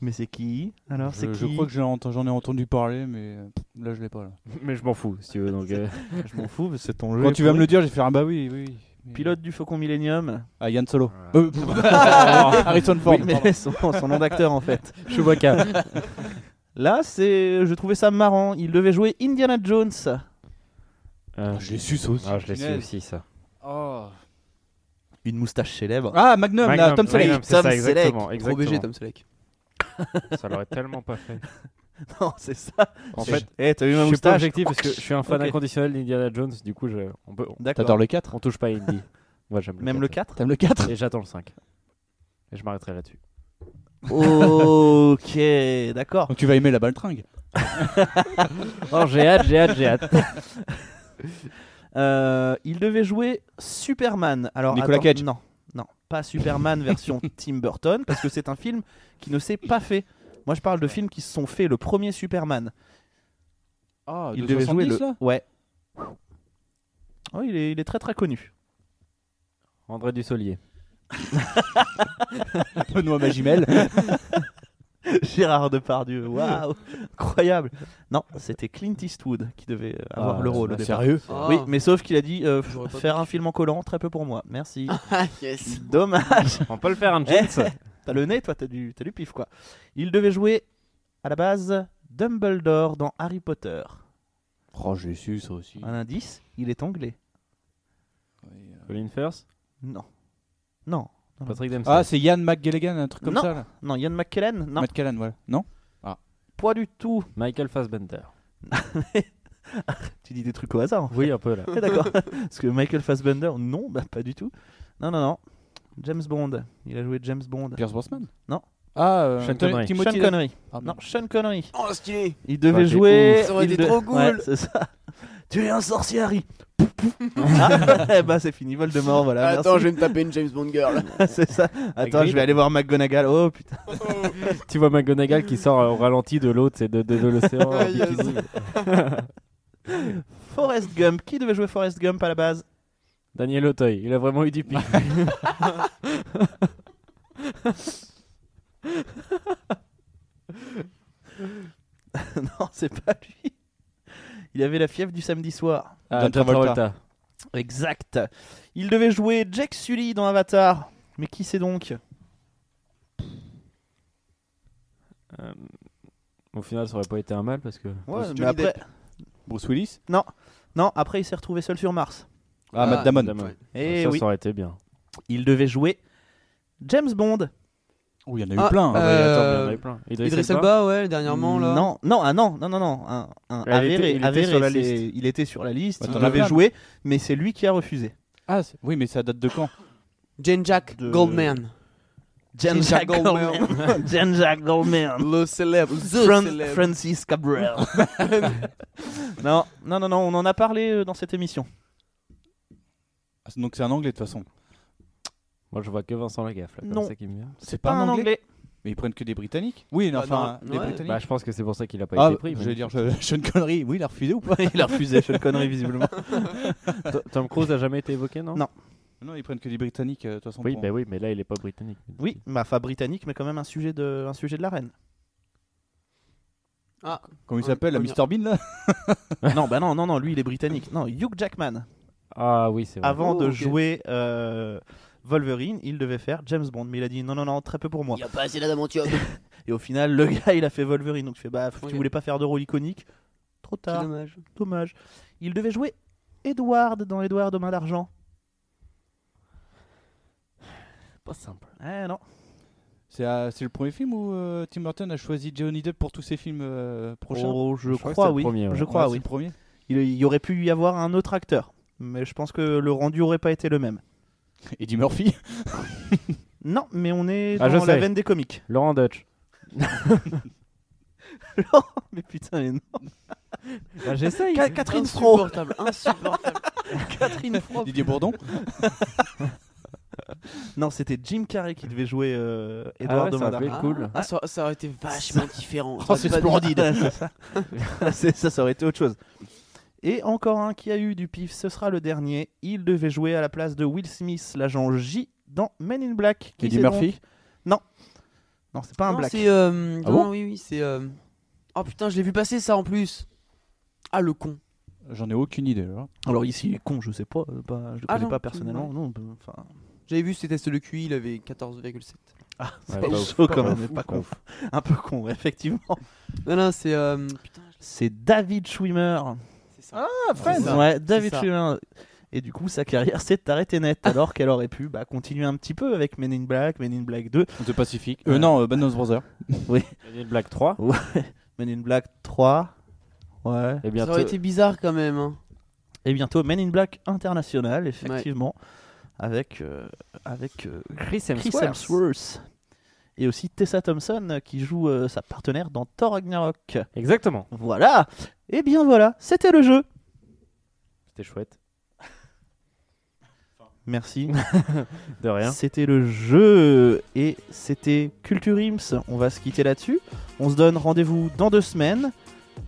[SPEAKER 3] Mais c'est qui Alors, c'est
[SPEAKER 2] Je,
[SPEAKER 3] qui
[SPEAKER 2] je crois que j'en ai entendu- j'en ai entendu parler, mais euh, là je l'ai pas. Là.
[SPEAKER 1] Mais je m'en fous, si tu veux. Donc, euh,
[SPEAKER 3] je m'en fous, mais c'est ton jeu.
[SPEAKER 2] Quand tu vas me le dire, j'ai fait ah bah oui, oui. oui. Mais-
[SPEAKER 3] Mmh. Pilote du Faucon Millenium.
[SPEAKER 2] Ah, Yann Solo.
[SPEAKER 1] Ouais.
[SPEAKER 2] Euh, Harrison Ford.
[SPEAKER 3] Oui, mais son, son nom d'acteur en fait.
[SPEAKER 1] Chewbacca.
[SPEAKER 3] Là, c'est, je trouvais ça marrant. Il devait jouer Indiana Jones.
[SPEAKER 1] Euh,
[SPEAKER 2] Ah, je l'ai su ça aussi.
[SPEAKER 1] Ah, je l'ai su
[SPEAKER 2] punaise.
[SPEAKER 1] aussi, ça.
[SPEAKER 3] Oh. Une moustache célèbre.
[SPEAKER 2] Ah, Magnum, là,
[SPEAKER 1] Magnum,
[SPEAKER 2] Tom Selleck.
[SPEAKER 1] Magnum, c'est
[SPEAKER 3] Tom
[SPEAKER 1] ça,
[SPEAKER 3] Selleck.
[SPEAKER 1] exactement.
[SPEAKER 4] Gros BG,
[SPEAKER 1] exactement.
[SPEAKER 4] Tom Selleck.
[SPEAKER 1] Ça l'aurait tellement pas fait.
[SPEAKER 3] Non, c'est ça.
[SPEAKER 1] En fait,
[SPEAKER 3] Eh, t'as vu
[SPEAKER 1] je
[SPEAKER 3] ma
[SPEAKER 1] suis pas
[SPEAKER 3] moustache
[SPEAKER 1] objectif parce que je suis un fan
[SPEAKER 3] Ok.
[SPEAKER 1] inconditionnel d'Indiana Jones. Du coup, je- on, peut, on,
[SPEAKER 3] D'accord.
[SPEAKER 2] T'adores le 4
[SPEAKER 1] on touche pas à Indy. Moi, j'aime
[SPEAKER 3] Même le 4
[SPEAKER 2] T'aimes le 4
[SPEAKER 1] Et j'attends le 5. Et je m'arrêterai là-dessus.
[SPEAKER 3] Ok, d'accord.
[SPEAKER 2] Donc tu vas aimer la baltringue.
[SPEAKER 1] Oh, j'ai hâte, j'ai hâte, j'ai hâte.
[SPEAKER 3] Euh, il devait jouer Superman. Alors,
[SPEAKER 2] Nicolas
[SPEAKER 3] attends,
[SPEAKER 2] Cage.
[SPEAKER 3] Non, non, pas Superman version Tim Burton, parce que c'est un film qui ne s'est pas fait. Moi, je parle de films qui se sont faits. Le premier Superman.
[SPEAKER 2] Ah,
[SPEAKER 3] il devait jouer le. Ouais. Oh, il est, il est très très connu.
[SPEAKER 1] André Dussolier.
[SPEAKER 2] Benoît Magimel.
[SPEAKER 3] Gérard Depardieu, waouh, incroyable. Non, c'était Clint Eastwood qui devait euh, avoir
[SPEAKER 1] Ah,
[SPEAKER 3] le rôle au départ.
[SPEAKER 2] Sérieux
[SPEAKER 4] Ah.
[SPEAKER 3] Oui, mais sauf qu'il a dit euh,
[SPEAKER 4] J'aurais pas
[SPEAKER 3] faire un film en collant, très peu pour moi. Merci.
[SPEAKER 4] Ah, yes.
[SPEAKER 3] Dommage.
[SPEAKER 1] On peut le faire, un
[SPEAKER 3] Eh,
[SPEAKER 1] jeans
[SPEAKER 3] t'as le nez, toi, t'as du, t'as du pif quoi. Il devait jouer à la base Dumbledore dans Harry Potter.
[SPEAKER 2] Oh, je l'ai su ça aussi.
[SPEAKER 3] Un indice, il est anglais.
[SPEAKER 1] Colin Firth
[SPEAKER 3] Non, non,
[SPEAKER 1] Patrick Dempsey
[SPEAKER 2] Ah, c'est Yann McGilligan, un truc comme
[SPEAKER 3] Non.
[SPEAKER 2] ça là.
[SPEAKER 3] non. Ian McKellen, non,
[SPEAKER 2] Matt Callan, voilà. Non
[SPEAKER 3] pas du tout.
[SPEAKER 1] Michael Fassbender.
[SPEAKER 3] Tu dis des trucs au hasard. hein. en fait.
[SPEAKER 1] Oui, un peu là.
[SPEAKER 3] Ouais, D'accord. Parce que Michael Fassbender, non, bah pas du tout. Non, non, non. James Bond. Il a joué James Bond.
[SPEAKER 2] Pierce Brosnan
[SPEAKER 3] Non.
[SPEAKER 2] Ah, euh,
[SPEAKER 1] Sean
[SPEAKER 2] Anthony-
[SPEAKER 1] Connery.
[SPEAKER 2] Timothy
[SPEAKER 3] Sean Connery.
[SPEAKER 2] Ah,
[SPEAKER 3] Non, Sean Connery.
[SPEAKER 4] Oh, stylé.
[SPEAKER 3] Il
[SPEAKER 1] aurait
[SPEAKER 3] devait
[SPEAKER 1] été
[SPEAKER 3] jouer.
[SPEAKER 4] ouf. Ça aurait
[SPEAKER 3] il
[SPEAKER 4] été trop cool.
[SPEAKER 3] Ouais, c'est ça. Tu es un sorcier, Harry. Pouf, pouf. ah, bah c'est fini, Voldemort, voilà.
[SPEAKER 4] Attends,
[SPEAKER 3] merci.
[SPEAKER 4] je vais me taper une James Bond girl.
[SPEAKER 3] c'est ça. Attends,
[SPEAKER 1] Hagrid.
[SPEAKER 3] je vais aller voir McGonagall. Oh putain.
[SPEAKER 1] Tu vois McGonagall qui sort euh, au ralenti de l'autre, c'est de, de, de l'océan. en
[SPEAKER 4] Ah, yes.
[SPEAKER 1] bikini.
[SPEAKER 3] Forrest Gump. Qui devait jouer Forrest Gump à la base
[SPEAKER 1] Daniel Auteuil, il a vraiment eu du pic.
[SPEAKER 3] Ah, Non, c'est pas lui. Il avait la fièvre du samedi soir.
[SPEAKER 1] Ah,
[SPEAKER 2] John
[SPEAKER 1] John
[SPEAKER 2] Travolta.
[SPEAKER 1] Travolta.
[SPEAKER 3] Exact. Il devait jouer Jack Sully dans Avatar. Mais qui c'est donc
[SPEAKER 1] Euh, Au final, ça aurait pas été un mal parce que.
[SPEAKER 3] Ouais, mais après.
[SPEAKER 2] Bruce Willis
[SPEAKER 3] Non, non. Après, il s'est retrouvé seul sur Mars.
[SPEAKER 2] Ah, Matt Damon.
[SPEAKER 3] Et
[SPEAKER 1] ça,
[SPEAKER 3] Eh oui,
[SPEAKER 1] ça aurait été bien.
[SPEAKER 3] il devait jouer James Bond.
[SPEAKER 2] Oh, il y en a eu
[SPEAKER 4] Ah,
[SPEAKER 1] Ah
[SPEAKER 2] plein.
[SPEAKER 1] ouais, attends, il y en
[SPEAKER 4] Euh,
[SPEAKER 1] avait plein. Idris
[SPEAKER 4] Idriss
[SPEAKER 1] Elba
[SPEAKER 4] Elba, ouais, dernièrement, là.
[SPEAKER 3] Non, non, ah non, non, non, non. Un, un
[SPEAKER 1] Il
[SPEAKER 3] avéré,
[SPEAKER 1] était- il était
[SPEAKER 3] avéré,
[SPEAKER 1] sur la
[SPEAKER 3] c'est-
[SPEAKER 1] liste.
[SPEAKER 3] il était sur la liste.
[SPEAKER 2] Ouais,
[SPEAKER 3] il
[SPEAKER 2] t'en as
[SPEAKER 3] devait
[SPEAKER 2] plein.
[SPEAKER 3] jouer, mais c'est lui qui a refusé.
[SPEAKER 2] Ah, c'est- oui, mais ça date de quand
[SPEAKER 4] Jane Jack
[SPEAKER 3] De-
[SPEAKER 4] Goldman.
[SPEAKER 3] James
[SPEAKER 4] Jack
[SPEAKER 3] Jack Goldman. James Jack Goldman.
[SPEAKER 4] Le célèbre. The
[SPEAKER 3] Fran-
[SPEAKER 4] célèbre.
[SPEAKER 3] Francis Cabrel. non, non, non, non, on en a parlé euh, dans cette émission.
[SPEAKER 2] Ah, c'est- Donc c'est un anglais de toute façon.
[SPEAKER 1] Moi, je vois que Vincent Lagaffe. Là, comme
[SPEAKER 3] Non.
[SPEAKER 1] ça qui me vient.
[SPEAKER 2] C'est
[SPEAKER 3] Pas un anglais.
[SPEAKER 2] Mais ils prennent que des Britanniques Oui, non,
[SPEAKER 4] Ah,
[SPEAKER 2] enfin,
[SPEAKER 4] non,
[SPEAKER 2] des
[SPEAKER 4] ouais.
[SPEAKER 2] Britanniques.
[SPEAKER 1] Bah, je pense que c'est pour ça qu'il a pas
[SPEAKER 2] ah,
[SPEAKER 1] été pris. mais-
[SPEAKER 2] j'allais dire, je, je ne connerie. Oui, il a refusé ou pas
[SPEAKER 3] il a refusé, je le connerie visiblement.
[SPEAKER 1] To- Tom Cruise a jamais été évoqué, non
[SPEAKER 3] Non.
[SPEAKER 2] Non, ils prennent que des Britanniques euh, de toute façon.
[SPEAKER 1] Oui,
[SPEAKER 2] pour-
[SPEAKER 1] bah oui, mais là, il est pas britannique.
[SPEAKER 3] Oui, bah, enfin britannique, mais quand même un sujet de, un sujet de la reine.
[SPEAKER 4] Ah,
[SPEAKER 2] Comment il
[SPEAKER 4] on-
[SPEAKER 2] s'appelle,
[SPEAKER 4] on
[SPEAKER 2] la
[SPEAKER 4] y-
[SPEAKER 2] Mr Bean là
[SPEAKER 3] non, bah non, non, non, lui il est britannique. Non, Hugh Jackman,
[SPEAKER 1] Ah oui, c'est vrai.
[SPEAKER 3] avant
[SPEAKER 4] Oh,
[SPEAKER 3] de
[SPEAKER 4] ok.
[SPEAKER 3] jouer euh, Wolverine, il devait faire James Bond, mais il a dit non, non, non, très peu pour moi.
[SPEAKER 7] Y a pas assez d'adamantium.
[SPEAKER 3] Et au final, le gars il a fait Wolverine, donc tu fais bah,
[SPEAKER 4] Ok.
[SPEAKER 3] tu voulais pas faire de rôle iconique Trop
[SPEAKER 4] c'est
[SPEAKER 3] tard,
[SPEAKER 4] dommage.
[SPEAKER 3] dommage. Il devait jouer Edward dans Edward aux mains d'argent.
[SPEAKER 1] Pas simple.
[SPEAKER 3] Eh non.
[SPEAKER 2] C'est euh, c'est le premier film où euh, Tim Burton a choisi Johnny Depp pour tous ses films euh, prochains
[SPEAKER 3] Oh, je,
[SPEAKER 1] crois que
[SPEAKER 3] crois,
[SPEAKER 1] c'est le
[SPEAKER 3] oui.
[SPEAKER 1] premier, ouais.
[SPEAKER 3] Je
[SPEAKER 2] Ouais,
[SPEAKER 3] crois oui.
[SPEAKER 2] C'est le premier.
[SPEAKER 3] Il, il y aurait pu y avoir un autre acteur, mais je pense que le rendu aurait pas été le même.
[SPEAKER 2] Eddie Murphy
[SPEAKER 3] Non, mais on est
[SPEAKER 1] Ah, je
[SPEAKER 3] dans la
[SPEAKER 1] sais.
[SPEAKER 3] veine des comiques.
[SPEAKER 1] Laurent Dutch.
[SPEAKER 3] Oh, mais putain, mais non.
[SPEAKER 1] J'essaye.
[SPEAKER 3] Ca- Catherine Fro.
[SPEAKER 4] Insupportable, insupportable.
[SPEAKER 3] Catherine Fro.
[SPEAKER 2] Didier Bourdon
[SPEAKER 3] Non, c'était Jim Carrey qui devait jouer euh,
[SPEAKER 1] Ah
[SPEAKER 3] Edward
[SPEAKER 1] ouais,
[SPEAKER 3] de
[SPEAKER 1] ça
[SPEAKER 3] Mandar.
[SPEAKER 1] appelait cool.
[SPEAKER 4] Ah, ça, ça aurait été vachement différent.
[SPEAKER 3] Oh, c'est splendide. C'est ça. C'est- ça, ça aurait été autre chose. Et encore un qui a eu du pif, ce sera le dernier. Il devait jouer à la place de Will Smith, l'agent J, dans Men in Black. Qui
[SPEAKER 2] Eddie
[SPEAKER 3] c'est
[SPEAKER 2] Murphy
[SPEAKER 3] donc Non. Non, c'est pas un
[SPEAKER 4] Non,
[SPEAKER 3] black.
[SPEAKER 4] C'est. euh,
[SPEAKER 2] Ah
[SPEAKER 4] non,
[SPEAKER 2] bon
[SPEAKER 4] oui, oui, c'est. euh, Oh putain, je l'ai vu passer ça en plus. Ah, le con.
[SPEAKER 2] J'en ai aucune idée. Là.
[SPEAKER 3] Alors ici, il est con, je sais pas. euh, pas- je le
[SPEAKER 4] Ah
[SPEAKER 3] connais
[SPEAKER 4] non,
[SPEAKER 3] pas
[SPEAKER 4] tu-
[SPEAKER 3] personnellement. Non, bah, enfin,
[SPEAKER 4] J'avais vu ses tests de QI, il avait 14,7.
[SPEAKER 3] Ah, c'est
[SPEAKER 1] Ouais,
[SPEAKER 3] pas,
[SPEAKER 1] pas
[SPEAKER 3] ouf,
[SPEAKER 1] ouf,
[SPEAKER 3] chaud
[SPEAKER 1] pas
[SPEAKER 3] quand
[SPEAKER 1] ouf,
[SPEAKER 3] même, mais pas
[SPEAKER 1] pas
[SPEAKER 3] con.
[SPEAKER 1] ouf.
[SPEAKER 3] Un peu con, ouais, effectivement.
[SPEAKER 4] Non, non, c'est. euh, Putain,
[SPEAKER 3] C'est David Schwimmer.
[SPEAKER 4] c'est ça.
[SPEAKER 2] Ah,
[SPEAKER 4] Friends. ça.
[SPEAKER 3] Ouais, David
[SPEAKER 4] ça.
[SPEAKER 3] Schwimmer. Et du coup, sa carrière s'est arrêtée net, alors qu'elle aurait pu bah, continuer un petit peu avec Men in Black, Men in Black 2,
[SPEAKER 2] The Pacific. Euh, non, euh, Band of Brothers.
[SPEAKER 1] Daniel Black 3.
[SPEAKER 3] Men in Black 3, ouais.
[SPEAKER 1] Et
[SPEAKER 4] Ça
[SPEAKER 1] bientôt.
[SPEAKER 4] aurait été bizarre quand même. hein.
[SPEAKER 3] Et bientôt Men in Black International, effectivement, avec, euh, avec euh,
[SPEAKER 1] Chris
[SPEAKER 3] Chris
[SPEAKER 1] Hemsworth.
[SPEAKER 3] Hemsworth. Et aussi Tessa Thompson euh, qui joue euh, sa partenaire dans Thor Ragnarok.
[SPEAKER 1] Exactement.
[SPEAKER 3] Voilà Et bien voilà, c'était le jeu
[SPEAKER 1] C'était chouette.
[SPEAKER 3] Merci.
[SPEAKER 1] De rien.
[SPEAKER 3] C'était le jeu et c'était Culture Ims. On va se quitter là-dessus. On se donne rendez-vous dans deux semaines.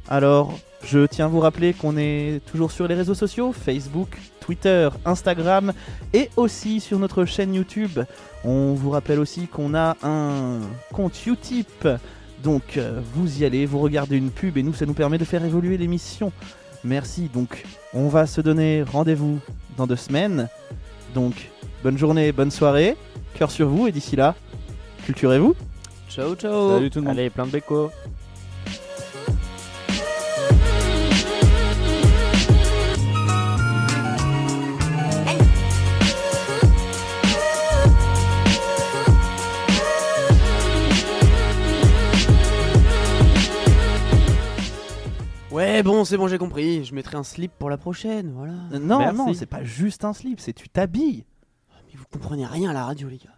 [SPEAKER 3] Alors, je tiens à vous rappeler qu'on est toujours sur les réseaux sociaux Facebook, Twitter, Instagram et aussi sur notre chaîne YouTube. On vous rappelle aussi qu'on a un compte Utip. Donc, euh, vous y allez, vous regardez une pub et nous, ça nous permet de faire évoluer l'émission. Merci. Donc, on va se donner rendez-vous dans deux semaines. Donc, bonne journée, bonne soirée, cœur sur vous et d'ici là, culturez-vous.
[SPEAKER 4] Ciao,
[SPEAKER 1] Oh.
[SPEAKER 4] ciao.
[SPEAKER 2] Salut tout le monde.
[SPEAKER 1] Allez, plein de bécos.
[SPEAKER 4] Ouais, bon, c'est bon, j'ai compris. Je mettrai un slip pour la prochaine, voilà.
[SPEAKER 3] Euh, Non,
[SPEAKER 1] Merci.
[SPEAKER 3] non, c'est pas juste un slip, c'est tu t'habilles.
[SPEAKER 4] Mais vous comprenez rien à la radio, les gars.